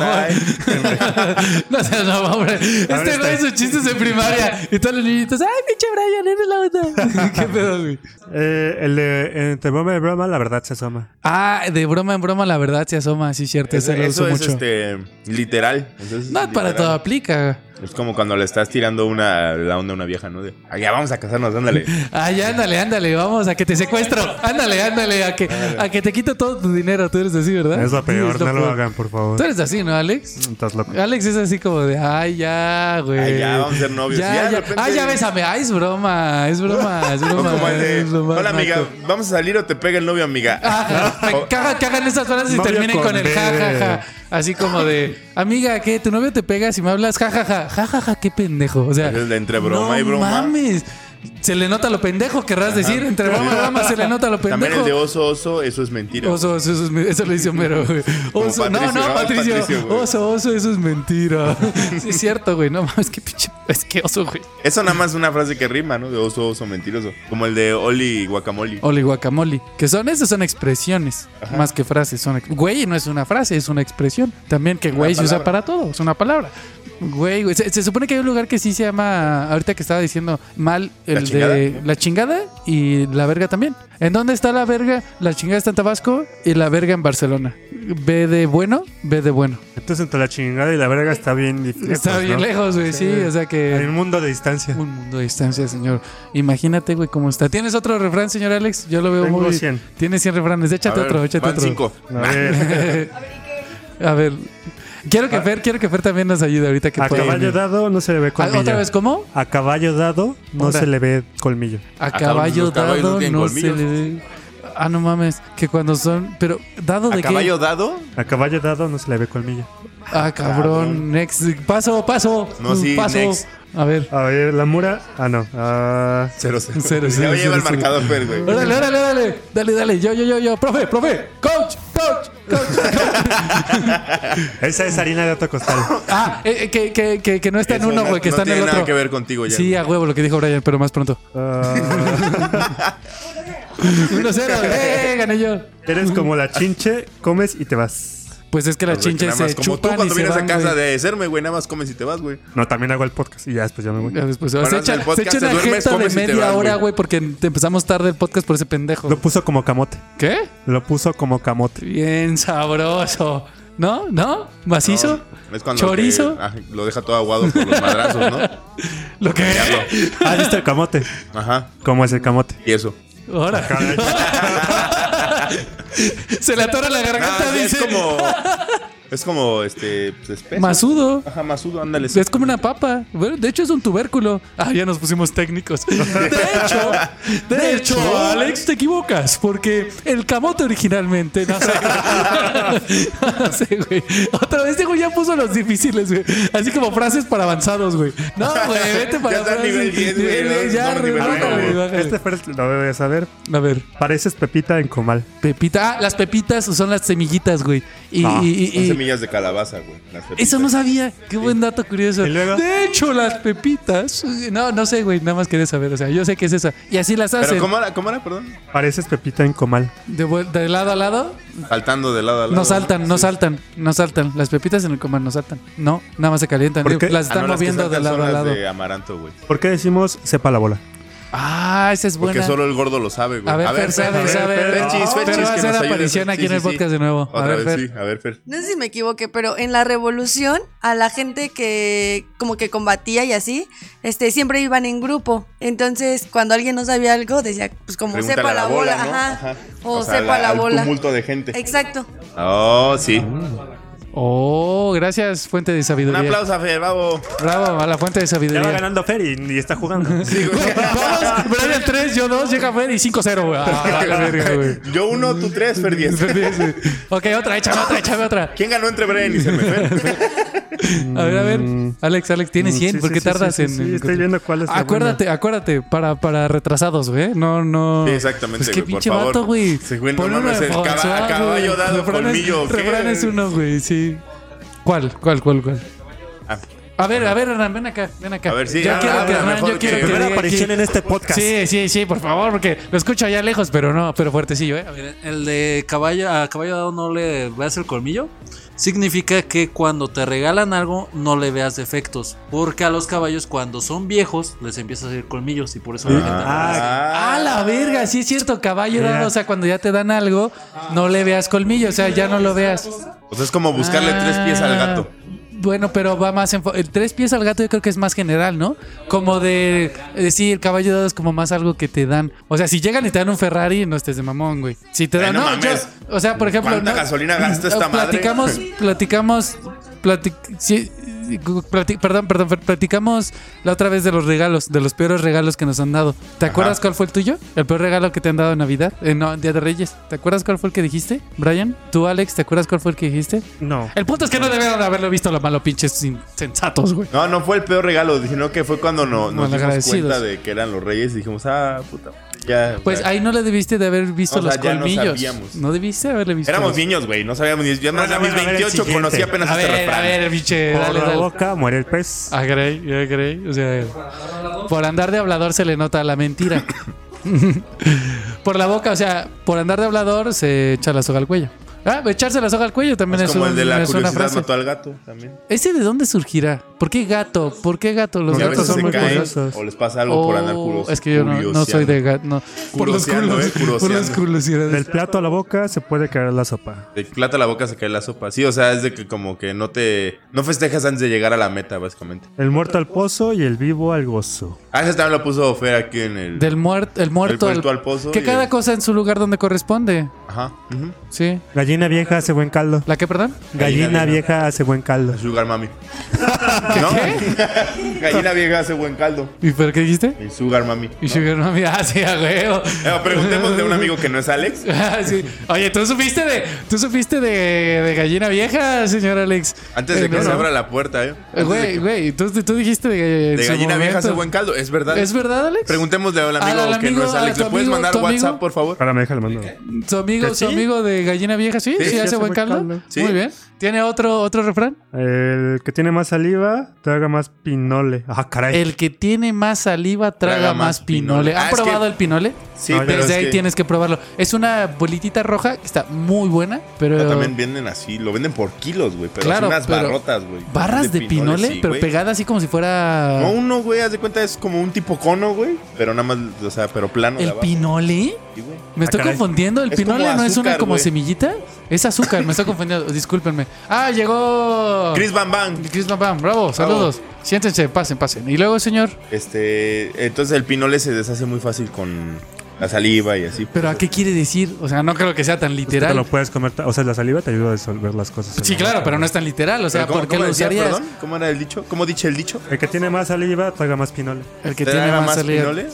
[SPEAKER 2] trae.
[SPEAKER 1] No seas no, hombre. Este güey sus chistes de primaria. Y todos los niñitos, ay, pinche Brian, eres la onda. Qué pedo, güey.
[SPEAKER 3] Eh, el de entre broma y broma, la verdad se asoma.
[SPEAKER 1] Ah, de broma en broma, la verdad se asoma, sí, cierto.
[SPEAKER 2] Eso,
[SPEAKER 1] Eso, lo uso
[SPEAKER 2] eso es
[SPEAKER 1] mucho.
[SPEAKER 2] este, literal. Entonces,
[SPEAKER 1] No, para
[SPEAKER 2] literal.
[SPEAKER 1] todo aplica.
[SPEAKER 2] Es como cuando le estás tirando una, la onda a una vieja, ¿no? De, "Ah, ya vamos a casarnos, ándale.
[SPEAKER 1] Ay, ándale, ándale, vamos, a que te secuestro. Ándale, ándale, a que, a que te quito todo tu dinero. Tú eres así, ¿verdad?
[SPEAKER 3] Es lo peor,
[SPEAKER 1] ¿Eh? Sí,
[SPEAKER 3] no lo
[SPEAKER 1] peor.
[SPEAKER 3] hagan, por
[SPEAKER 1] Tú
[SPEAKER 3] favor.
[SPEAKER 1] eres así, ¿no, Alex?
[SPEAKER 3] Estás loco.
[SPEAKER 1] Alex es así como de, ay, ya, güey.
[SPEAKER 2] Ay, ya, vamos a ser novios.
[SPEAKER 1] Ya,
[SPEAKER 2] Ya,
[SPEAKER 1] ya.
[SPEAKER 2] de repente-
[SPEAKER 1] Ay, ya bésame. Ay, es broma, es broma, es
[SPEAKER 2] O
[SPEAKER 1] broma.
[SPEAKER 2] como el de,
[SPEAKER 1] es lo más
[SPEAKER 2] hola amiga,
[SPEAKER 1] naco".
[SPEAKER 2] vamos a salir o te pega el novio, amiga.
[SPEAKER 1] Ah, me
[SPEAKER 2] O-
[SPEAKER 1] caga que hagan esas frases y
[SPEAKER 3] Novio
[SPEAKER 1] terminen con,
[SPEAKER 3] con
[SPEAKER 1] el jajaja.
[SPEAKER 3] B.
[SPEAKER 1] Así como de, amiga, ¿qué? ¿Tu novio te pega si me hablas? Jajaja, jajaja, qué pendejo. O sea,
[SPEAKER 2] Es de entre broma
[SPEAKER 1] no
[SPEAKER 2] y broma.
[SPEAKER 1] mames. Se le nota lo pendejo, querrás decir. Entre broma y broma se le nota lo
[SPEAKER 2] También el de
[SPEAKER 1] pendejo.
[SPEAKER 2] oso, oso, eso es mentira.
[SPEAKER 1] Oso, oso, eso, es me- eso lo dice Homero, güey.
[SPEAKER 2] Como
[SPEAKER 1] Oso, no,
[SPEAKER 2] Patricio,
[SPEAKER 1] no,
[SPEAKER 2] ¿no?
[SPEAKER 1] Patricio.
[SPEAKER 2] Patricio, güey.
[SPEAKER 1] oso, oso, eso es mentira. Sí, es cierto, güey. No mames, qué pinche. Es que oso, güey.
[SPEAKER 2] Eso nada más es una frase que rima, ¿no? De oso, oso, mentiroso. Como el de Oli Guacamole.
[SPEAKER 1] Oli guacamole. Que son esas son expresiones. Más que frases. Son ex- güey no es una frase, es una expresión. También que güey se usa
[SPEAKER 2] palabra.
[SPEAKER 1] para todo. Es una palabra. Güey, güey. Se, se supone que hay un lugar que sí se llama. Ahorita que estaba diciendo mal el
[SPEAKER 2] La
[SPEAKER 1] de
[SPEAKER 2] chingada.
[SPEAKER 1] la chingada y la verga también. ¿En dónde está la verga? La chingada está en Tabasco y la verga en Barcelona. Ve de bueno, ve de bueno.
[SPEAKER 3] Entonces, entre la chingada y la verga está bien difícil.
[SPEAKER 1] está bien lejos, güey. Sí, o sea que.
[SPEAKER 3] pues, Hay un mundo de distancia.
[SPEAKER 1] Un mundo de distancia, señor. Imagínate, güey, cómo está. ¿Tienes otro refrán, señor Alex? Yo lo veo
[SPEAKER 3] Tengo
[SPEAKER 1] muy.
[SPEAKER 3] 100.
[SPEAKER 1] Tienes 100 refranes. Échate
[SPEAKER 2] A ver,
[SPEAKER 1] otro, échate
[SPEAKER 2] van
[SPEAKER 1] otro.
[SPEAKER 2] cinco.
[SPEAKER 3] A ver,
[SPEAKER 1] A ver. Quiero
[SPEAKER 2] Ah.
[SPEAKER 1] que Fer, quiero que Fer también nos ayude ahorita que
[SPEAKER 3] a
[SPEAKER 1] pueda.
[SPEAKER 3] caballo dado no se le ve
[SPEAKER 1] Ah,
[SPEAKER 3] colmillo.
[SPEAKER 1] ¿Otra vez cómo?
[SPEAKER 3] A caballo dado no
[SPEAKER 1] Otra.
[SPEAKER 3] se le ve colmillo.
[SPEAKER 1] A
[SPEAKER 2] cabrón,
[SPEAKER 1] caballo
[SPEAKER 2] los caballos no
[SPEAKER 1] dado
[SPEAKER 2] tienen
[SPEAKER 1] no se
[SPEAKER 2] colmillos.
[SPEAKER 1] le ve. Ah, no mames, que cuando son, pero dado
[SPEAKER 2] ¿A
[SPEAKER 1] de
[SPEAKER 2] caballo dado?
[SPEAKER 3] A caballo dado no se le ve colmillo.
[SPEAKER 1] qué? Ah, cabrón, next, paso, paso.
[SPEAKER 2] No, sí,
[SPEAKER 1] paso.
[SPEAKER 2] next.
[SPEAKER 1] A ver.
[SPEAKER 3] A ver, la mura. Ah, no. Ah,
[SPEAKER 2] Cero, cero.
[SPEAKER 1] Cero,
[SPEAKER 2] Ya
[SPEAKER 1] cero,
[SPEAKER 2] me
[SPEAKER 1] cero,
[SPEAKER 2] lleva el
[SPEAKER 1] cero.
[SPEAKER 2] marcador, Fer, güey.
[SPEAKER 1] Órale, órale, órale. Dale, dale. Yo, yo, yo, yo. Profe, profe. Coach, coach, coach.
[SPEAKER 3] esa es harina de otro costal.
[SPEAKER 1] Ah, eh, eh, que, que, que, que no está en
[SPEAKER 2] Eso
[SPEAKER 1] uno,
[SPEAKER 2] no-
[SPEAKER 1] güey, que
[SPEAKER 2] no
[SPEAKER 1] está en el
[SPEAKER 2] tiene
[SPEAKER 1] otro.
[SPEAKER 2] nada que ver contigo ya.
[SPEAKER 1] Sí, a huevo lo que dijo Brian, pero más pronto.
[SPEAKER 3] Ah,
[SPEAKER 1] 1-0, eh, gané yo.
[SPEAKER 3] eres como la chinche, comes y te vas.
[SPEAKER 1] Pues es que las
[SPEAKER 2] O sea, que
[SPEAKER 1] chinches
[SPEAKER 2] nada más
[SPEAKER 1] se
[SPEAKER 2] Como tú
[SPEAKER 1] chupan y
[SPEAKER 2] cuando
[SPEAKER 1] se
[SPEAKER 2] vienes
[SPEAKER 1] van,
[SPEAKER 2] a casa
[SPEAKER 1] güey.
[SPEAKER 2] de serme, güey, nada más comes y te vas, güey.
[SPEAKER 3] No, también hago el podcast y ya después ya me voy.
[SPEAKER 1] Ya después,
[SPEAKER 2] Bueno,
[SPEAKER 1] se
[SPEAKER 2] haz el
[SPEAKER 1] echa, se
[SPEAKER 2] podcast,
[SPEAKER 1] echa
[SPEAKER 2] te
[SPEAKER 1] una
[SPEAKER 2] duermes,
[SPEAKER 1] jeta de
[SPEAKER 2] comes y te
[SPEAKER 1] media
[SPEAKER 2] vas,
[SPEAKER 1] hora,
[SPEAKER 2] güey.
[SPEAKER 1] güey, porque te empezamos tarde el podcast por ese pendejo.
[SPEAKER 3] Lo puso como camote.
[SPEAKER 1] ¿Qué?
[SPEAKER 3] Lo puso como camote.
[SPEAKER 1] Bien sabroso. ¿No? ¿No? ¿Macizo?
[SPEAKER 2] No, es cuando
[SPEAKER 1] ¿Chorizo?
[SPEAKER 2] que- ah, lo deja todo aguado por los madrazos, ¿no?
[SPEAKER 1] ¿Lo que?
[SPEAKER 2] Diablo.
[SPEAKER 3] Ah, ¿viste el camote?
[SPEAKER 2] Ajá.
[SPEAKER 3] ¿Cómo es el camote?
[SPEAKER 2] Y eso.
[SPEAKER 1] Ahora. se le atora la garganta,
[SPEAKER 2] Ah, sí,
[SPEAKER 1] dice.
[SPEAKER 2] es como Es como, este, pues, espeso.
[SPEAKER 1] Masudo.
[SPEAKER 2] Ajá, masudo, ándale.
[SPEAKER 1] Es como una papa. Bueno, de hecho, es un tubérculo. Ah, ya nos pusimos técnicos. De hecho, de hecho, Alex, te equivocas. Porque el camote originalmente. No sé. No sé, güey. Otra vez, este güey ya puso los difíciles, güey. Así como frases para avanzados, güey. No, güey, vete para
[SPEAKER 2] Ya está
[SPEAKER 1] frases.
[SPEAKER 2] nivel 10, güey,
[SPEAKER 1] Vele,
[SPEAKER 2] no,
[SPEAKER 1] Ya,
[SPEAKER 2] no,
[SPEAKER 1] re-
[SPEAKER 2] nivel
[SPEAKER 1] bájale,
[SPEAKER 2] nueve,
[SPEAKER 1] güey,
[SPEAKER 2] güey.
[SPEAKER 1] bájale.
[SPEAKER 3] Este Fer lo debes saber.
[SPEAKER 1] A ver.
[SPEAKER 3] Pareces Pepita en comal.
[SPEAKER 1] Pepita. Ah, las pepitas son las semillitas, güey. Y,
[SPEAKER 3] Ah,
[SPEAKER 1] y- y-
[SPEAKER 2] Son
[SPEAKER 1] y-
[SPEAKER 2] semillas de calabaza, güey. las
[SPEAKER 1] eso no
[SPEAKER 2] pepitas.
[SPEAKER 1] sabía. Qué buen dato curioso.
[SPEAKER 3] ¿Y luego?
[SPEAKER 1] De hecho, las pepitas. No, no sé, güey. Nada más quería saber. O sea, yo sé que es esa. Y así las hacen.
[SPEAKER 2] Pero, ¿cómo era, ¿cómo era, perdón?
[SPEAKER 3] Pareces Pepita en comal.
[SPEAKER 1] De, vuel- de lado a lado.
[SPEAKER 2] Saltando de lado a lado.
[SPEAKER 1] No saltan, no saltan, no saltan. Las pepitas en el comal no saltan. No, nada más se calientan.
[SPEAKER 3] ¿Por qué?
[SPEAKER 1] Las
[SPEAKER 2] Ah, no,
[SPEAKER 1] están
[SPEAKER 2] las que
[SPEAKER 1] moviendo de
[SPEAKER 2] saltan son
[SPEAKER 1] lado a
[SPEAKER 2] las
[SPEAKER 1] lado.
[SPEAKER 2] de amaranto, güey.
[SPEAKER 3] ¿Por qué decimos sepa la bola?
[SPEAKER 1] Ah, esa es
[SPEAKER 2] Porque
[SPEAKER 1] buena.
[SPEAKER 2] solo el gordo lo sabe, güey.
[SPEAKER 1] A ver, Fer,
[SPEAKER 2] Fer,
[SPEAKER 1] sabe,
[SPEAKER 2] a ver,
[SPEAKER 1] sabe.
[SPEAKER 2] Fer, Ferchis,
[SPEAKER 1] No,
[SPEAKER 2] Ferchis,
[SPEAKER 1] Fer va a
[SPEAKER 2] que
[SPEAKER 1] hacer
[SPEAKER 2] nos ayudes.
[SPEAKER 1] aparición
[SPEAKER 2] Sí,
[SPEAKER 1] aquí en
[SPEAKER 2] sí,
[SPEAKER 1] el
[SPEAKER 2] sí.
[SPEAKER 1] podcast de nuevo. A
[SPEAKER 2] Otra
[SPEAKER 1] ver,
[SPEAKER 2] vez,
[SPEAKER 1] Fer.
[SPEAKER 2] sí. A ver, Fer.
[SPEAKER 4] No sé si me equivoqué, pero en la revolución a la gente que como que combatía y así, este siempre iban en grupo. Entonces, cuando alguien no sabía algo, decía, pues como
[SPEAKER 2] Pregúntale
[SPEAKER 4] sepa la bola,
[SPEAKER 2] ¿no?
[SPEAKER 4] ajá, o,
[SPEAKER 2] sea,
[SPEAKER 4] sepa la,
[SPEAKER 2] al
[SPEAKER 4] bola.
[SPEAKER 2] tumulto de gente.
[SPEAKER 4] Exacto.
[SPEAKER 2] Oh,
[SPEAKER 1] Ah,
[SPEAKER 2] sí.
[SPEAKER 1] Oh, gracias, fuente de
[SPEAKER 2] Un
[SPEAKER 1] sabiduría.
[SPEAKER 2] aplauso a Fer, bravo.
[SPEAKER 1] Bravo a la fuente de
[SPEAKER 3] Ya va
[SPEAKER 1] sabiduría.
[SPEAKER 3] ganando Fer y, y está jugando.
[SPEAKER 1] Güey, Vamos, Brian 3, yo 2, llega Fer y 5-0, güey. Ah, la verga, güey.
[SPEAKER 2] Yo uno, tú tres, Fer diez.
[SPEAKER 1] Ok, otra, échame otra, échame otra.
[SPEAKER 2] ¿Quién ganó entre Brian y Selmer, Fer?
[SPEAKER 1] A ver, a ver. Alex, Alex, tienes
[SPEAKER 3] Mm,
[SPEAKER 1] 100.
[SPEAKER 3] sí,
[SPEAKER 1] ¿Por
[SPEAKER 3] sí,
[SPEAKER 1] qué
[SPEAKER 3] sí,
[SPEAKER 1] tardas
[SPEAKER 3] sí,
[SPEAKER 1] en.?
[SPEAKER 3] sí, sí,
[SPEAKER 1] en-
[SPEAKER 3] estoy viendo cuál es la
[SPEAKER 1] Acuérdate, acuérdate. Para, para retrasados, güey. No, no.
[SPEAKER 2] Sí, exactamente,
[SPEAKER 1] Es que
[SPEAKER 2] güey, por
[SPEAKER 1] pinche
[SPEAKER 2] favor.
[SPEAKER 1] vato, güey.
[SPEAKER 2] Sí, güey, no
[SPEAKER 1] Ponle uno
[SPEAKER 2] mames,
[SPEAKER 1] de
[SPEAKER 2] el caba-
[SPEAKER 1] François,
[SPEAKER 2] caballo
[SPEAKER 1] güey.
[SPEAKER 2] dado
[SPEAKER 1] Refranes-
[SPEAKER 2] colmillo, ¿qué?
[SPEAKER 1] Refranes uno, güey, sí. ¿Cuál, cuál, cuál, cuál?
[SPEAKER 2] Ah,
[SPEAKER 1] A ver, a ver, Hernán, ven acá, ven acá.
[SPEAKER 2] A ver, sí,
[SPEAKER 1] yo
[SPEAKER 2] habla,
[SPEAKER 1] quiero que
[SPEAKER 2] habla
[SPEAKER 1] Hernán,
[SPEAKER 2] mejor
[SPEAKER 1] yo quiero
[SPEAKER 2] que-
[SPEAKER 1] que
[SPEAKER 2] Primera
[SPEAKER 1] diga aquí-
[SPEAKER 3] este podcast.
[SPEAKER 1] Sí, sí, sí, por favor, porque lo escucho allá lejos, pero no, pero fuertecillo, ¿eh?
[SPEAKER 5] A ver, el de caballo, a caballo dado no le veas el colmillo. Significa que cuando te regalan algo no le veas defectos. Porque a los caballos cuando son viejos les empieza a salir colmillos y por eso la gente-
[SPEAKER 1] Ah, la verga, sí es cierto, caballero. O sea, cuando ya te dan algo, no le veas colmillo, o sea, ya no lo veas.
[SPEAKER 2] O sea, es como buscarle tres pies al gato.
[SPEAKER 1] Ah, Bueno, pero va más en. fo- El tres pies al gato yo creo que es más general, ¿no? Como de. eh, sí, el caballo dado es como más algo que te dan. O sea, si llegan y te dan un Ferrari, no estés de mamón, güey. Si te
[SPEAKER 2] Ay,
[SPEAKER 1] dan.
[SPEAKER 2] no
[SPEAKER 1] no, yo-
[SPEAKER 2] mames.
[SPEAKER 1] o sea, por ejemplo.
[SPEAKER 2] ¿Cuánta
[SPEAKER 1] no-
[SPEAKER 2] gasolina gasta esta madre?
[SPEAKER 1] platicamos, Platicamos. platic- sí, plati- perdón, perdón, per- platicamos la otra vez de los regalos, de los peores regalos que nos han dado. ¿Te acuerdas cuál fue el tuyo? El peor regalo que te han dado en Navidad, eh, no, en Día de Reyes. ¿Te acuerdas cuál fue el que dijiste, Brian? ¿Tú, Alex, te acuerdas cuál fue el que dijiste?
[SPEAKER 3] No.
[SPEAKER 1] El punto es que no debieron de haberlo visto los malos pinches insensatos, güey.
[SPEAKER 2] No, no fue el peor regalo, sino que fue cuando no- nos dimos
[SPEAKER 1] Malagradecidos.
[SPEAKER 2] cuenta de que eran los reyes y dijimos, ah, puta. Ya.
[SPEAKER 1] Pues
[SPEAKER 2] ya.
[SPEAKER 1] ahí no le debiste de haber visto
[SPEAKER 2] O sea,
[SPEAKER 1] los
[SPEAKER 2] ya no
[SPEAKER 1] colmillos. No,
[SPEAKER 2] sabíamos.
[SPEAKER 1] debiste haberle visto.
[SPEAKER 2] Éramos
[SPEAKER 1] los-
[SPEAKER 2] niños, güey, no sabíamos ni. Yo más
[SPEAKER 3] Bueno,
[SPEAKER 2] a mis
[SPEAKER 3] bueno, a ver el
[SPEAKER 2] 28
[SPEAKER 3] siguiente.
[SPEAKER 2] conocí apenas
[SPEAKER 1] A
[SPEAKER 2] este
[SPEAKER 1] ver,
[SPEAKER 2] refrán.
[SPEAKER 1] a ver, pinche.
[SPEAKER 3] Por
[SPEAKER 1] Dale,
[SPEAKER 3] la
[SPEAKER 1] dale.
[SPEAKER 3] boca muere el pez.
[SPEAKER 1] Ah, caray, ah, caray. O sea, por andar de hablador se le nota la mentira. por la boca, o sea, por andar de hablador se echa la soga al cuello. Ah, echarse la soga al cuello también
[SPEAKER 2] Es
[SPEAKER 1] es,
[SPEAKER 2] como el
[SPEAKER 1] un-
[SPEAKER 2] de la
[SPEAKER 1] es una
[SPEAKER 2] curiosidad
[SPEAKER 1] frase.
[SPEAKER 2] mató al gato también.
[SPEAKER 1] ¿Ese de dónde surgirá? ¿Por qué gato? ¿Por qué gato? Los
[SPEAKER 2] Y a veces
[SPEAKER 1] gatos son
[SPEAKER 2] se
[SPEAKER 1] muy
[SPEAKER 2] caen
[SPEAKER 1] curiosos.
[SPEAKER 2] o les pasa algo por andar
[SPEAKER 1] Oh,
[SPEAKER 2] curos.
[SPEAKER 1] Es que yo no, no soy de gato. No. Por los
[SPEAKER 2] Curioseando,
[SPEAKER 1] culos.
[SPEAKER 2] eh, curioseando.
[SPEAKER 1] por las curiosidades.
[SPEAKER 3] Del plato a la boca se puede caer la sopa.
[SPEAKER 2] De plata a la boca se cae la sopa. Sí, o sea, es de que como que no te. No festejas antes de llegar a la meta, básicamente.
[SPEAKER 3] El muerto al pozo y el vivo al gozo.
[SPEAKER 2] Ah, ese también lo puso Fer aquí en el.
[SPEAKER 1] Del muerto, el muerto.
[SPEAKER 2] El muerto al pozo
[SPEAKER 1] Que
[SPEAKER 2] y
[SPEAKER 1] cada
[SPEAKER 2] el-
[SPEAKER 1] cosa en su lugar donde corresponde.
[SPEAKER 2] Ajá. ujú.
[SPEAKER 1] Sí.
[SPEAKER 3] Gallina vieja hace buen caldo.
[SPEAKER 1] ¿La que, perdón?
[SPEAKER 3] Gallina
[SPEAKER 2] Gallina
[SPEAKER 3] vieja hace buen caldo.
[SPEAKER 2] Sugar mami. ¿No? Gallina vieja hace buen caldo.
[SPEAKER 1] ¿Y por qué dijiste?
[SPEAKER 2] El sugar mami.
[SPEAKER 1] Y Sugar Mami, ah, sí, a huevo.
[SPEAKER 2] Eh, preguntémosle a un amigo que no es Alex.
[SPEAKER 1] Ah, sí. Oye, ¿tú supiste de, tú supiste de, de gallina vieja, señor Alex?
[SPEAKER 2] Antes de
[SPEAKER 1] Eh,
[SPEAKER 2] que
[SPEAKER 1] no,
[SPEAKER 2] se
[SPEAKER 1] no.
[SPEAKER 2] abra la puerta,
[SPEAKER 1] Eh,
[SPEAKER 2] ¿eh? Antes de
[SPEAKER 1] Güey,
[SPEAKER 2] que-
[SPEAKER 1] güey, tú, tú dijiste de, en
[SPEAKER 2] De
[SPEAKER 1] su
[SPEAKER 2] gallina vieja hace
[SPEAKER 1] momento.
[SPEAKER 2] buen caldo. ¿Es verdad?
[SPEAKER 1] ¿Es verdad, Alex?
[SPEAKER 2] Preguntémosle a un amigo,
[SPEAKER 1] Al
[SPEAKER 2] que
[SPEAKER 1] amigo,
[SPEAKER 2] no es
[SPEAKER 1] a
[SPEAKER 2] Alex.
[SPEAKER 1] tu
[SPEAKER 2] ¿Le puedes
[SPEAKER 1] amigo,
[SPEAKER 2] mandar
[SPEAKER 1] tu amigo?
[SPEAKER 2] WhatsApp, por favor?
[SPEAKER 3] Ahora me deja el mando.
[SPEAKER 1] ¿Tu amigo,
[SPEAKER 3] ¿Que
[SPEAKER 1] su
[SPEAKER 3] sí?
[SPEAKER 1] amigo de gallina vieja? Sí, sí,
[SPEAKER 2] sí,
[SPEAKER 1] hace buen caldo.
[SPEAKER 2] Sí.
[SPEAKER 1] Muy bien. ¿Tiene otro, otro refrán?
[SPEAKER 3] El que tiene más saliva, traga más pinole. Ah, caray.
[SPEAKER 1] El que tiene más saliva traga,
[SPEAKER 2] Traga
[SPEAKER 1] más
[SPEAKER 2] más
[SPEAKER 1] pinole.
[SPEAKER 2] pinole.
[SPEAKER 1] ¿Han
[SPEAKER 2] Ah, es que-
[SPEAKER 1] probado el pinole?
[SPEAKER 2] Sí,
[SPEAKER 3] No, ya
[SPEAKER 2] pero
[SPEAKER 1] Desde
[SPEAKER 2] es
[SPEAKER 1] ahí
[SPEAKER 2] que-
[SPEAKER 1] tienes que probarlo. Es una bolitita roja que está muy buena, pero...
[SPEAKER 2] Pero también venden así, lo venden por kilos, güey. Pero
[SPEAKER 1] Claro,
[SPEAKER 2] son unas
[SPEAKER 1] pero-
[SPEAKER 2] barrotas, güey.
[SPEAKER 1] Barras de, pinole,
[SPEAKER 2] sí,
[SPEAKER 1] pero
[SPEAKER 2] güey.
[SPEAKER 1] pegada así como si fuera...
[SPEAKER 2] No, uno, güey, haz de cuenta, es como un tipo cono, güey. Pero nada más, o sea, pero plano. de
[SPEAKER 1] ¿El
[SPEAKER 2] abajo.
[SPEAKER 1] pinole?
[SPEAKER 2] Sí, güey.
[SPEAKER 1] Me estoy
[SPEAKER 3] caray.
[SPEAKER 1] confundiendo. El
[SPEAKER 2] Ah, Es
[SPEAKER 1] pinole
[SPEAKER 2] como
[SPEAKER 1] no es una
[SPEAKER 2] azúcar,
[SPEAKER 1] como
[SPEAKER 2] güey.
[SPEAKER 1] semillita. Es azúcar, me estoy confundiendo. Discúlpenme. Ah, llegó.
[SPEAKER 2] Chris Van Van.
[SPEAKER 1] Chris Van Van, bravo, saludos. Siéntense, pasen, pasen. Y luego, señor.
[SPEAKER 2] Este, entonces el pinole se deshace muy fácil con la saliva y así.
[SPEAKER 1] Pero ¿a qué quiere decir? O sea, no creo que sea tan
[SPEAKER 3] Te
[SPEAKER 1] literal.
[SPEAKER 3] lo puedes comer. ta- O sea, la saliva te ayuda a disolver las cosas. en
[SPEAKER 1] Sí,
[SPEAKER 3] la
[SPEAKER 1] claro,
[SPEAKER 3] boca,
[SPEAKER 1] pero no
[SPEAKER 3] güey.
[SPEAKER 1] es tan literal. O sea,
[SPEAKER 2] ¿Cómo-
[SPEAKER 1] ¿por qué
[SPEAKER 2] cómo
[SPEAKER 1] lo
[SPEAKER 2] decía,
[SPEAKER 1] usarías?
[SPEAKER 2] perdón? ¿Cómo era el dicho? ¿Cómo dice el dicho?
[SPEAKER 3] El que tiene más saliva traga más pinole.
[SPEAKER 1] El que
[SPEAKER 2] ¿Traga
[SPEAKER 1] tiene más
[SPEAKER 2] más
[SPEAKER 1] salida.
[SPEAKER 2] pinole?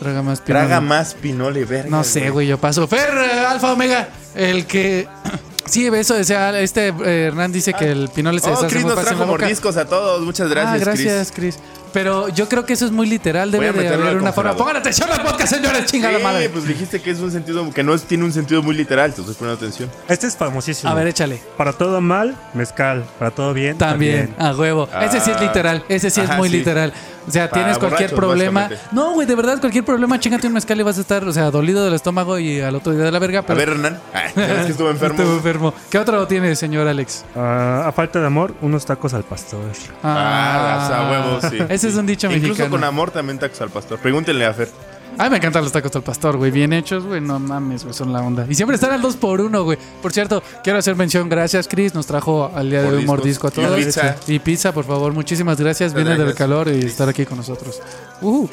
[SPEAKER 1] Traga más pinole.
[SPEAKER 2] Traga más pinole, verga.
[SPEAKER 1] No sé, güey, yo paso. Fer, eh, Alfa Omega, el que. Sí, eso, o sea, este eh, Hernán dice que el pinole se
[SPEAKER 2] Oh,
[SPEAKER 1] deshace
[SPEAKER 2] Chris
[SPEAKER 1] muy
[SPEAKER 2] nos
[SPEAKER 1] fácil en
[SPEAKER 2] trajo
[SPEAKER 1] la boca.
[SPEAKER 2] mordiscos a todos. Muchas gracias,
[SPEAKER 1] ah, gracias,
[SPEAKER 2] Chris.
[SPEAKER 1] Chris. Pero yo creo que eso es muy literal.
[SPEAKER 2] Voy
[SPEAKER 1] Debe
[SPEAKER 2] a
[SPEAKER 1] de
[SPEAKER 2] meterlo
[SPEAKER 1] haber
[SPEAKER 2] al
[SPEAKER 1] una forma.
[SPEAKER 2] congelador.
[SPEAKER 1] Pongan atención las podcast, señores. Chinga la
[SPEAKER 2] Sí,
[SPEAKER 1] madre.
[SPEAKER 2] pues dijiste que es un sentido que no es- tiene un sentido muy literal. Te estoy poniendo atención.
[SPEAKER 3] Este es famosísimo.
[SPEAKER 1] A ver, échale.
[SPEAKER 3] Para todo mal, mezcal. Para todo bien,
[SPEAKER 1] También,
[SPEAKER 3] también.
[SPEAKER 1] a huevo. Ese sí es
[SPEAKER 2] Ah.
[SPEAKER 1] literal. Ese sí es
[SPEAKER 2] Ajá,
[SPEAKER 1] muy
[SPEAKER 2] sí.
[SPEAKER 1] literal. O sea,
[SPEAKER 2] Para
[SPEAKER 1] tienes cualquier
[SPEAKER 2] borrachos,
[SPEAKER 1] problema.
[SPEAKER 2] básicamente.
[SPEAKER 1] No, güey, de verdad, cualquier problema, chingate un mezcal y vas a estar, o sea, dolido del estómago y al otro día de la verga.
[SPEAKER 2] A
[SPEAKER 1] Pero
[SPEAKER 2] ver, Hernán. Ah, es que estuve enfermo.
[SPEAKER 1] Estuvo enfermo. ¿Qué otro tiene, señor Alex?
[SPEAKER 3] Ah, a falta de amor, unos tacos al pastor.
[SPEAKER 2] Ah, o sea, huevos, sí.
[SPEAKER 1] Ese es un dicho
[SPEAKER 2] Incluso
[SPEAKER 1] mexicano.
[SPEAKER 2] con amor también tacos al pastor. Pregúntenle a Fer.
[SPEAKER 1] Ay, me encantan los tacos al pastor, güey. Bien hechos, güey. No mames, güey. Son la onda. Y siempre están al 2 por 1 güey. Por cierto, quiero hacer mención. Gracias, Chris. Nos trajo al día de hoy un mordisco a
[SPEAKER 2] Mordiscos. Y
[SPEAKER 1] todos.
[SPEAKER 2] pizza.
[SPEAKER 1] Y pizza, por favor. Muchísimas gracias. Viene del
[SPEAKER 2] Gracias.
[SPEAKER 1] calor y estar aquí con nosotros. Uh,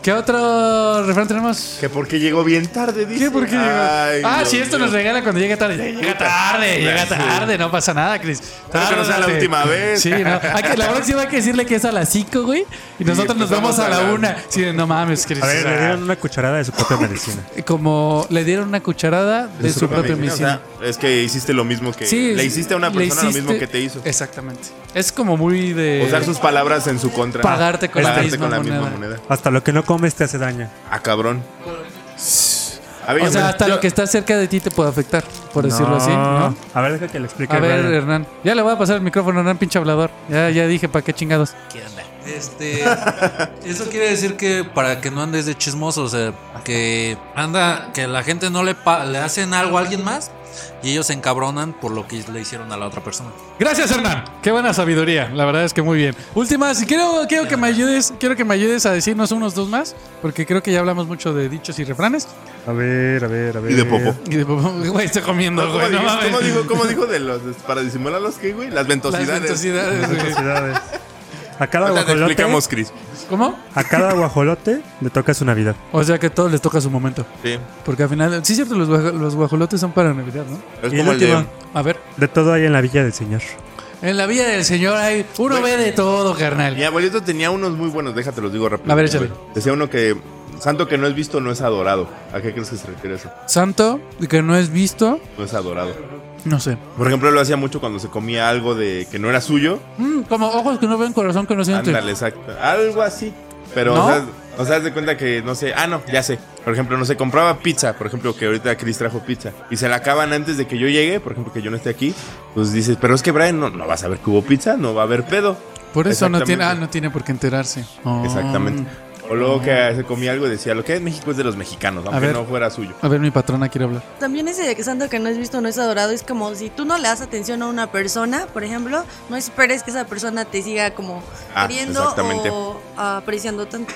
[SPEAKER 1] ¿Qué otro refrán tenemos?
[SPEAKER 2] Que porque llegó bien tarde, dice.
[SPEAKER 1] ¿Qué? ¿Por qué llegó?
[SPEAKER 2] Ay,
[SPEAKER 1] ah,
[SPEAKER 2] Dios
[SPEAKER 1] sí, esto
[SPEAKER 2] mío.
[SPEAKER 1] nos regala cuando llegue tarde. Llega tarde, llega tarde, no pasa nada, Chris.
[SPEAKER 2] Espero que no sea la
[SPEAKER 1] Tárdate.
[SPEAKER 2] última vez.
[SPEAKER 1] Sí, no. Hay que, la próxima hay que decirle que es a las 5, güey. Y nosotros nos vamos
[SPEAKER 2] empezamos
[SPEAKER 1] a
[SPEAKER 2] a
[SPEAKER 1] la
[SPEAKER 2] la-
[SPEAKER 1] 1. Sí, no mames, Chris.
[SPEAKER 3] A ver,
[SPEAKER 1] o
[SPEAKER 3] le
[SPEAKER 1] sea,
[SPEAKER 3] dieron una cucharada de su propia medicina.
[SPEAKER 1] como le dieron una cucharada de su propia
[SPEAKER 2] medicina,
[SPEAKER 1] medicina.
[SPEAKER 2] o sea, es que hiciste lo mismo que.
[SPEAKER 1] Sí,
[SPEAKER 2] le hiciste a una
[SPEAKER 1] le
[SPEAKER 2] persona lo mismo
[SPEAKER 1] hiciste- este
[SPEAKER 2] que te hizo.
[SPEAKER 1] Exactamente. Es como muy de.
[SPEAKER 2] Usar sus palabras en su contra.
[SPEAKER 1] Pagarte con la
[SPEAKER 2] Pagarte
[SPEAKER 1] misma moneda.
[SPEAKER 3] Hasta lo que no comes te hace daño.
[SPEAKER 2] Ah, cabrón. A ver,
[SPEAKER 1] o
[SPEAKER 2] yo
[SPEAKER 1] sea,
[SPEAKER 2] me-
[SPEAKER 1] hasta
[SPEAKER 2] yo-
[SPEAKER 1] lo que está cerca de ti te puede afectar, por decirlo así. ¿no?
[SPEAKER 3] A ver, deja que le explique.
[SPEAKER 1] A ver, er-
[SPEAKER 3] Brian.
[SPEAKER 1] Hernán. Ya le voy a pasar el micrófono a Hernán, pinche hablador. Ya, ya dije, ¿para qué chingados?
[SPEAKER 5] ah, Este, eso quiere decir que para que no andes de chismoso, o sea, que anda, que la gente no le, pa- le hacen algo a alguien más y ellos se encabronan por lo que le hicieron a la otra persona.
[SPEAKER 1] Gracias, Hernán. Qué buena sabiduría. La verdad es que muy bien. Últimas, quiero, quiero que me ayudes, quiero que me ayudes a decirnos unos dos más, porque creo que ya hablamos mucho de dichos y refranes.
[SPEAKER 3] A ver, a ver, a ver.
[SPEAKER 2] Y de popo.
[SPEAKER 1] Y de güey, estoy comiendo,
[SPEAKER 2] ¿Cómo,
[SPEAKER 1] güey. No
[SPEAKER 2] dijo,
[SPEAKER 1] mames.
[SPEAKER 2] cómo dijo- cómo dijo de los para disimular los que, güey? Las
[SPEAKER 1] Las
[SPEAKER 2] ventosidades.
[SPEAKER 1] ventosidades, güey.
[SPEAKER 3] Curiosidades. A cada
[SPEAKER 2] Ahorita te
[SPEAKER 3] guajolote,
[SPEAKER 2] explicamos, Chris.
[SPEAKER 1] ¿Cómo?
[SPEAKER 3] a cada guajolote le toca su Navidad.
[SPEAKER 1] O sea que a todos les toca su momento.
[SPEAKER 2] Sí.
[SPEAKER 1] Porque al final, sí es cierto, los, guaj- los guajolotes son para Navidad, ¿no?
[SPEAKER 2] Es
[SPEAKER 3] Y el
[SPEAKER 2] como el de.
[SPEAKER 3] último.
[SPEAKER 1] A ver,
[SPEAKER 3] De todo hay en la villa del Señor.
[SPEAKER 1] en la vida del Señor hay uno ve de todo, carnal.
[SPEAKER 2] Mi abuelito tenía unos muy buenos, déjate los digo rápido.
[SPEAKER 1] A ver, échale.
[SPEAKER 2] Decía uno que santo que no es visto no es adorado. ¿A qué crees que se refiere eso?
[SPEAKER 1] Santo que no es visto,
[SPEAKER 2] No es adorado.
[SPEAKER 1] no sé.
[SPEAKER 2] Por ejemplo, lo hacía mucho cuando se comía algo de que no era suyo.
[SPEAKER 1] Mm, como ojos que no ven, corazón que no siente.
[SPEAKER 2] Ándale, exacto. Algo así. Pero,
[SPEAKER 1] ¿No?
[SPEAKER 2] o sea, o sea, haz de cuenta que no sé. Ah, no, ya sé. Por ejemplo, no sé, compraba pizza. Por ejemplo, que ahorita Chris trajo pizza. Y se la acaban antes de que yo llegue. Por ejemplo, que yo no esté aquí. Pues dices, pero es que Brian no, no vas a ver que hubo pizza. No va a haber pedo.
[SPEAKER 1] Por eso no tiene, ah,
[SPEAKER 2] Exactamente.
[SPEAKER 1] no tiene por qué enterarse. Oh.
[SPEAKER 2] Exactamente. O luego que se comía algo y decía, lo que es México es de los mexicanos, aunque
[SPEAKER 1] Ah. ver.
[SPEAKER 2] no fuera suyo.
[SPEAKER 1] A ver, mi patrona quiere hablar.
[SPEAKER 4] También ese de que santo que no es visto no es adorado es como si tú no le das atención a una persona, por ejemplo, no esperes que esa persona te siga como
[SPEAKER 2] Ah,
[SPEAKER 4] queriendo
[SPEAKER 2] exactamente.
[SPEAKER 4] o apreciando tanto.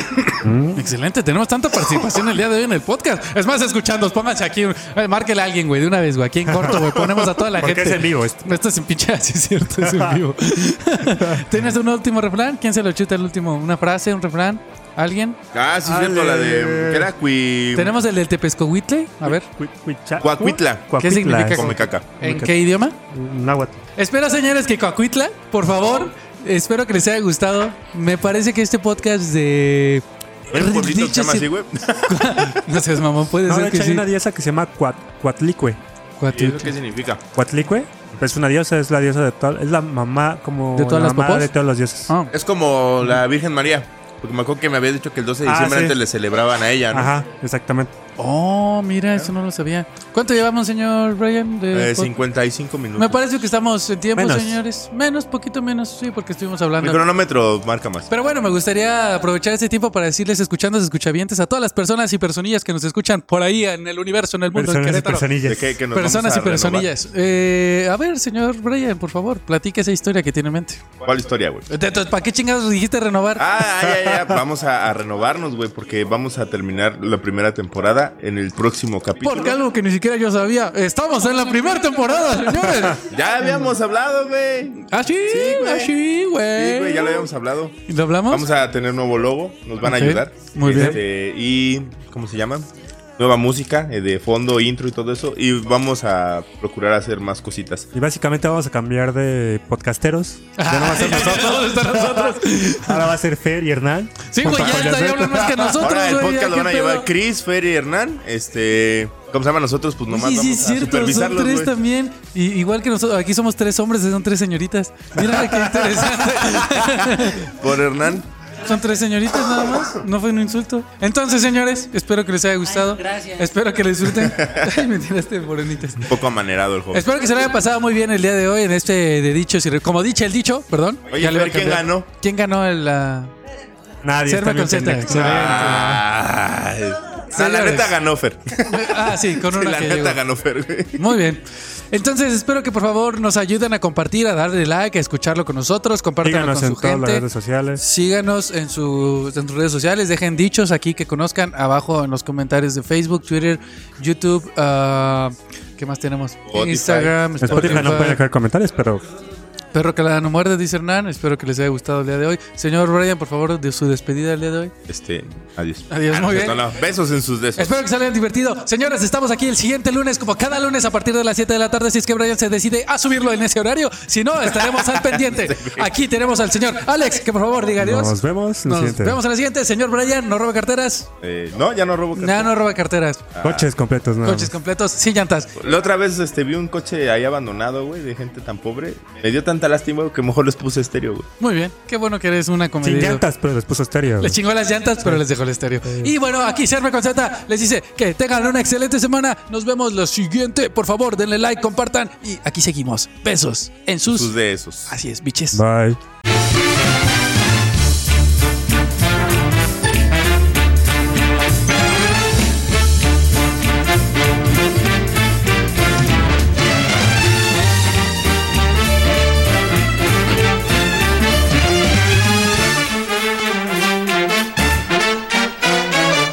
[SPEAKER 1] Excelente, tenemos tanta participación el día de hoy en el podcast. Es más, escuchando, pónganse aquí, un- eh, márquele a alguien, güey, de una vez, güey, aquí en corto, güey, ponemos a toda la
[SPEAKER 3] Porque
[SPEAKER 1] gente.
[SPEAKER 3] es en vivo esto.
[SPEAKER 1] Esto es en pinche, sí es cierto, es en vivo. ¿Tienes un último refrán? ¿Quién se lo chuta el último? ¿Una frase, un refrán? ¿Alguien?
[SPEAKER 2] Ah, sí, es cierto,
[SPEAKER 3] Ale.
[SPEAKER 2] la de. ¿Qué era? Cui-
[SPEAKER 1] Tenemos el del Tepescohuitle, a ver,
[SPEAKER 3] Cui- cuicha-
[SPEAKER 2] Cuacuitla.
[SPEAKER 3] Cuacuitla
[SPEAKER 1] ¿Qué significa?
[SPEAKER 3] es
[SPEAKER 2] Come caca.
[SPEAKER 1] ¿en qué idioma?
[SPEAKER 3] náhuatl.
[SPEAKER 1] Espero, señores, que Coacuitla, por favor, espero que les haya gustado. Me parece que este podcast de...
[SPEAKER 2] ¿Ves un pueblito que se llama así, güey?
[SPEAKER 1] No seas mamón, puede
[SPEAKER 3] No, de
[SPEAKER 1] ser que
[SPEAKER 3] hecho, hay
[SPEAKER 1] sí.
[SPEAKER 3] una diosa que se llama Cuat- Cuatlicue.
[SPEAKER 2] ¿Y eso
[SPEAKER 1] Coacuitla.
[SPEAKER 2] qué significa?
[SPEAKER 3] Cuatlicue es una diosa, es la diosa de todas. Es la mamá como.
[SPEAKER 1] ¿De todas
[SPEAKER 3] la
[SPEAKER 1] las
[SPEAKER 3] mamá
[SPEAKER 1] popós?
[SPEAKER 3] de todos los dioses.
[SPEAKER 1] Ah.
[SPEAKER 2] Es como la Virgen María. Porque me acuerdo que me había dicho que el 12 de
[SPEAKER 3] Ah,
[SPEAKER 2] diciembre
[SPEAKER 3] sí.
[SPEAKER 2] antes le celebraban a ella, ¿no?
[SPEAKER 3] Ajá, exactamente.
[SPEAKER 1] Oh, mira, eso no lo sabía. ¿Cuánto llevamos, señor Brian? de
[SPEAKER 2] Eh,
[SPEAKER 1] pod-
[SPEAKER 2] 55 minutos.
[SPEAKER 1] pues, Me parece que estamos en tiempo,
[SPEAKER 3] Menos.
[SPEAKER 1] señores. Menos, poquito menos, sí, porque estuvimos
[SPEAKER 2] El
[SPEAKER 1] hablando.
[SPEAKER 2] cronómetro marca más.
[SPEAKER 1] Pero bueno, me gustaría aprovechar este tiempo para decirles, escuchando, escuchavientes, a todas las personas y personillas que nos escuchan por ahí en el universo, en el mundo,
[SPEAKER 3] Personas y
[SPEAKER 1] en Querétaro.
[SPEAKER 3] personillas.
[SPEAKER 2] ¿De qué- que nos
[SPEAKER 1] Personas
[SPEAKER 2] vamos a
[SPEAKER 1] y personillas. Eh, a ver, señor Brian, por favor, platique esa historia que tiene en mente.
[SPEAKER 2] renovar? ¿Cuál historia, güey?
[SPEAKER 1] Entonces, ¿Para qué chingados dijiste renovar?
[SPEAKER 2] Ah, ya, ya, ya. Vamos a, a renovarnos, güey, porque vamos a terminar la primera temporada en el próximo capítulo.
[SPEAKER 1] Porque algo que ni siquiera yo sabía. Estamos en la primera temporada, señores.
[SPEAKER 2] Ya habíamos hablado, güey.
[SPEAKER 1] Ah, eh. sí,
[SPEAKER 2] Sí, güey.
[SPEAKER 1] ah, sí, güey.
[SPEAKER 2] Sí, güey, ya lo habíamos hablado.
[SPEAKER 1] ¿Y ¿Lo hablamos?
[SPEAKER 2] Vamos a tener nuevo logo, nos van
[SPEAKER 1] Ok,
[SPEAKER 2] a ayudar.
[SPEAKER 1] muy bien.
[SPEAKER 2] Este, Y, ¿cómo se llama? nueva música eh, de fondo, intro y todo eso. Y vamos a procurar hacer más cositas.
[SPEAKER 3] Y básicamente vamos a cambiar de podcasteros. Ya no va a ser nosotros.
[SPEAKER 1] ¿Dónde están nosotros?
[SPEAKER 3] Ahora va a ser Fer y Hernán.
[SPEAKER 1] Sí, güey, ya está, ya hablan más que nosotros.
[SPEAKER 2] Ahora el
[SPEAKER 1] güey, ya,
[SPEAKER 2] podcast lo
[SPEAKER 1] ¿qué
[SPEAKER 2] van a llevar
[SPEAKER 1] pedo?
[SPEAKER 2] Chris, Fer y Hernán. Este. ¿Cómo se llama nosotros? Pues nomás
[SPEAKER 1] Sí, sí,
[SPEAKER 2] vamos
[SPEAKER 1] es
[SPEAKER 2] a
[SPEAKER 1] cierto, son
[SPEAKER 2] supervisarlos,
[SPEAKER 1] tres
[SPEAKER 2] güey.
[SPEAKER 1] también. Y, igual que nosotros, aquí somos tres hombres, son tres señoritas. Mira qué interesante.
[SPEAKER 2] Por Hernán.
[SPEAKER 1] Son tres señoritas nada más, no fue un insulto. Entonces, señores, espero que les haya gustado.
[SPEAKER 5] gracias.
[SPEAKER 1] Espero que les disfruten. Ay, me tiraste morenitas.
[SPEAKER 2] Un poco amanerado el joven.
[SPEAKER 1] Espero que se le haya pasado muy bien el día de hoy en este de dichos y re- como dicho el dicho, perdón.
[SPEAKER 2] Oye,
[SPEAKER 1] le voy
[SPEAKER 2] Fer,
[SPEAKER 1] a
[SPEAKER 2] ¿quién
[SPEAKER 1] cambiar.
[SPEAKER 2] ganó?
[SPEAKER 1] ¿Quién ganó el la
[SPEAKER 3] Nadie.
[SPEAKER 1] Serme
[SPEAKER 3] está bien
[SPEAKER 1] con Z?
[SPEAKER 3] pendejo. Ah,
[SPEAKER 2] Ay. No, la
[SPEAKER 1] Señores.
[SPEAKER 2] neta ganó Fer.
[SPEAKER 1] Ah, sí, con una
[SPEAKER 2] La
[SPEAKER 1] que llegó.
[SPEAKER 2] neta ganó Fer, güey.
[SPEAKER 1] Muy bien. Entonces espero que por favor nos ayuden a compartir, a darle like, a escucharlo con nosotros, compártanlo
[SPEAKER 3] Síganos
[SPEAKER 1] con
[SPEAKER 3] en
[SPEAKER 1] su
[SPEAKER 3] todas las
[SPEAKER 1] gente.
[SPEAKER 3] redes sociales.
[SPEAKER 1] Síganos en sus, en sus redes sociales, dejen dichos aquí que conozcan abajo en los comentarios de Facebook, Twitter, YouTube, ah, ¿qué más tenemos?
[SPEAKER 2] Spotify.
[SPEAKER 1] Instagram,
[SPEAKER 3] Spotify no puede dejar comentarios, pero
[SPEAKER 1] Perro que la no muerde, dice Hernán. Espero que les haya gustado el día de hoy. Señor Brian, por favor, de su despedida el día de hoy.
[SPEAKER 2] Este, adiós.
[SPEAKER 1] Adiós,
[SPEAKER 2] no,
[SPEAKER 1] muy
[SPEAKER 2] no,
[SPEAKER 1] bien.
[SPEAKER 2] no, Besos en sus besos.
[SPEAKER 1] Espero que se hayan divertido. Señoras, estamos aquí el siguiente lunes, como cada lunes a partir de las 7 de la tarde, si es que Brian se decide a subirlo en ese horario. Si no, estaremos al pendiente. Aquí tenemos al señor Alex, que por favor diga adiós.
[SPEAKER 3] nos vemos. en el
[SPEAKER 1] Nos
[SPEAKER 3] siguiente.
[SPEAKER 1] vemos en la siguiente. Señor Brian, no roba carteras.
[SPEAKER 2] Eh, no, ya no robo.
[SPEAKER 1] No, no roba carteras.
[SPEAKER 2] Ah.
[SPEAKER 3] Coches completos, Ah, ¿no?
[SPEAKER 1] Coches completos, sin llantas.
[SPEAKER 2] La otra vez este, vi un coche ahí abandonado, güey, de gente tan pobre. Me dio tanta lástima güey, que mejor les puse estéreo, güey.
[SPEAKER 1] Muy bien. Qué bueno que eres una
[SPEAKER 3] Sin
[SPEAKER 1] comedia.
[SPEAKER 3] llantas, pero les puso estéreo.
[SPEAKER 1] Les chingó las llantas, pero les dejó el estéreo. Y bueno, aquí Serme con Z les dice que tengan una excelente semana. Nos vemos la siguiente. Por favor, denle like, compartan. Y aquí seguimos. Besos en sus.
[SPEAKER 2] Sus de esos.
[SPEAKER 1] Así es, biches.
[SPEAKER 3] Bye.